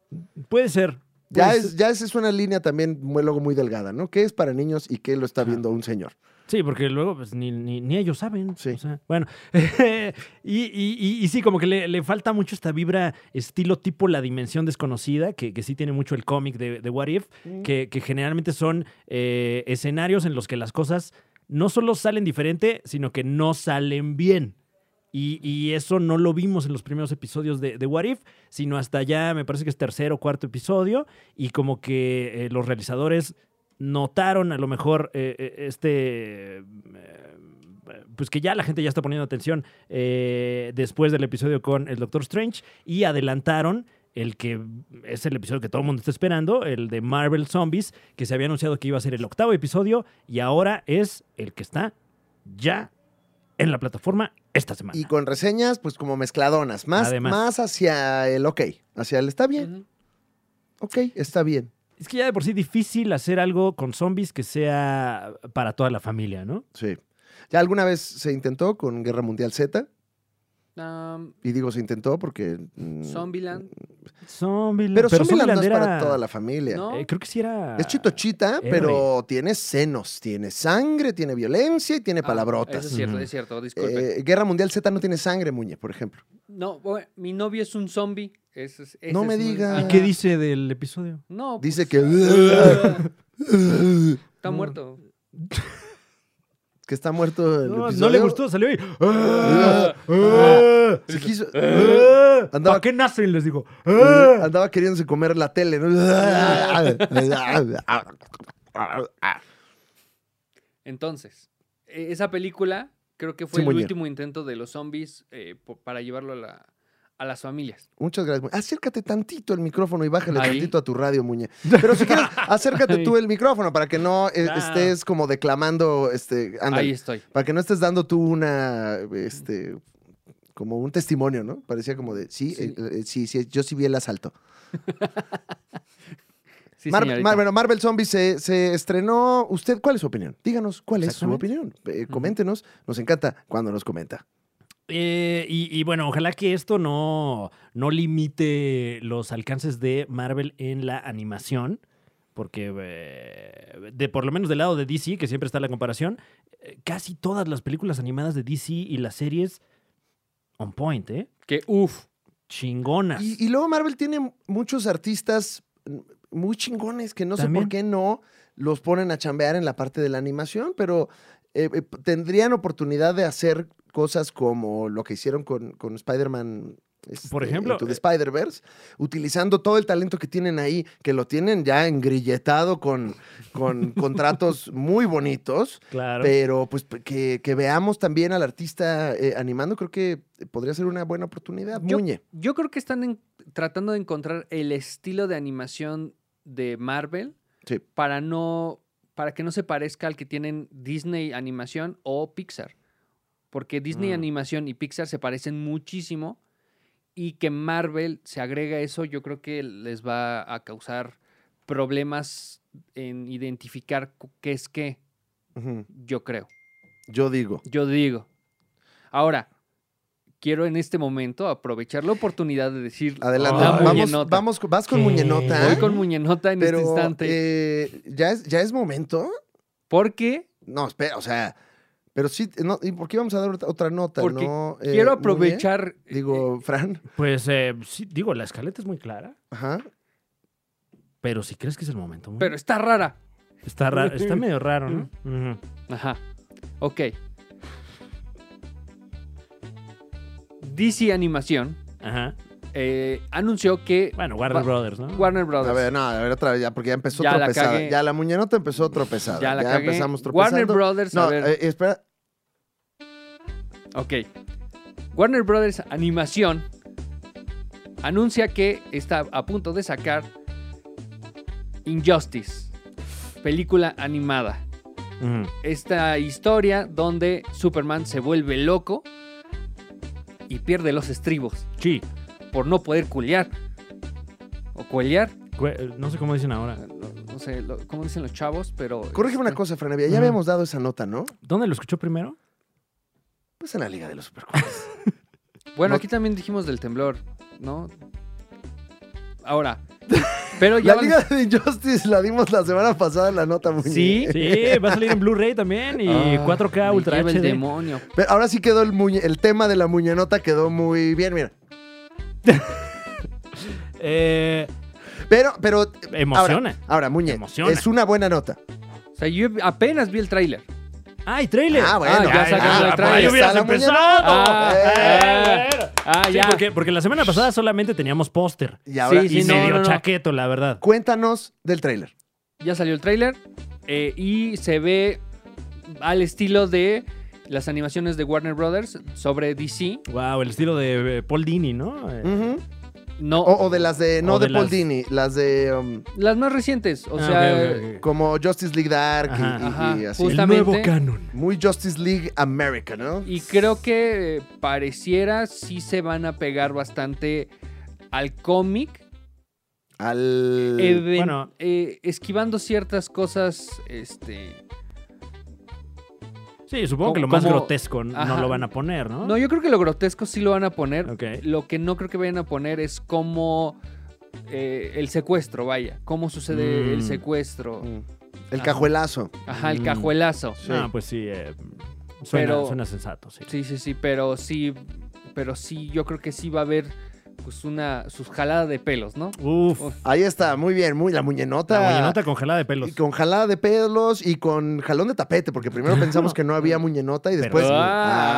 B: Puede ser.
A: Ya,
B: puede
A: es,
B: ser.
A: ya esa es una línea también muy, luego muy delgada, ¿no? ¿Qué es para niños y qué lo está
B: Ajá.
A: viendo un señor?
B: Sí, porque luego pues, ni, ni- ni ellos saben.
A: Sí.
B: O sea, bueno. *laughs* y, y- y- y sí, como que le, le falta mucho esta vibra estilo tipo La Dimensión Desconocida, que, que sí tiene mucho el cómic de, de What If, que, que generalmente son eh, escenarios en los que las cosas no solo salen diferente, sino que no salen bien. Y, y eso no lo vimos en los primeros episodios de, de What If, sino hasta ya, me parece que es tercer o cuarto episodio, y como que eh, los realizadores notaron a lo mejor eh, eh, este... eh, pues que ya la gente ya está poniendo atención eh, después del episodio con el Doctor Strange y adelantaron el que es el episodio que todo el mundo está esperando, el de Marvel Zombies, que se había anunciado que iba a ser el octavo episodio y ahora es el que está ya en la plataforma esta semana.
A: Y con reseñas, pues como mezcladonas, más,
B: Además.
A: más hacia el ok, hacia el está bien,
C: Ujú.
A: ok, está bien.
B: Es que ya de por sí difícil hacer algo con zombies que sea para toda la familia, ¿no?
A: Sí. Ya alguna vez se intentó con Guerra Mundial Z,
C: Um,
A: y digo se intentó porque... mm,
C: Zombieland.
B: Zombieland.
A: Pero, Zombieland no es
B: Zombieland
A: para
B: era-
A: toda la familia.
C: No.
B: eh, creo que sí era...
A: Es chitochita,
B: Ah, R.
A: pero tiene senos, tiene sangre, tiene violencia y tiene
C: Ah,
A: palabrotas.
C: eso es cierto,
B: Ujú.
C: es cierto, disculpe.
A: Eh, Guerra Mundial Z no tiene sangre, Muñe, por ejemplo.
C: No, bueno, mi novio es un zombie. Ese es, ese
A: No
C: es
A: me
C: un-
A: diga.
B: ¿Y qué dice del episodio?
C: No.
A: Dice
C: pues,
A: que-
C: ah,
A: *laughs*
C: Está muerto.
A: Que está muerto el
B: No,
A: episodio.
B: no le gustó, salió ahí.
A: Ah,
B: ah,
A: Se quiso-
C: "Eh".
B: ah.
A: Andaba- Eh.
B: ¿Para qué nacen? Les digo. Ah.
A: Andaba queriéndose comer la tele.
C: *laughs*
A: ¿no?
C: *laughs*
A: *laughs*
C: Entonces, e- esa película creo que fue
A: Sí,
C: el
A: muy bien.
C: último intento de los zombies eh, po- para llevarlo a, la- a las familias.
A: Muchas gracias. Muñe. Acércate tantito el micrófono y bájale
C: Ahí.
A: tantito a tu radio,
C: *laughs*
A: Muñe. Pero si quieres, acércate tú el micrófono para que no eh,
D: Ah.
A: estés como declamando, este, ándale.
C: Ahí estoy.
A: para que no estés dando tú una, este, como un testimonio, ¿no? Parecía como de, sí,
C: Sí.
A: eh, eh, sí, sí, yo sí vi el asalto.
C: Sí,
A: Mar-
C: señorita.
A: Mar- bueno, Marvel Zombie se, se estrenó. ¿Usted cuál es su opinión? Díganos cuál es su opinión. Eh, coméntenos. Nos encanta cuando nos comenta.
B: Eh, y, y bueno, ojalá que esto no, no limite los alcances de Marvel en la animación, porque eh, de, por lo menos del lado de DC, que siempre está la comparación, eh, casi todas las películas animadas de DC y las series on point, ¿eh?
C: Que uff.
B: Chingonas.
A: Y, y luego Marvel tiene muchos artistas mm, muy chingones que no sé por
B: También.
A: qué no los ponen a chambear en la parte de la animación, pero eh, eh, p- tendrían oportunidad de hacer cosas como lo que hicieron con, con Spider-Man.
B: Por ejemplo,
A: de
B: eh,
A: Spider-Verse, utilizando todo el talento que tienen ahí, que lo tienen ya engrilletado con,
B: *laughs*
A: con contratos muy bonitos,
B: claro.
A: pero pues p- que, que veamos también al artista eh, animando, creo que podría ser una buena oportunidad.
C: Yo,
A: Muñe.
C: yo creo que están en- tratando de encontrar el estilo de animación de Marvel
A: Sí.
C: para no para que no se parezca al que tienen Disney Animación o Pixar. Porque Disney
B: Mm.
C: Animación y Pixar se parecen muchísimo y que Marvel se agrega eso, yo creo que les va a causar problemas en identificar cu- qué es qué,
A: Ujú.
C: yo creo.
A: Yo digo.
C: Yo digo. Ahora, quiero en este momento aprovechar la oportunidad de decir
A: Adelante.
C: la
B: Ay.
A: vamos,
C: muñenota.
A: vamos con- vas con
B: ¿Qué?
A: Muñenota.
C: Voy con muñenota en
A: pero,
C: este instante.
A: eh, ¿ya, es, ¿Ya es momento?
C: porque
A: No, espera, o sea. Pero sí, no, ¿y por qué vamos a dar otra- otra nota?
C: Porque
A: no, Eh,
C: quiero
A: Muñe,
C: aprovechar. eh,
A: digo, Fran.
B: Pues eh, sí, digo, la escaleta es muy clara,
A: Ajá.
B: pero si crees que es el momento. ¿no?
C: Pero está rara.
A: *laughs*
B: está raro, está medio raro, ¿no?
A: Mm.
B: Ujú.
C: Ajá. Ok. DC Animación
B: Ajá.
C: eh, anunció que
B: Bueno, Warner
C: Va-
B: Brothers, ¿no?
C: Warner
A: A
C: Brothers.
A: ver, no, a ver, otra vez, ya, porque ya empezó
C: Ya la
A: tropezada.
C: cagué.
A: ya la Muñenota empezó tropezada.
C: ya
A: Ya,
C: la cagué.
A: empezamos tropezando.
C: Warner Brothers, a
A: No,
C: ver.
A: eh, espera.
C: Ok. Warner Brothers Animación anuncia que está a punto de sacar Injustice, película animada.
B: Ujú.
C: Esta historia donde Superman se vuelve loco y pierde los estribos
B: Sí.
C: por no poder culear. ¿O cuelear?
B: Cue- No sé cómo dicen ahora.
C: No, no sé lo- cómo dicen los chavos, pero...
A: Corrígeme una
C: este,
A: cosa, Fran Evia, Ya
B: Ujú.
A: habíamos dado esa nota, ¿no?
B: ¿Dónde lo escuchó primero?
A: Pues en la Liga de
C: *laughs*
A: los Supercuates.
C: Bueno,
A: No-
C: aquí también dijimos del temblor, ¿no?
A: *laughs*
C: Ahora. Pero ya...
A: la
C: van-
A: Liga de Injustice la dimos la semana pasada en la nota, Muñe.
C: Sí,
B: Sí, va a salir en Blu-ray también y
C: Ah,
B: 4K
C: me
B: Ultra
C: lleva el
B: HD.
C: demonio.
A: Pero ahora sí quedó el, muñe- el tema de la muñenota quedó muy bien, mira.
B: Eh,
A: Pero, pero.
B: emociona.
A: Ahora, ahora Muñe,
B: Emociona.
A: es una buena nota.
C: O sea, yo apenas vi el tráiler.
B: ¡Ay, trailer!
A: Ah, bueno,
C: ya sacaron el
B: por
C: tráiler.
B: ahí
C: Está
B: hubieras
A: la
B: empezado!
C: Ah,
B: Eh,
C: eh. Ah,
B: Sí,
C: ya.
B: porque, porque la semana pasada solamente teníamos póster.
A: Y ahora,
C: Sí, sí.
B: Y
C: no,
B: medio
C: no, no.
B: chaqueto, la verdad.
A: cuéntanos del tráiler.
C: Ya salió el tráiler eh, y se ve al estilo de las animaciones de Warner Brothers sobre DC.
B: Wow, el estilo de eh, Paul Dini, ¿no? Eh,
A: Ujú.
C: No,
A: o, o de las de. No
B: O
A: de,
B: de
A: Paul
B: las-
A: Dini, las de. um,
C: las más recientes. O
B: ah,
C: sea,
B: ok, ok, ok.
A: como Justice League Dark y-
B: Ajá.
A: y,
C: Ajá.
A: y así.
C: Justo.
B: el
C: justamente-
B: nuevo canon.
A: Muy Justice League America, ¿no?
C: y creo que eh, pareciera sí se van a pegar bastante al cómic,
A: Al.
C: even-
B: bueno.
C: eh, esquivando ciertas cosas, este,
B: Sí, supongo que
C: Como-
B: lo más
C: como-
B: grotesco n-
C: Ajá.
B: no lo van a poner, ¿no?
C: No, yo creo que lo grotesco sí lo van a poner.
B: Ah. Ok.
C: Lo que no creo que vayan a poner es cómo eh, el secuestro, vaya. Cómo sucede el
B: Mm.
C: secuestro.
A: Mm. El
C: Ah.
A: cajuelazo.
C: Ajá, el
B: Mm.
C: cajuelazo.
B: Ah, pues sí. eh, suena,
C: Pero-
B: suena sensato, sí.
C: Sí, sí, sí, pero sí, pero sí, yo creo que sí va a haber pues una sus jaladas de pelos, ¿no?
B: Uf.
A: Ahí está, muy bien, muy la muñenota.
B: La muñenota congelada de pelos.
A: Y con jalada de pelos y con jalón de tapete, porque primero pensamos que no había muñenota y después.
C: Pero-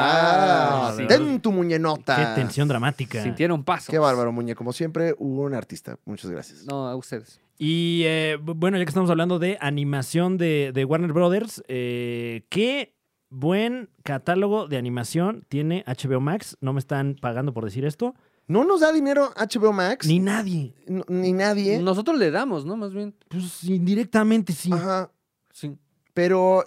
A: ¡Ah!
C: Sí.
A: ¡Ten tu muñenota!
B: Qué tensión dramática.
C: Sintieron pasos.
A: Qué bárbaro, Muñe. Como siempre, un artista. Muchas gracias.
C: No, a ustedes.
B: Y eh, bu- bueno, ya que estamos hablando de animación de, de Warner Brothers, eh, qué buen catálogo de animación tiene HBO Max. No me están pagando por decir esto.
A: No nos da dinero HBO Max.
B: Ni nadie.
A: n- ni nadie.
C: Nosotros le damos, ¿no? Más bien.
B: Pues indirectamente sí.
A: Ajá.
C: Sí.
A: Pero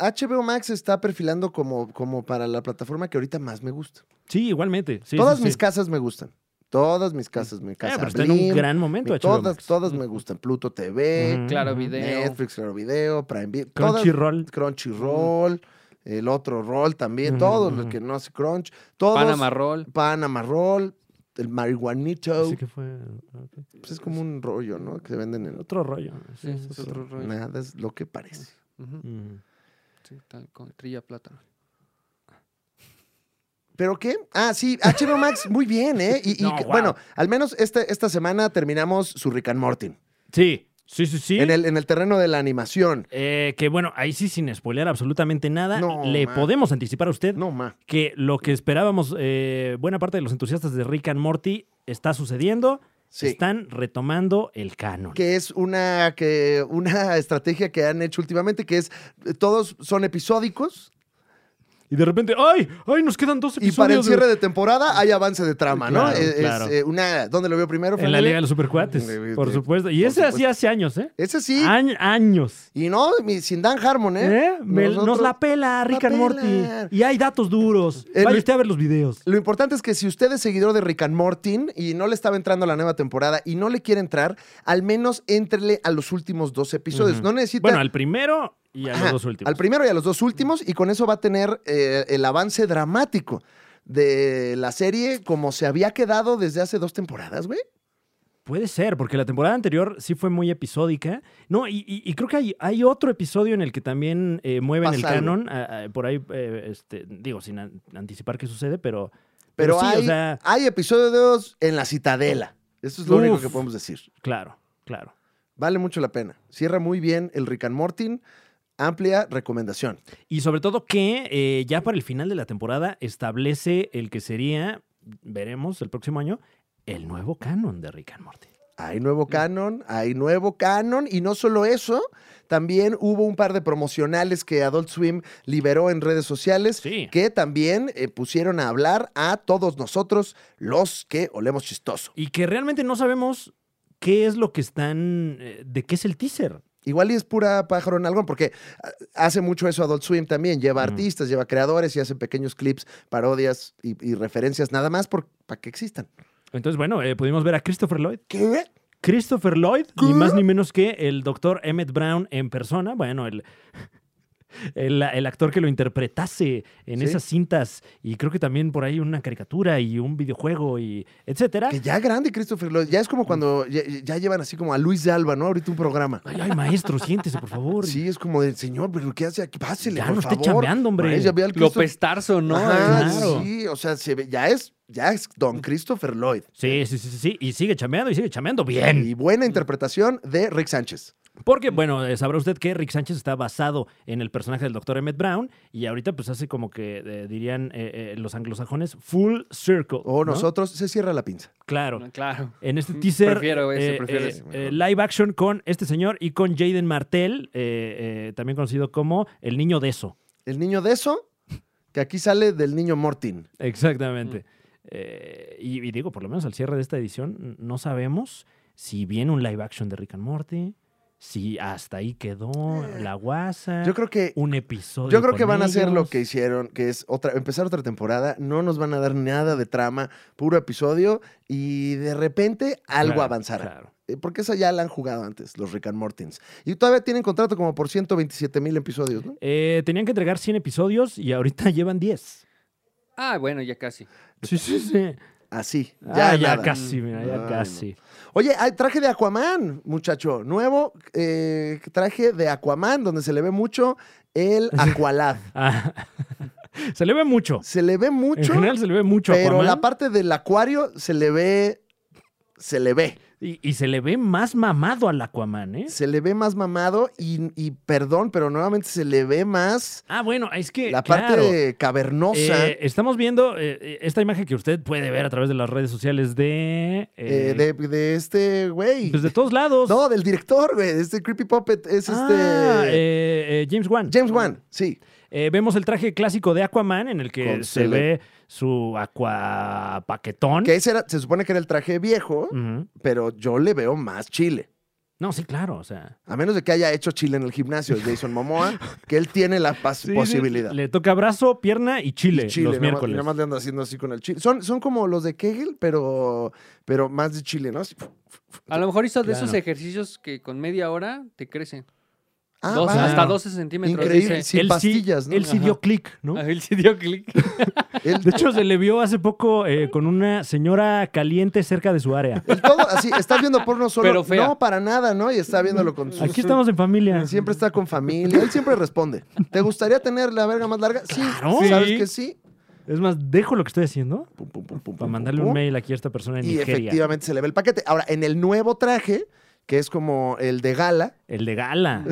A: HBO Max está perfilando como, como para la plataforma que ahorita más me gusta.
B: Sí, igualmente. Sí,
A: todas
B: sí,
A: mis
B: sí.
A: casas me gustan. Todas mis casas, mi casa.
B: Eh, pero está en un
A: Blim,
B: gran momento
A: mi-
B: HBO
A: todas, eh,
B: Max.
A: todas me gustan. Pluto TV,
B: Ujú.
C: Claro,
B: Ujú.
C: video.
A: Netflix, Claro Video, Prime Video. todas-
B: Crunchyroll.
A: Crunchyroll, el otro roll también,
B: Ujú,
A: todos los
B: ujú.
A: que no hace Crunch, todos.
C: Panama Roll.
A: Panama Roll, el marihuanito.
B: Así que fue ok.
A: Pues es como un rollo, ¿no? Que se venden en otro.
B: otro rollo.
C: Sí,
B: Sí,
C: es otro rollo.
A: Nada es lo que parece.
C: Ujú.
B: Mm.
C: Sí, tal, con trilla plátano.
A: ¿Pero qué? Ah, sí, HBO Max, muy bien, ¿eh? Y, y
B: No,
A: que-
B: wow.
A: bueno, al menos este- esta semana terminamos su Rick and Morty.
B: sí, sí, sí. sí.
A: En, el, en el terreno de la animación.
B: Eh, que bueno, ahí sí, sin spoilear absolutamente nada,
A: No,
B: le
A: man.
B: podemos anticipar a usted
A: No, ma.
B: que lo que esperábamos, eh, buena parte de los entusiastas de Rick and Morty está sucediendo.
A: Sí.
B: Están retomando el canon.
A: que es una, que, una *laughs* estrategia que han hecho últimamente, que es, eh, todos son episódicos
B: Y de repente, ¡ay! ¡Ay! Nos quedan dos
A: y
B: episodios.
A: para el
B: de-
A: cierre de temporada hay avance de trama, ¿no?
B: Claro,
A: Es- es,
B: claro.
A: eh, una, ¿Dónde lo veo primero?
B: En la
A: Franevia?
B: Liga de los Supercuates,
A: Sí,
B: por
A: sí,
B: supuesto. Y
A: por
B: ese
A: supuesto.
B: hacía hace años, ¿eh?
A: Ese sí.
B: Añ- años.
A: Y no, mi- sin Dan Harmon, ¿eh?
B: ¿Eh? Me- nos
A: Nosotros-
B: la pela Rick and
A: pelan.
B: Morty. Y hay datos duros.
A: El-
B: Vaya usted a ver los videos.
A: Lo importante es que si usted es seguidor de Rick and Morty y no le estaba entrando a la nueva temporada y no le quiere entrar, al menos entrele a los últimos dos episodios.
B: Ujú.
A: No necesita...
B: Bueno, al primero y a
A: Ajá,
B: los dos últimos.
A: Al primero y a los dos últimos y con eso va a tener eh, el avance dramático de la serie como se había quedado desde hace dos temporadas, güey.
B: Puede ser, porque la temporada anterior sí fue muy episódica. No, y, y- y creo que hay, hay otro episodio en el que también eh, mueven el
A: Pasa algo.
B: canon. a- a- por ahí, eh, este, digo, sin an- anticipar qué sucede, pero.
A: Pero,
B: sí,
A: hay,
B: o sea,
A: hay episodios en la citadela. Eso es lo único
B: Uf.
A: que podemos decir.
B: claro, claro.
A: Vale mucho la pena. Cierra muy bien el Rick and Morty. Amplia recomendación.
B: Y sobre todo que eh, ya para el final de la temporada establece el que sería, veremos el próximo año, el nuevo canon de Rick and Morty.
A: Hay
B: Mm.
A: nuevo canon, hay nuevo canon. Y no solo eso, también hubo un par de promocionales que Adult Swim liberó en redes sociales
B: Sí.
A: que también eh, pusieron a hablar a todos nosotros los que olemos chistoso.
B: Y que realmente no sabemos qué es lo que están. eh, de qué es el teaser.
A: Igual y es pura pájaro en algo, porque ah, hace mucho eso Adult Swim también. Lleva
B: Mm.
A: artistas, lleva creadores y hace pequeños clips, parodias y, y referencias nada más para que existan.
B: Entonces, bueno, eh, pudimos ver a Christopher Lloyd.
A: ¿Qué?
B: Christopher Lloyd, ni
A: ¿Qué?
B: más ni menos que el doctor Emmett Brown en persona, bueno, el, el, el actor que lo interpretase en
A: Sí.
B: esas cintas, y creo que también por ahí una caricatura y un videojuego y etcétera.
A: Que ya grande Christopher Lloyd. Ya es
B: Mm.
A: como cuando ya, ya llevan así como a Luis de Alba, ¿no? Ahorita un programa.
B: Ay, ay, maestro, siéntese, por favor.
A: Sí, es como del señor, pero ¿qué hace aquí? Pásele,
B: ya
A: por
B: no esté
A: favor.
B: chambeando, hombre.
A: Maestro, ya ve al Christopher-
C: López Tarso, ¿no?
A: Ajá,
C: Es-
B: Claro.
A: Sí, o sea, se ve- ya es, ya es
B: Mm.
A: Don Christopher Lloyd.
B: Sí, sí, sí, sí, sí, y sigue chambeando y sigue chambeando bien. Mm.
A: Y buena interpretación de Rick Sánchez.
B: Porque, bueno, eh, sabrá usted que Rick Sánchez está basado en el personaje del Dr. Emmett Brown y ahorita pues hace como que eh, dirían eh, eh, los anglosajones full circle.
A: O
B: ¿no?
A: Oh, nosotros se cierra la pinza.
B: Claro.
C: Claro.
B: En
A: Mm,
B: este teaser,
C: Prefiero ese, prefiero ese.
B: eh, live action con este señor y con Jaden Martell, eh, eh, también conocido como el niño de eso.
A: El niño de eso, que aquí sale del niño Mortin.
B: Exactamente. Mm. Eh, y, y digo, por lo menos al cierre de esta edición, n- no sabemos si viene un live action de Rick and Morty, si hasta ahí quedó la guasa,
A: Eh, Yo creo que
B: un episodio.
A: yo creo que
B: con
A: van a hacer lo
B: Ah. ellos.
A: que hicieron, que es otra empezar otra temporada, no nos van a dar nada de trama, puro episodio y de repente algo
B: Claro,
A: avanzará.
B: claro.
A: Eh, Porque esa ya la han jugado antes, los Rick and Mortins. Y todavía tienen contrato como por 127 mil episodios, ¿no?
B: Eh, tenían que entregar 100 episodios y ahorita *laughs* llevan 10.
C: Ah, bueno, ya casi.
B: Sí, sí, sí.
A: Así.
B: Ya,
A: Ya,
B: Ah, ya
A: nada.
B: casi, mira, ya
A: Ay, no.
B: casi.
A: Oye, hay traje de Aquaman, muchacho. Nuevo
B: *laughs*
A: eh, traje de Aquaman, donde se le ve mucho el Aqualad.
B: Ah, *laughs* Se le ve mucho.
A: Se le ve
B: En
A: mucho,
B: general se le ve mucho a
A: pero
B: Aquaman.
A: la parte del acuario se le ve. Se le ve.
B: Y, y se le ve más mamado al Aquaman, ¿eh?
A: Se le ve más mamado y, y perdón, pero nuevamente se le ve más
B: Ah, bueno, es que.
A: la parte
B: claro.
A: de cavernosa
B: Eh, estamos viendo eh, eh, esta imagen que usted puede ver a través de las redes sociales de. eh,
A: eh, de, de este güey.
B: pues de todos lados.
A: No, del director, güey. Este Creepy Puppet es
B: Ah,
A: este.
B: eh, eh, James Wan.
A: James Wan, sí.
B: Eh, vemos el traje clásico de Aquaman en el que
A: Con
B: se
A: cele-
B: ve su aquapaquetón.
A: Que ese era, se supone que era el traje viejo,
B: Ujú.
A: pero yo le veo más chile.
B: No, sí, claro, o sea.
A: A menos de que haya hecho chile en el gimnasio Jason Momoa, que él tiene la pas- posibilidad.
B: Le toca brazo, pierna y chile,
A: Y chile,
B: los
A: nada más-
B: miércoles.
A: Nada más le anda haciendo así con el chile. Son, son como los de Kegel, pero, pero más de chile, ¿no? Así,
C: A lo mejor hizo de esos
B: Claro.
C: ejercicios que con media hora te crecen.
A: ah,
C: Dos-
A: va.
C: Hasta 12 centímetros.
A: Increíble,
C: dice.
A: sin
B: Él sí-
A: pastillas, ¿no?
B: Él sí dio
C: Ajá.
B: clic, ¿no?
C: A él sí dio clic.
A: Él-
B: De hecho, se le vio hace poco eh, con una señora caliente cerca de su área.
A: él todo así, está viendo porno solo.
C: Pero fea.
A: No, para nada, ¿no? Y está viéndolo con sus...
B: Aquí estamos en familia.
A: Siempre está con familia. Él siempre responde. ¿Te gustaría tener la verga más larga? Sí.
B: Claro.
A: ¿Sabes
C: Sí.
A: que sí?
B: Es más, dejo lo que estoy haciendo
A: Pum, pum, pum, pum,
B: para
A: pum,
B: mandarle
A: pum,
B: un
A: pum.
B: mail aquí a esta persona en
A: Y
B: Nigeria.
A: efectivamente se le ve el paquete. Ahora, en el nuevo traje, que es como el de gala,
B: El de
A: *laughs*
B: gala.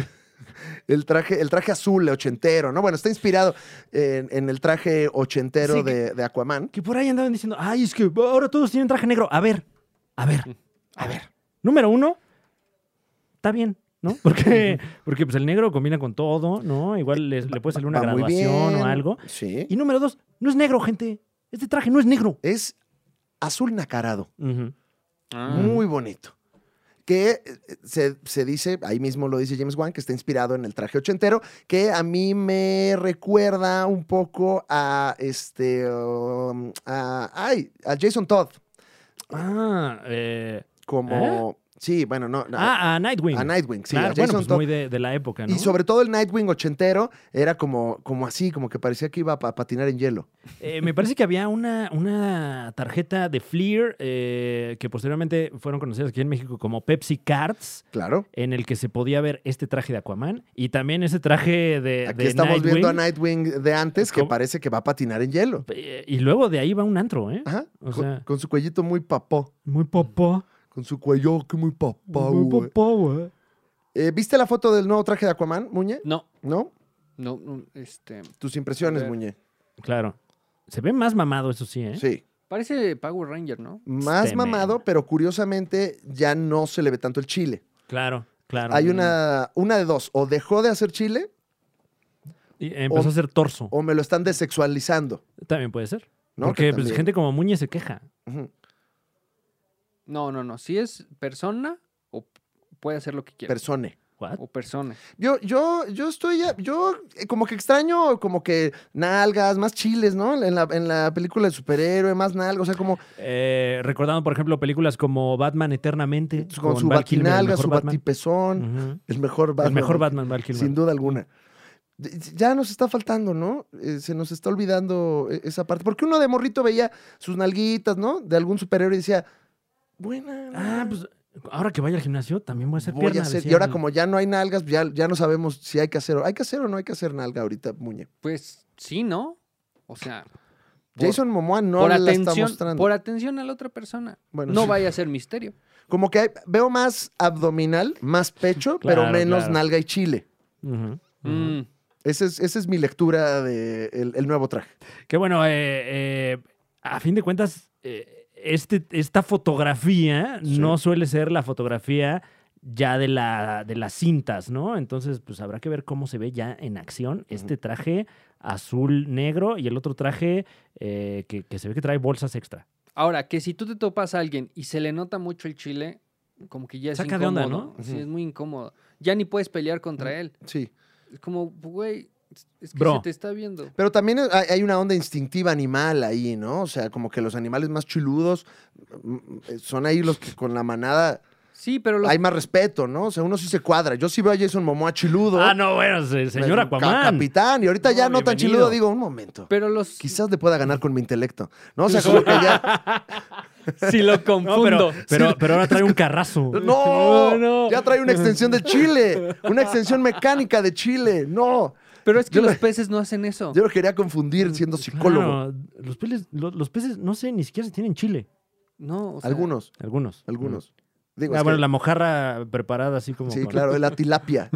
A: el traje, el traje azul ochentero, ¿no? Bueno, está inspirado en, en el traje ochentero
B: Sí, que-
A: de, de Aquaman.
B: Que por ahí andaban diciendo, ay, es que ahora todos tienen traje negro. A ver, a ver, a ver. Número uno, está bien, ¿no? *laughs* Porque, porque pues el negro combina con todo, ¿no? Igual le, le puede salir una
A: Va muy
B: graduación
A: bien.
B: o algo.
A: Sí.
B: Y número dos, no es negro, gente. Este traje no es negro.
A: Es azul nacarado.
B: Ujú.
C: Ah,
A: Muy bonito. Que eh, se, se dice, ahí mismo lo dice James Wan, que está inspirado en el traje ochentero, que a mí me recuerda un poco a este. um, a, ay, a Jason Todd.
B: Ah, eh,
A: Como. Sí, bueno, no. no,
B: ah, a Nightwing.
A: a Nightwing, sí,
B: Claro,
A: a
B: bueno,
A: Jason
B: pues
A: Todd.
B: muy de, de la época, ¿no?
A: Y sobre todo el Nightwing ochentero era como, como así, como que parecía que iba a pa- patinar en hielo.
B: Eh, me parece que había una, una tarjeta de Fleer eh, que posteriormente fueron conocidas aquí en México como Pepsi Cards,
A: Claro.
B: en el que se podía ver este traje de Aquaman y también ese traje de,
A: Aquí
B: Eh, de
A: estamos viendo a
B: Nightwing.
A: Nightwing de antes que
B: ¿Cómo?
A: parece que va a patinar en hielo.
B: Eh, Y luego de ahí va un antro, ¿eh?
A: Ajá.
B: O
A: con,
B: sea-
A: con su cuellito muy papó.
B: Muy popó.
A: Con su cuello que muy papá,
B: Muy
A: güey.
B: popó, güey.
A: Eh, ¿Viste la foto del nuevo traje de Aquaman, Muñe?
C: No,
A: ¿No?
C: no, no, este.
A: Tus impresiones,
C: A ver.
A: Muñe.
B: Claro. Se ve más mamado, eso sí, ¿eh?
A: Sí.
C: Parece Power Ranger, ¿no?
A: Más
B: Este
A: mamado,
B: men.
A: pero curiosamente ya no se le ve tanto el chile.
B: Claro, claro.
A: Hay una, una de dos. O dejó de hacer chile
B: Y empezó
A: o-
B: a ser torso.
A: o me lo están desexualizando.
B: También puede ser.
A: ¿no?
B: Porque
A: Que
B: pues,
A: también-
B: gente como Muñe se queja.
A: Ujú.
C: No, no, no. Si es persona o puede hacer lo que quiera.
A: Persone.
B: ¿What?
C: o persona.
A: Yo, yo, yo estoy, ya- yo eh, como que extraño, como que nalgas, más chiles, ¿no? En la, en la película de superhéroe, más nalgas, o sea, como
B: Eh, recordando, por ejemplo, películas como Batman Eternamente.
A: pues, con, su
B: Val Kilmer, el
A: batinalga,
B: mejor
A: su
B: Batman.
A: batipezón,
B: Ujú.
A: el mejor Batman.
B: El mejor Batman, Val Kilmer.
A: Sin duda alguna. De- Ya nos está faltando, ¿no? Eh, se nos está olvidando eh, esa parte. Porque uno de morrito veía sus nalguitas, ¿no? De algún superhéroe y decía, buena.
B: Ah, pues ahora que vaya al gimnasio también voy a hacer
A: voy a
B: pierna,
A: hacer".
B: decía
A: Y ahora
B: el-
A: como ya no hay nalgas, pues, ya, ya no sabemos si hay que hacer, hay que hacer o no hay que hacer nalga ahorita, Muñe.
C: Pues sí, ¿no? O sea, Por-
A: Jason Momoa no
C: por,
A: la está
C: atención,
A: mostrando.
C: por atención a la otra persona.
A: Bueno,
C: no
A: sí.
C: vaya a ser misterio.
A: Como que hay- veo más abdominal, más pecho,
B: Claro,
A: pero menos
B: claro.
A: nalga y chile.
B: Ujú, ujú.
C: Mm,
A: Esa es, esa es mi lectura del el el nuevo traje.
B: Que bueno, eh, eh, a fin de cuentas, eh, este, esta fotografía
A: Sí.
B: no suele ser la fotografía ya de, la, de las cintas, ¿no? Entonces, pues habrá que ver cómo se ve ya en acción este traje azul-negro y el otro traje eh, que, que se ve que trae bolsas extra.
C: Ahora, que si tú te topas a alguien y se le nota mucho el chile, como que ya es
B: Saca de
C: incómodo.
B: onda,
A: ¿no?
C: Sí,
A: Ujú.
C: es muy incómodo. Ya ni puedes pelear contra él.
A: Sí.
C: Es como, güey, es que
B: Bro.
C: se te está viendo.
A: Pero también hay hay una onda instintiva animal ahí, ¿no? O sea, como que los animales más chuludos mm, eh, son ahí los que con la manada
C: Sí, pero los
A: hay más respeto, ¿no? O sea, uno sí se cuadra. Yo sí veo a Jason Momoa chiludo.
B: Ah, no, bueno, se- señor
A: eh, ca-
B: Aquaman.
A: Capitán. Y ahorita
B: No,
A: ya no tan
B: bienvenido.
A: chiludo. Digo, un momento.
C: Pero los.
A: Quizás le pueda ganar con mi intelecto. No, o sea, como que ya...
C: Si lo
B: No, pero, pero, pero ahora trae un carrazo.
A: *laughs* ¡No!
B: No, no.
A: Ya trae una extensión de Chile. Una extensión mecánica de Chile. ¡No!
C: Pero es que
A: Yo lo- *laughs*
C: los peces no hacen eso.
A: Yo lo quería confundir siendo psicólogo.
B: Claro, los, peces, lo- los, peces, no sé, ni siquiera si tienen chile.
C: no, o sea,
A: Algunos,
B: Algunos.
A: algunos. Digo,
B: Ah,
A: es
B: bueno,
A: que-
B: la mojarra preparada así como.
A: Sí,
B: con-
A: claro, la
B: *laughs*
A: tilapia.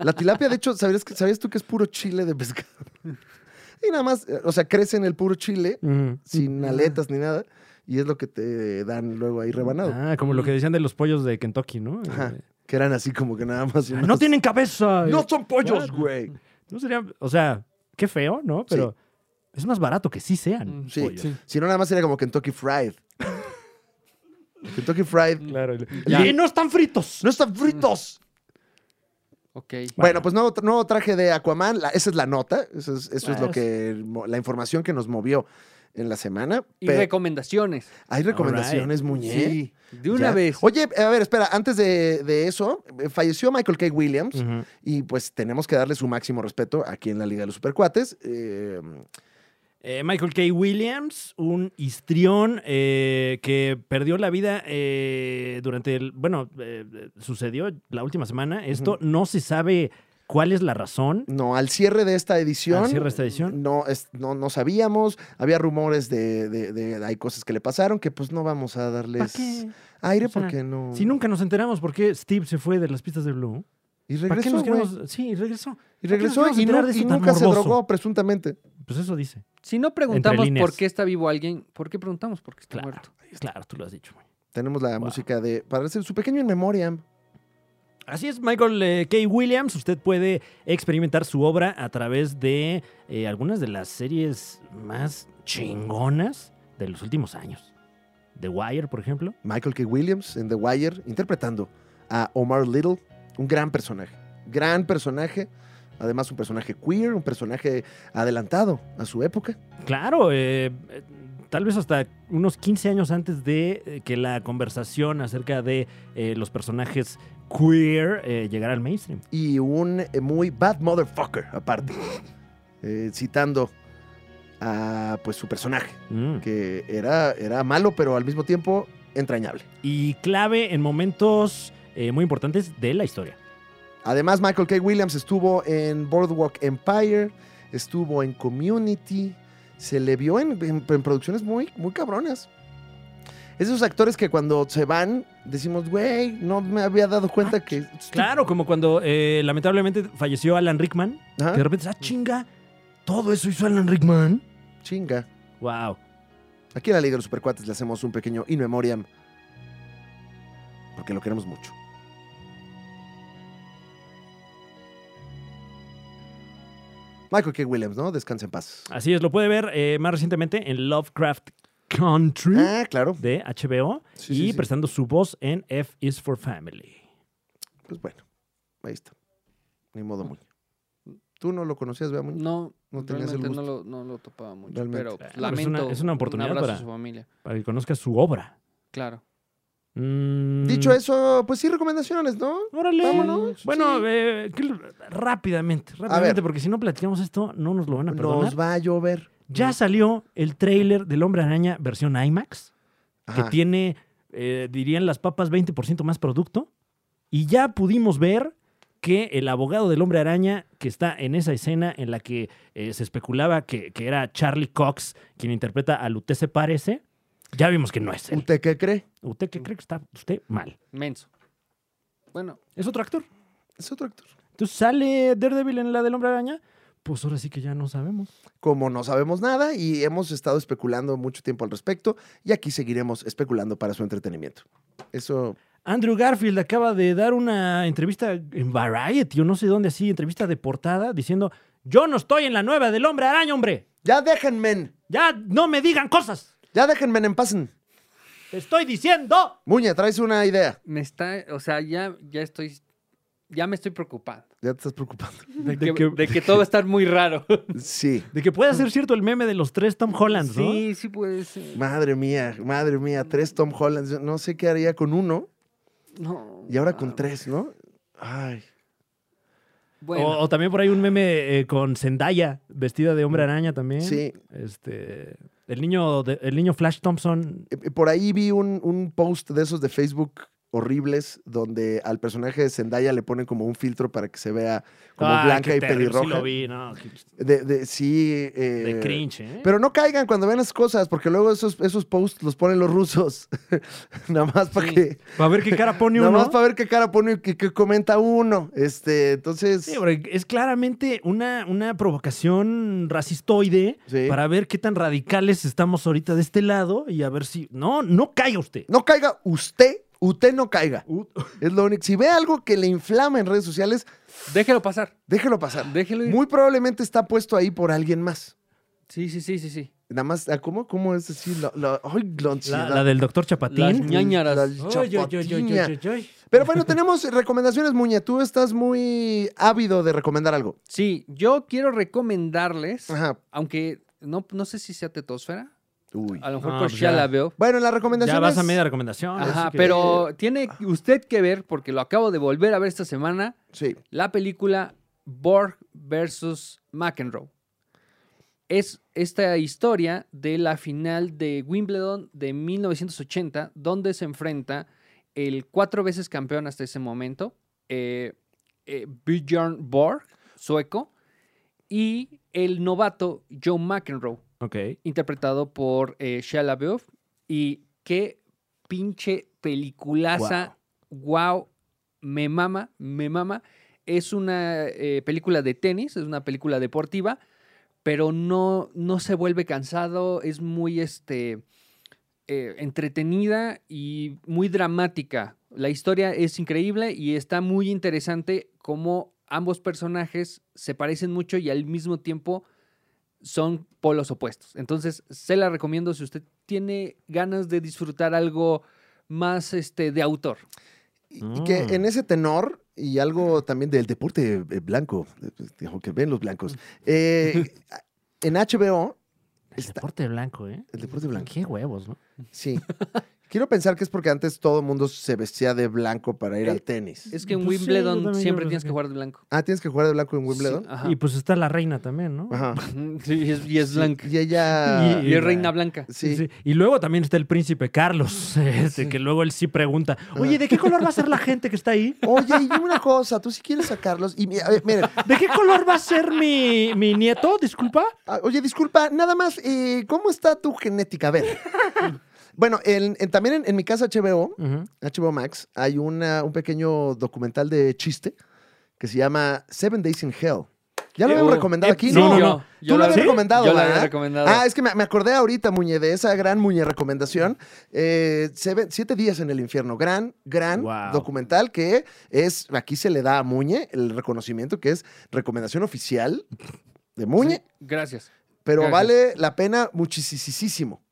A: La tilapia, de hecho, ¿sabías, que- ¿sabías tú que es puro chile de pescado? Y nada más, eh, o sea, crece en el puro chile,
B: Ujú.
A: sin aletas ni nada, y es lo que te dan luego ahí rebanado.
B: Ah, como lo que decían de los pollos de Kentucky, ¿no?
A: Ajá,
B: Eh,
A: que eran así como que nada más. y
B: "Ah,
A: unas-
B: no tienen cabeza.
A: ¡No son pollos,
B: Claro.
A: güey!
B: No sería, o sea, qué feo, ¿no? Pero es más barato que sí sean.
C: Mm,
A: Sí.
B: pollos.
A: Si no, nada más era como Kentucky Fried. Kentucky
C: Mm,
A: Fried.
B: Claro.
C: Ya.
B: Y no están fritos.
A: ¡No están fritos!
C: Ok.
A: Bueno, pues nuevo, tra- nuevo traje de Aquaman. la- esa es la nota. Eso es, eso es lo
B: Pues.
A: que. mo- La información que nos movió en la semana. *laughs*
C: Y
A: Pe-
C: recomendaciones.
A: Hay recomendaciones, Muñe.
C: Sí, de una
A: Ya.
C: vez.
A: Oye, a ver, espera, antes de, de eso, eh, falleció Michael K.
B: Mm.
A: Williams y pues tenemos que darle su máximo respeto aquí en la Liga de los Supercuates. Eh,
B: Eh, Michael K. Williams, un histrión eh, que perdió la vida eh, durante el. Bueno, eh, eh, sucedió la última semana. Esto no se sabe cuál es la razón.
A: no, al cierre de esta edición.
B: al cierre de esta edición.
A: No, es- no, no sabíamos, había rumores de, de- de- hay cosas que le pasaron que pues no vamos a
B: ¿Para
A: darles
B: qué?
A: aire
B: O sea,
A: porque no.
B: Si nunca nos enteramos por qué Steve se fue de las pistas de Blue.
A: y
B: ¿Para qué
A: regresó,
B: nos
A: güey.
B: queremos? Sí, regresó.
A: y
B: qué nos
A: regresó
B: queremos
A: y,
B: enterar
A: nu-
B: de eso
A: y
B: tan
A: nunca se
B: morboso?
A: drogó presuntamente.
B: Pues eso dice.
C: Si no preguntamos por
B: líneas.
C: qué está vivo alguien, ¿por qué preguntamos por qué está
B: Claro.
C: muerto?
B: Claro, tú lo has dicho. güey.
A: Tenemos la
B: Wow.
A: música de para hacer su pequeño en memoria.
B: Así es, Michael eh, K. Williams. Usted puede experimentar su obra a través de eh, algunas de las series más chingonas de los últimos años. The Wire, por ejemplo.
A: Michael K. Williams en The Wire, interpretando a Omar Little, un gran personaje, gran personaje, además un personaje queer, un personaje adelantado a su época.
B: Claro, eh, eh, tal vez hasta unos 15 años antes de eh, que la conversación acerca de eh, los personajes queer eh, llegara al mainstream.
A: y un eh, muy bad motherfucker aparte, Eh, citando a pues su personaje,
B: Mm.
A: que era, era malo pero al mismo tiempo entrañable.
B: Y clave en momentos eh, muy importantes de la historia.
A: Además Michael K. Williams estuvo en Boardwalk Empire, estuvo en Community, se le vio en, en- en producciones muy, muy cabronas. Es de esos actores que cuando se van decimos, güey, no me había dado cuenta que...
B: Claro, como cuando eh, lamentablemente falleció Alan Rickman.
A: Ajá,
B: Que de repente, ah, chinga, todo eso hizo Alan Rickman.
A: Chinga.
B: Wow.
A: Aquí en la Liga de los Supercuates le hacemos un pequeño in memoriam. Porque lo queremos mucho. Michael K. Williams, ¿no? Descansa en paz.
B: Así es, lo puede ver eh, más recientemente en Lovecraft Country
A: Ah, claro. pues,
B: de HBO
A: Sí,
B: y
A: sí, sí.
B: prestando su voz en F is for Family.
A: Pues bueno, ahí está. Ni modo, Muñoz. Tú no lo conocías, vea, Muñoz.
C: No,
A: No tenías el
C: realmente no lo, no lo topaba mucho.
A: Realmente.
C: Pero
B: Bueno,
C: pues,
B: pero es
C: lamento.
B: una- es una oportunidad
C: un abrazo
B: para-
C: a su familia.
B: Para que conozca su obra.
C: Claro.
B: Mm.
A: Dicho eso, pues sí, recomendaciones, ¿no?
B: Órale.
A: Vámonos.
B: Bueno,
A: Sí.
B: eh, ¿qué- rápidamente, rápidamente, porque si no platicamos esto, no nos lo van a perdonar.
A: Nos va a llover.
B: Ya salió el tráiler del Hombre Araña versión IMAX. que
A: Ajá.
B: tiene, eh, dirían las papas, 20% más producto. Y ya pudimos ver que el abogado del hombre araña, que está en esa escena en la que eh, se especulaba que, que era Charlie Cox quien interpreta al UT se parece, ya vimos que no es él.
A: ¿Usted qué cree?
B: ¿Usted qué cree que está usted mal?
C: Menso. Bueno,
B: Es otro actor.
A: Es otro actor.
B: Entonces sale Daredevil en la del hombre araña. Pues ahora sí que ya no sabemos.
A: como no sabemos nada y hemos estado especulando mucho tiempo al respecto y aquí seguiremos especulando para su entretenimiento. Eso,
B: Andrew Garfield acaba de dar una entrevista en Variety o no sé dónde así, entrevista de portada, diciendo, yo no estoy en la nueva del hombre araña, hombre.
A: ya déjenme,
B: Ya no me digan cosas.
A: ya déjenme en paz.
B: Te estoy diciendo.
A: Muña, traes una idea.
C: me está. O sea, ya, ya estoy. Ya me estoy preocupando.
A: Ya te estás preocupando.
B: De
C: Que- de que todo va a estar muy raro.
A: Sí.
B: de que pueda ser cierto el meme de los tres Tom Hollands, ¿no?
C: sí, sí puede ser.
A: Madre mía, madre mía, tres Tom Hollands. Yo No sé qué haría con uno
C: No.
A: y ahora
C: ah,
A: con tres, ¿no? Ay.
C: Bueno,
B: O, o también por ahí un meme eh, con Zendaya vestida de hombre araña también.
A: Sí.
B: Este, el niño, de- el niño Flash Thompson.
A: Eh, Por ahí vi un, un post de esos de Facebook horribles donde al personaje de Zendaya le ponen como un filtro para que se vea como
B: Ah,
A: blanca
B: qué
A: y
B: terrible,
A: pelirroja.
B: Sí, lo vi, no. qué-
A: De, de- sí. eh,
B: De cringe, ¿eh?
A: Pero no caigan cuando ven esas cosas, porque luego esos, esos posts los ponen los rusos. *laughs* nada más para
C: Sí.
A: que.
B: Para ver qué cara pone
A: *laughs* Nada
B: uno.
A: más para ver qué cara pone y qué, qué comenta uno. Este, entonces.
B: Sí, porque es claramente una, una provocación racistoide
A: Sí.
B: para ver qué tan radicales estamos ahorita de este lado y a ver si. No, no caiga usted.
A: No caiga usted, usted no caiga.
B: U- *laughs*
A: Es lo único. Si ve algo que le inflama en redes sociales,
C: Déjelo pasar.
A: déjelo pasar.
C: Déjelo ir.
A: Muy probablemente está puesto ahí por alguien más.
C: Sí, sí, sí, sí, sí.
A: Nada más, ah, ¿cómo, cómo es así? La, la- ay, la
B: La,
A: ansiedad.
B: la del doctor
C: Las
B: Chapatín.
C: ñañaras.
A: La
B: Oy, oy, oy, oy,
A: chapatina.
B: oy, oy, oy.
A: Pero bueno, tenemos recomendaciones, Muñe. Tú estás muy ávido de recomendar algo.
C: Sí, yo quiero recomendarles,
A: Ajá.
C: aunque no, no sé si sea tetosfera,
A: Uy.
C: a lo mejor
B: No,
C: pues
B: pues
C: ya
B: ya.
C: la veo.
A: Bueno, la recomendación
B: Ya vas a
A: es-
B: media recomendación.
C: Ajá,
B: así que-
C: pero tiene usted que ver, porque lo acabo de volver a ver esta semana,
A: Sí.
C: la película Borg versus McEnroe. Es esta historia de la final de Wimbledon de 1980, donde se enfrenta el cuatro veces campeón hasta ese momento, eh, eh, Björn Borg, sueco, y el novato Joe McEnroe,
B: Ok.
C: eh, interpretado por eh, Shia LaBeouf. Y qué pinche peliculaza. Wow. Me mama, me mama. Es una eh, película de tenis, es una película deportiva, pero no, no se vuelve cansado. Es muy este, eh, entretenida y muy dramática. La historia es increíble y está muy interesante cómo ambos personajes se parecen mucho y al mismo tiempo son polos opuestos. Entonces, se la recomiendo si usted tiene ganas de disfrutar algo más este, de autor.
A: Y, y
B: Ah.
A: que en ese tenor, y algo también del deporte eh, blanco, eh, dijo que ven los blancos, eh, en HBO,
B: El deporte blanco, ¿eh?
A: el deporte blanco,
B: Qué huevos, ¿no?
A: sí. Quiero pensar que es porque antes todo el mundo se vestía de blanco para ir al tenis.
C: Es que en
B: Pues sí, yo
C: Wimbledon
B: también
C: siempre
B: creo
C: tienes
B: que-
C: que jugar de blanco.
A: Ah, ¿tienes que jugar de blanco en Wimbledon?
C: Sí, ajá.
B: Y pues está la reina también, ¿no?
A: Ajá.
C: *laughs* Sí, y es, y es blanca.
A: Y ella...
B: *laughs* Y-
C: Y es reina blanca.
A: Sí.
B: Sí, Y luego también está el príncipe Carlos, *laughs* este, que luego él sí pregunta, oye, ¿de qué color va a ser la gente que está ahí?
A: Oye, y dime una cosa, tú si quieres sacarlos... Y mi- a ver, miren,
B: ¿De qué color va a ser mi, mi nieto? Disculpa.
A: Ah, Oye, disculpa, nada más, eh, ¿cómo está tu genética? A
B: *laughs*
A: ver. bueno, en- en- también en, en mi casa HBO, HBO Max, hay una, un pequeño documental de chiste que se llama Seven Days in Hell. Ya lo
C: Eh,
A: habíamos
C: oh,
A: recomendado
B: eh,
A: aquí,
B: sí,
A: ¿no?
B: no,
A: Tú
B: no.
A: lo habías
B: ¿Sí?
A: recomendado,
C: Yo la
A: ¿verdad?
C: había recomendado.
A: Ah, es que me, me acordé ahorita, Muñe, de esa gran Muñe recomendación. Eh, Seven- siete días en el infierno. Gran, gran
B: Wow.
A: documental que es, aquí se le da a Muñe el reconocimiento que es recomendación oficial de Muñe
C: Gracias.
A: pero
C: Gracias.
A: vale la pena muchísimo.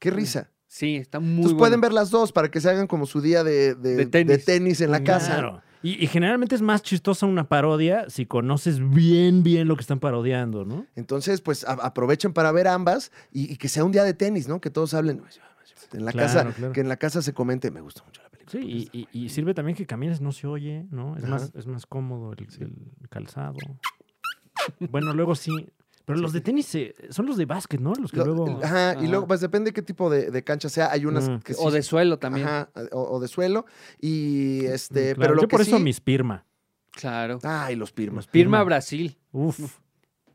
A: Qué risa.
C: Sí, está muy
A: Entonces
C: bueno.
A: pueden ver las dos para que se hagan como su día de, de-
C: De
A: de
C: tenis.
A: tenis. en la casa.
B: Claro. Y, y generalmente es más chistosa una parodia si conoces bien, bien lo que están parodiando, ¿no?
A: Entonces, pues a- aprovechen para ver ambas y, y que sea un día de tenis, ¿no? Que todos hablen. En la
B: Claro,
A: casa,
B: claro.
A: que en la casa se comente. Me gusta mucho la película.
B: Sí, y,
C: Pues
B: y- y sirve también que camines, no se oye, ¿no? Es,
A: pues, Ajá.
B: más, es más cómodo el, el calzado. Bueno, luego sí. Pero los de tenis se- son los de básquet, ¿no? Los que
A: Lo-
B: luego...
A: ajá,
C: Ajá.
A: y luego, pues depende qué tipo de, de cancha sea. Hay unas
B: Mm.
A: que sí-
C: O de suelo también.
A: ajá, o, o de suelo. Y este,
B: Mm, Claro,
A: pero lo
B: Yo
A: que
B: por eso
A: sí-
B: mis Mm. Pirma.
C: Claro.
A: Ay, los pirmas.
B: Los
C: Firma Brasil.
B: Uf.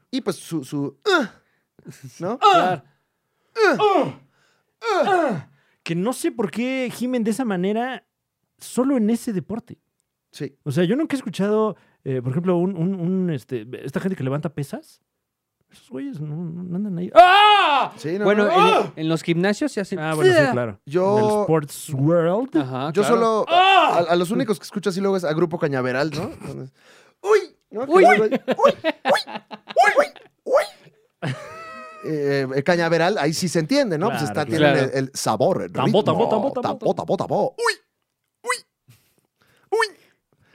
A: Y pues su.
B: *laughs*
A: su ah, ¿No?
B: Ah.
C: Claro.
B: Que no sé por qué gimen de esa manera solo en ese deporte.
A: Sí.
B: O sea, yo nunca he escuchado, eh, por ejemplo, un, un- un, este, esta gente que levanta pesas. Esos güeyes no, no andan ahí. ¡Ah!
A: Sí, no,
C: Bueno,
A: no.
C: en, en los gimnasios se hacen.
B: Ah, bueno, sí, claro. Ah,
A: Yo-
B: En el Sports World.
C: Ajá,
A: Yo
C: claro.
A: solo. A, a los únicos que escucho así luego es a Grupo Cañaveral, ¿no? Entonces, ¡Uy! ¿no? Que
C: ¡Uy!
A: luego- ¡Uy! *laughs* ¡Uy! ¡Uy! ¡Uy! Eh, el cañaveral, ahí sí se entiende, ¿no? pues
B: Claro,
A: está,
B: claro.
A: tiene el, el sabor, el
B: Tambó,
A: ritmo.
B: tambó, tambó, tambó,
A: Tapó, tapó, tapó. ¡Uy!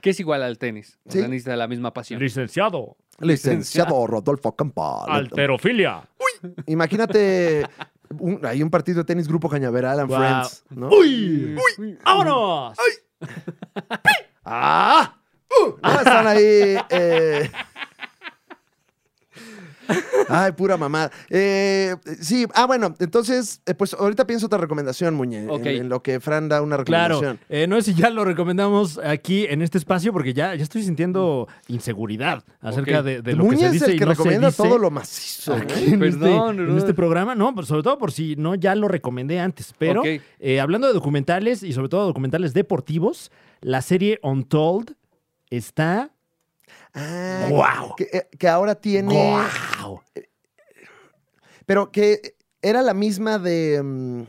C: Que es igual al tenis. O
A: Sí.
C: sea, necesita la misma pasión.
B: Licenciado.
A: *laughs* Licenciado Rodolfo Campal.
B: Alterofilia.
A: Imagínate, un- hay un partido de tenis Grupo Cañaveral and
B: Wow.
A: Friends, ¿no?
B: ¡Uy! ¡Vámonos! *laughs*
A: ¡Ah! Uh, no, están ahí. eh, Ay, pura mamada. Eh, sí, ah, bueno, entonces, eh, pues ahorita pienso otra recomendación, Muñe. en-
C: Ok.
A: En, lo que Fran da una recomendación.
B: Claro, eh, no es si ya lo recomendamos aquí en este espacio porque ya, ya estoy sintiendo inseguridad acerca
C: Ok.
B: de, de lo
A: Muñe
B: que se
A: es
B: dice
A: el
B: y
A: que
B: no se
A: recomienda
B: dice
A: todo lo macizo. ¿eh?
B: aquí en,
C: Perdón,
B: este, en
C: bro.
B: este programa. No, pero sobre todo por si no ya lo recomendé antes. Pero
C: Ok. *laughs*
B: eh, hablando de documentales y sobre todo documentales deportivos, la serie Untold está
A: Ah,
B: Guau.
A: Que, eh, que ahora tiene.
B: ¡guau!
A: Pero que era la misma de. mm,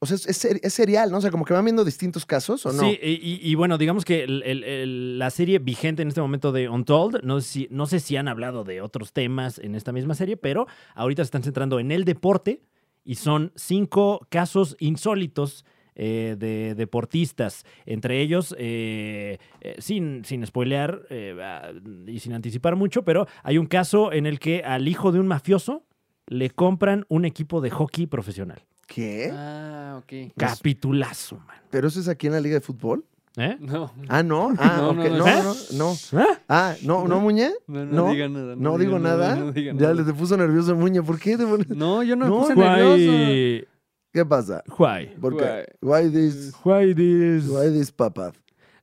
A: o sea, es, es ser- es serial, ¿no? O sea, como que van viendo distintos casos, ¿o no?
B: Sí, y, y- y bueno, digamos que el- el- el- la serie vigente en este momento de Untold, no sé, si, no sé si han hablado de otros temas en esta misma serie, pero ahorita se están centrando en el deporte y son cinco casos insólitos eh, de deportistas. Entre ellos, eh, eh, sin, sin spoilear eh, ah, y sin anticipar mucho, pero hay un caso en el que al hijo de un mafioso le compran un equipo de hockey profesional.
A: ¿Qué?
C: Ah, ok.
A: Pues
B: Capitulazo, man.
A: ¿Pero eso es aquí en la Liga de Fútbol?
B: ¿Eh?
C: No,
A: Ah,
B: *laughs*
A: no. Ah,
C: No,
A: ok.
C: no,
A: no,
C: no,
A: no,
B: no.
A: no.
B: ¿Ah?
A: Ah, no, no, Muñe.
C: no, no,
A: No,
C: diga nada.
A: No
C: diga
A: digo nada.
C: no diga
A: ya
C: nada.
A: le te puso nervioso Muñe. ¿Por qué? te pones- *laughs*
C: No, yo no,
A: No,
C: me puse nervioso.
B: Guay.
A: ¿Qué pasa?
B: Guay.
A: ¿Por qué? Why this?
B: Why this?
A: Why this papá?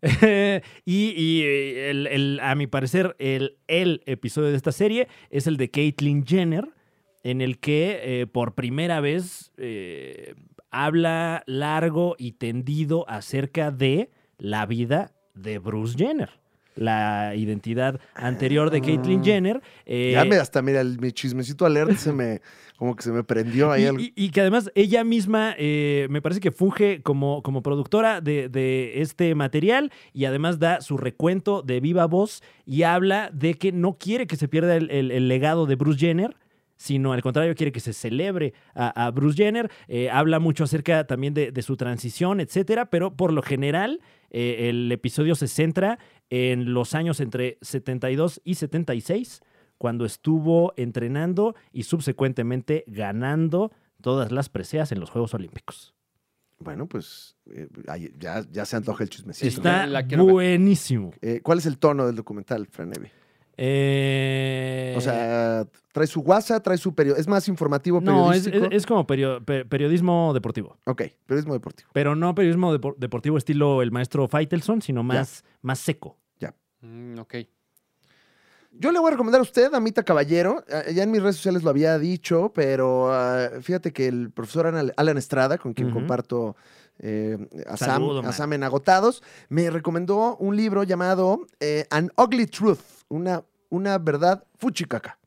B: *laughs* y y, eh, el- el- a mi parecer, el, el episodio de esta serie es el de Caitlyn Jenner, en el que eh, por primera vez eh, habla largo y tendido acerca de la vida de Bruce Jenner. La identidad anterior de Caitlyn Jenner. eh,
A: Ah. Ya me hasta, mira, el- mi chismecito alert se me, como que se me prendió ahí.
B: Y-
A: algo.
B: Y, y que además ella misma eh, me parece que funge como, como productora de, de este material y además da su recuento de viva voz y habla de que no quiere que se pierda el, el- el legado de Bruce Jenner sino al contrario quiere que se celebre a, a Bruce Jenner. Eh, habla mucho acerca también de, de su transición, etcétera, pero por lo general eh, el episodio se centra en los años entre 72 y 76, cuando estuvo entrenando y subsecuentemente ganando todas las preseas en los Juegos Olímpicos.
A: Bueno, pues eh, ahí- ya, ya se antoja el chismecito.
B: Está
C: la quiero ver.
B: buenísimo.
A: Eh, ¿Cuál es el tono del documental, Franevi?
B: Eh,
A: O sea, trae su guasa, trae su periodismo. ¿Es más informativo
B: no, es,
A: periodístico?
B: es- es como perio- per- periodismo deportivo.
A: Ok, periodismo deportivo.
B: Pero no periodismo depo- deportivo estilo el maestro Faitelson, sino más, más seco.
C: Mm, ok.
A: Yo le voy a recomendar a usted, Amita Caballero. eh, Ya en mis redes sociales lo había dicho, pero ah, fíjate que el profesor Ana- Alan Estrada, con quien
B: Ujú.
A: comparto eh, a, Sam-
B: Saludo,
A: a
B: man.
A: Sam en Agotados, me recomendó un libro llamado eh, An Ugly Truth, una, una verdad fuchicaca.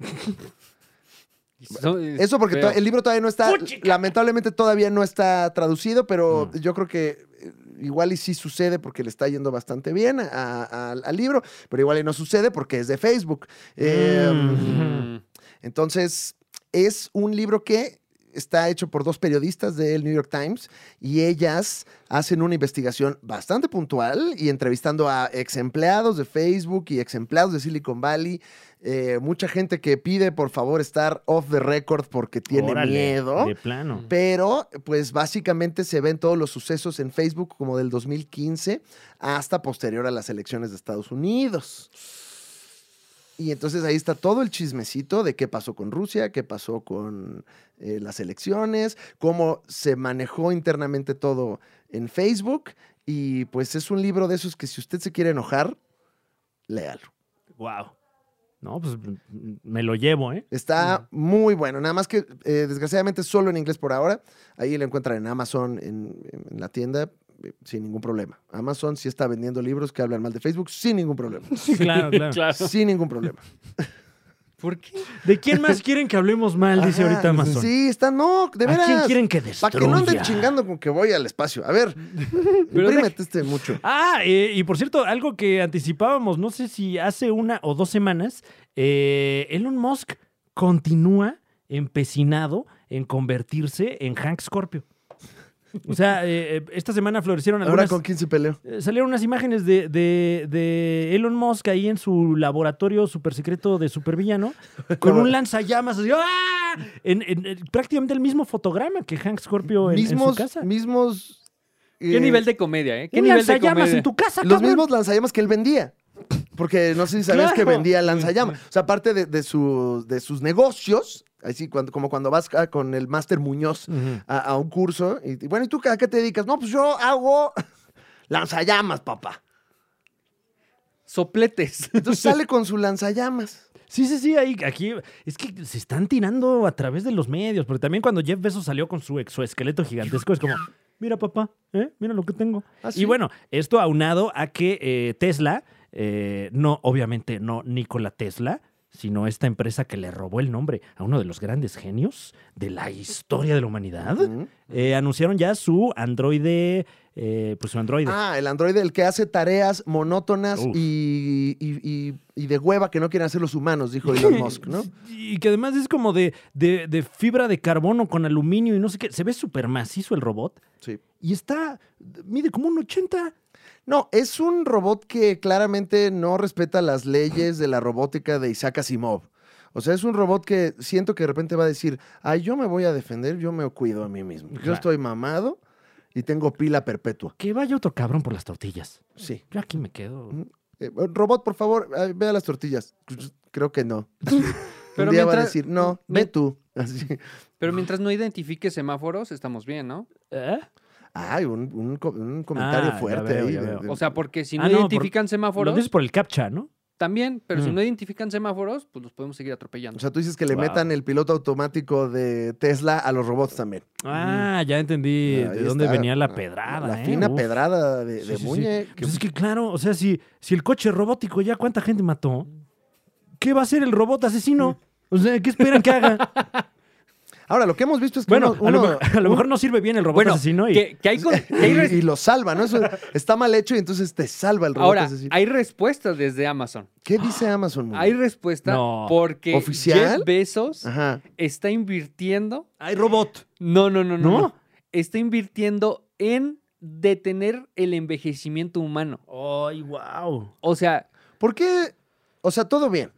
C: Eso, es
A: Eso porque
C: feo.
A: to- el libro todavía no está, lamentablemente todavía no está traducido, pero
B: Mm.
A: yo creo que eh, igual y sí sucede porque le está yendo bastante bien a- a- al libro, pero igual y no sucede porque es de Facebook. Eh,
B: Mm.
C: *laughs* Mm.
A: Entonces, es un libro que está hecho por dos periodistas del New York Times y ellas hacen una investigación bastante puntual y entrevistando a ex empleados de Facebook y ex empleados de Silicon Valley, eh, mucha gente que pide por favor estar off the record porque tiene
B: Órale,
A: miedo.
B: De plano.
A: Pero, pues básicamente se ven todos los sucesos en Facebook como del 2015 hasta posterior a las elecciones de Estados Unidos. Y entonces ahí está todo el chismecito de qué pasó con Rusia, qué pasó con eh, las elecciones, cómo se manejó internamente todo en Facebook. Y pues es un libro de esos que si usted se quiere enojar, léalo.
B: Wow. No, pues mm, me lo llevo, ¿eh?
A: Está muy bueno. Nada más que, eh, desgraciadamente, solo en inglés por ahora. Ahí lo encuentran en Amazon, en, en la tienda, eh, sin ningún problema. Amazon sí está vendiendo libros que hablan mal de Facebook, sin ningún problema. *laughs*
B: Sí, claro, claro.
A: sin ningún problema.
C: ¿Por qué?
B: ¿De quién más quieren que hablemos mal? Dice
A: Ajá.
B: ahorita Amazon.
A: Sí, está, no, de veras.
B: ¿A quién quieren que destruya?
A: Para que no anden chingando con que voy al espacio. A
B: *laughs*
A: ver, imprímete este mucho.
B: Ah, eh, y por cierto, algo que anticipábamos, no sé si hace una o dos semanas, eh, Elon Musk continúa empecinado en convertirse en Hank Scorpio. O sea, eh, eh, esta semana florecieron
A: Ahora
B: algunas...
A: con quién se peleó.
B: Eh, Salieron unas imágenes de, de- de Elon Musk ahí en su laboratorio super secreto
A: *laughs*
B: de supervillano con un lanzallamas así, ¡ah! en, en- en prácticamente el mismo fotograma que Hank Scorpio en, en su
A: Mismos,
B: casa.
A: mismos.
C: ¿Qué
A: eh,
C: nivel de comedia, eh? ¿Qué
B: un
C: nivel de
B: lanzallamas
C: comedia?
B: en tu casa,
A: Los
B: cabrón.
A: mismos lanzallamas que él vendía. Porque no sé si sabías
D: Claro.
A: que vendía lanzallamas. O sea, aparte de, de su- de sus negocios, así cuando, como cuando vas a- con el Máster Muñoz a, a un curso, y, y bueno, ¿y tú a qué te dedicas? No, pues yo hago lanzallamas, papá.
C: Sopletes.
A: Entonces sale con su lanzallamas.
B: Sí, sí, sí, ahí, aquí es que se están tirando a través de los medios, porque también cuando Jeff Bezos salió con su exoesqueleto gigantesco es como, mira papá, ¿eh? mira lo que tengo.
A: Ah,
B: Y
A: sí.
B: bueno, esto aunado a que eh, Tesla, eh, no, obviamente no Nikola Tesla, sino esta empresa que le robó el nombre a uno de los grandes genios de la historia de la humanidad,
A: Ujú.
B: eh, anunciaron ya su androide, eh, pues su androide.
A: Ah, el androide, el que hace tareas monótonas
B: Uf.
A: y, y- y- y de hueva que no quieren hacer los humanos, dijo
B: *laughs*
A: Elon Musk, ¿no?
B: Y que además es como de, de- de fibra de carbono con aluminio y no sé qué. Se ve súper macizo el robot.
A: Sí.
B: Y está, mide como un 80.
A: No, es un robot que claramente no respeta las leyes de la robótica de Isaac Asimov. O sea, es un robot que siento que de repente va a decir, ay, yo me voy a defender, yo me cuido a mí mismo. Yo
B: Claro.
A: estoy mamado y tengo pila perpetua.
B: Que vaya otro cabrón por las tortillas.
A: Sí.
B: Yo aquí me quedo.
A: Eh, robot, por favor, ay, ve a las tortillas. Creo que
B: *laughs*
A: no.
C: Pero
A: un día va a
C: mientras-
A: decir, no,
C: mi-
A: ve tú. Así.
C: *laughs* Pero mientras no identifique semáforos, estamos bien, ¿no?
B: ¿Eh?
A: Ay, un, un co- un comentario
B: Ah, ya
A: fuerte
B: veo,
A: ahí.
B: ya
A: de-
B: veo.
A: de-
C: O sea, porque si Eh, no,
B: Ah, no, por-
C: identifican
B: Lo
C: semáforos,
B: dices por el captcha, ¿no?
C: también, pero si
B: Mm.
C: no identifican semáforos, pues los podemos seguir
A: o
C: atropellando.
A: sea, tú dices que le
B: Wow.
A: metan el piloto automático de Tesla a los robots también.
B: Ah, ya entendí
A: Ahí
B: de dónde
A: está.
B: venía la
A: Ah,
B: pedrada.
A: La
B: ¿eh?
A: fina
B: Uf.
A: pedrada de, de
B: Sí, sí, sí.
A: Muñe. que-
B: Pues es que claro, o sea, si, si el coche robótico ya cuánta gente mató, ¿qué va a ser el robot asesino? O sea, ¿qué esperan
A: *laughs*
B: que haga?
A: Ahora, lo que hemos visto es que
B: Bueno,
A: uno-
B: a, lo,
A: uno- eh,
B: mejor- a lo mejor no sirve bien el robot
C: bueno,
B: asesino y
C: que, que
A: *laughs*
C: hay, con- que hay res-
A: y, y lo salva, ¿no? Eso está mal hecho y entonces te salva el robot.
C: Ahora,
A: es decir,
C: hay respuestas desde Amazon.
A: ¿Qué dice Amazon? Muñe?
C: Hay respuesta
B: No.
C: porque
A: ¿Oficial? Ah.
C: Jeff Bezos
A: Ajá.
C: está invirtiendo.
B: hay robot.
C: No, no, no, no,
B: ¿No?
C: no. Está invirtiendo en detener el envejecimiento humano.
B: Ay, wow.
C: O sea,
A: ¿Por qué? O sea, todo bien.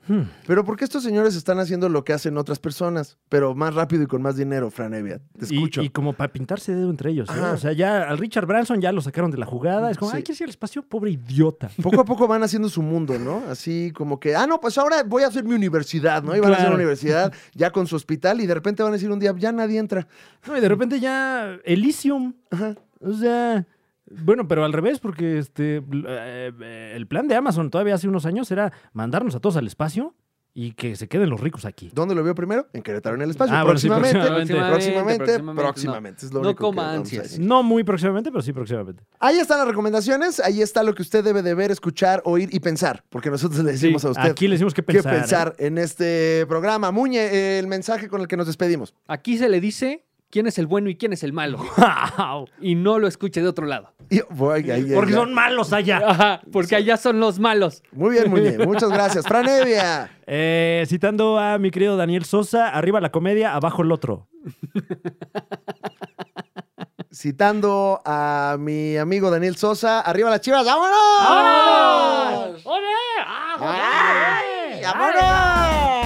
A: Pero ¿por qué estos señores están haciendo lo que hacen otras personas? Pero más rápido y con más dinero, Fran Evia. Te escucho.
B: Y, como para pintarse dedo entre ellos. ¿eh?
A: Ajá.
B: O sea, ya al Richard Branson ya lo sacaron de la jugada. Es como,
A: Sí.
B: ay, ¿qué es el espacio? Pobre idiota.
A: Poco a poco van haciendo su mundo, ¿no? Así como que, ah, no, pues ahora voy a hacer mi universidad, ¿no? Y van a hacer
B: Claro.
A: una universidad ya con su hospital y de repente van a decir un día, ya nadie entra.
B: No, y de repente ya Elysium.
A: Ajá.
B: O sea, bueno, pero al revés, porque este bl- eh, eh, el plan de Amazon todavía hace unos años era mandarnos a todos al espacio y que se queden los ricos aquí.
A: ¿Dónde lo vio primero? En Querétaro, en el espacio.
B: Ah, bueno, sí,
A: próximamente,
C: próximamente.
A: próximamente, próximamente.
C: Próximamente,
A: Es lo
C: no. No
A: único que
C: coma
A: vamos a
C: ansias.
A: decir.
B: No muy próximamente, pero sí próximamente.
A: Ahí están las recomendaciones, ahí está lo que usted debe de ver, escuchar, oír y pensar, porque nosotros le decimos a usted
B: Aquí les decimos que
A: qué
B: pensar. ¿eh? *laughs*
A: pensar en este programa. Muñe, eh, el mensaje con el que nos despedimos.
C: aquí se le dice quién es el bueno y quién es el malo.
B: ¡Guau!
C: Y no lo escuche de otro lado.
A: Y- voy, ahí,
B: Ah, Porque
A: ya.
B: son malos allá.
C: Ajá, porque allá son los malos.
A: Muy bien, Muñe, muchas gracias. Fran Evia.
B: Eh, citando a mi querido Daniel Sosa, arriba la comedia, abajo el otro.
A: citando a mi amigo Daniel Sosa, arriba las chivas, ¡Ah, ¡vámonos! ¡Vámonos!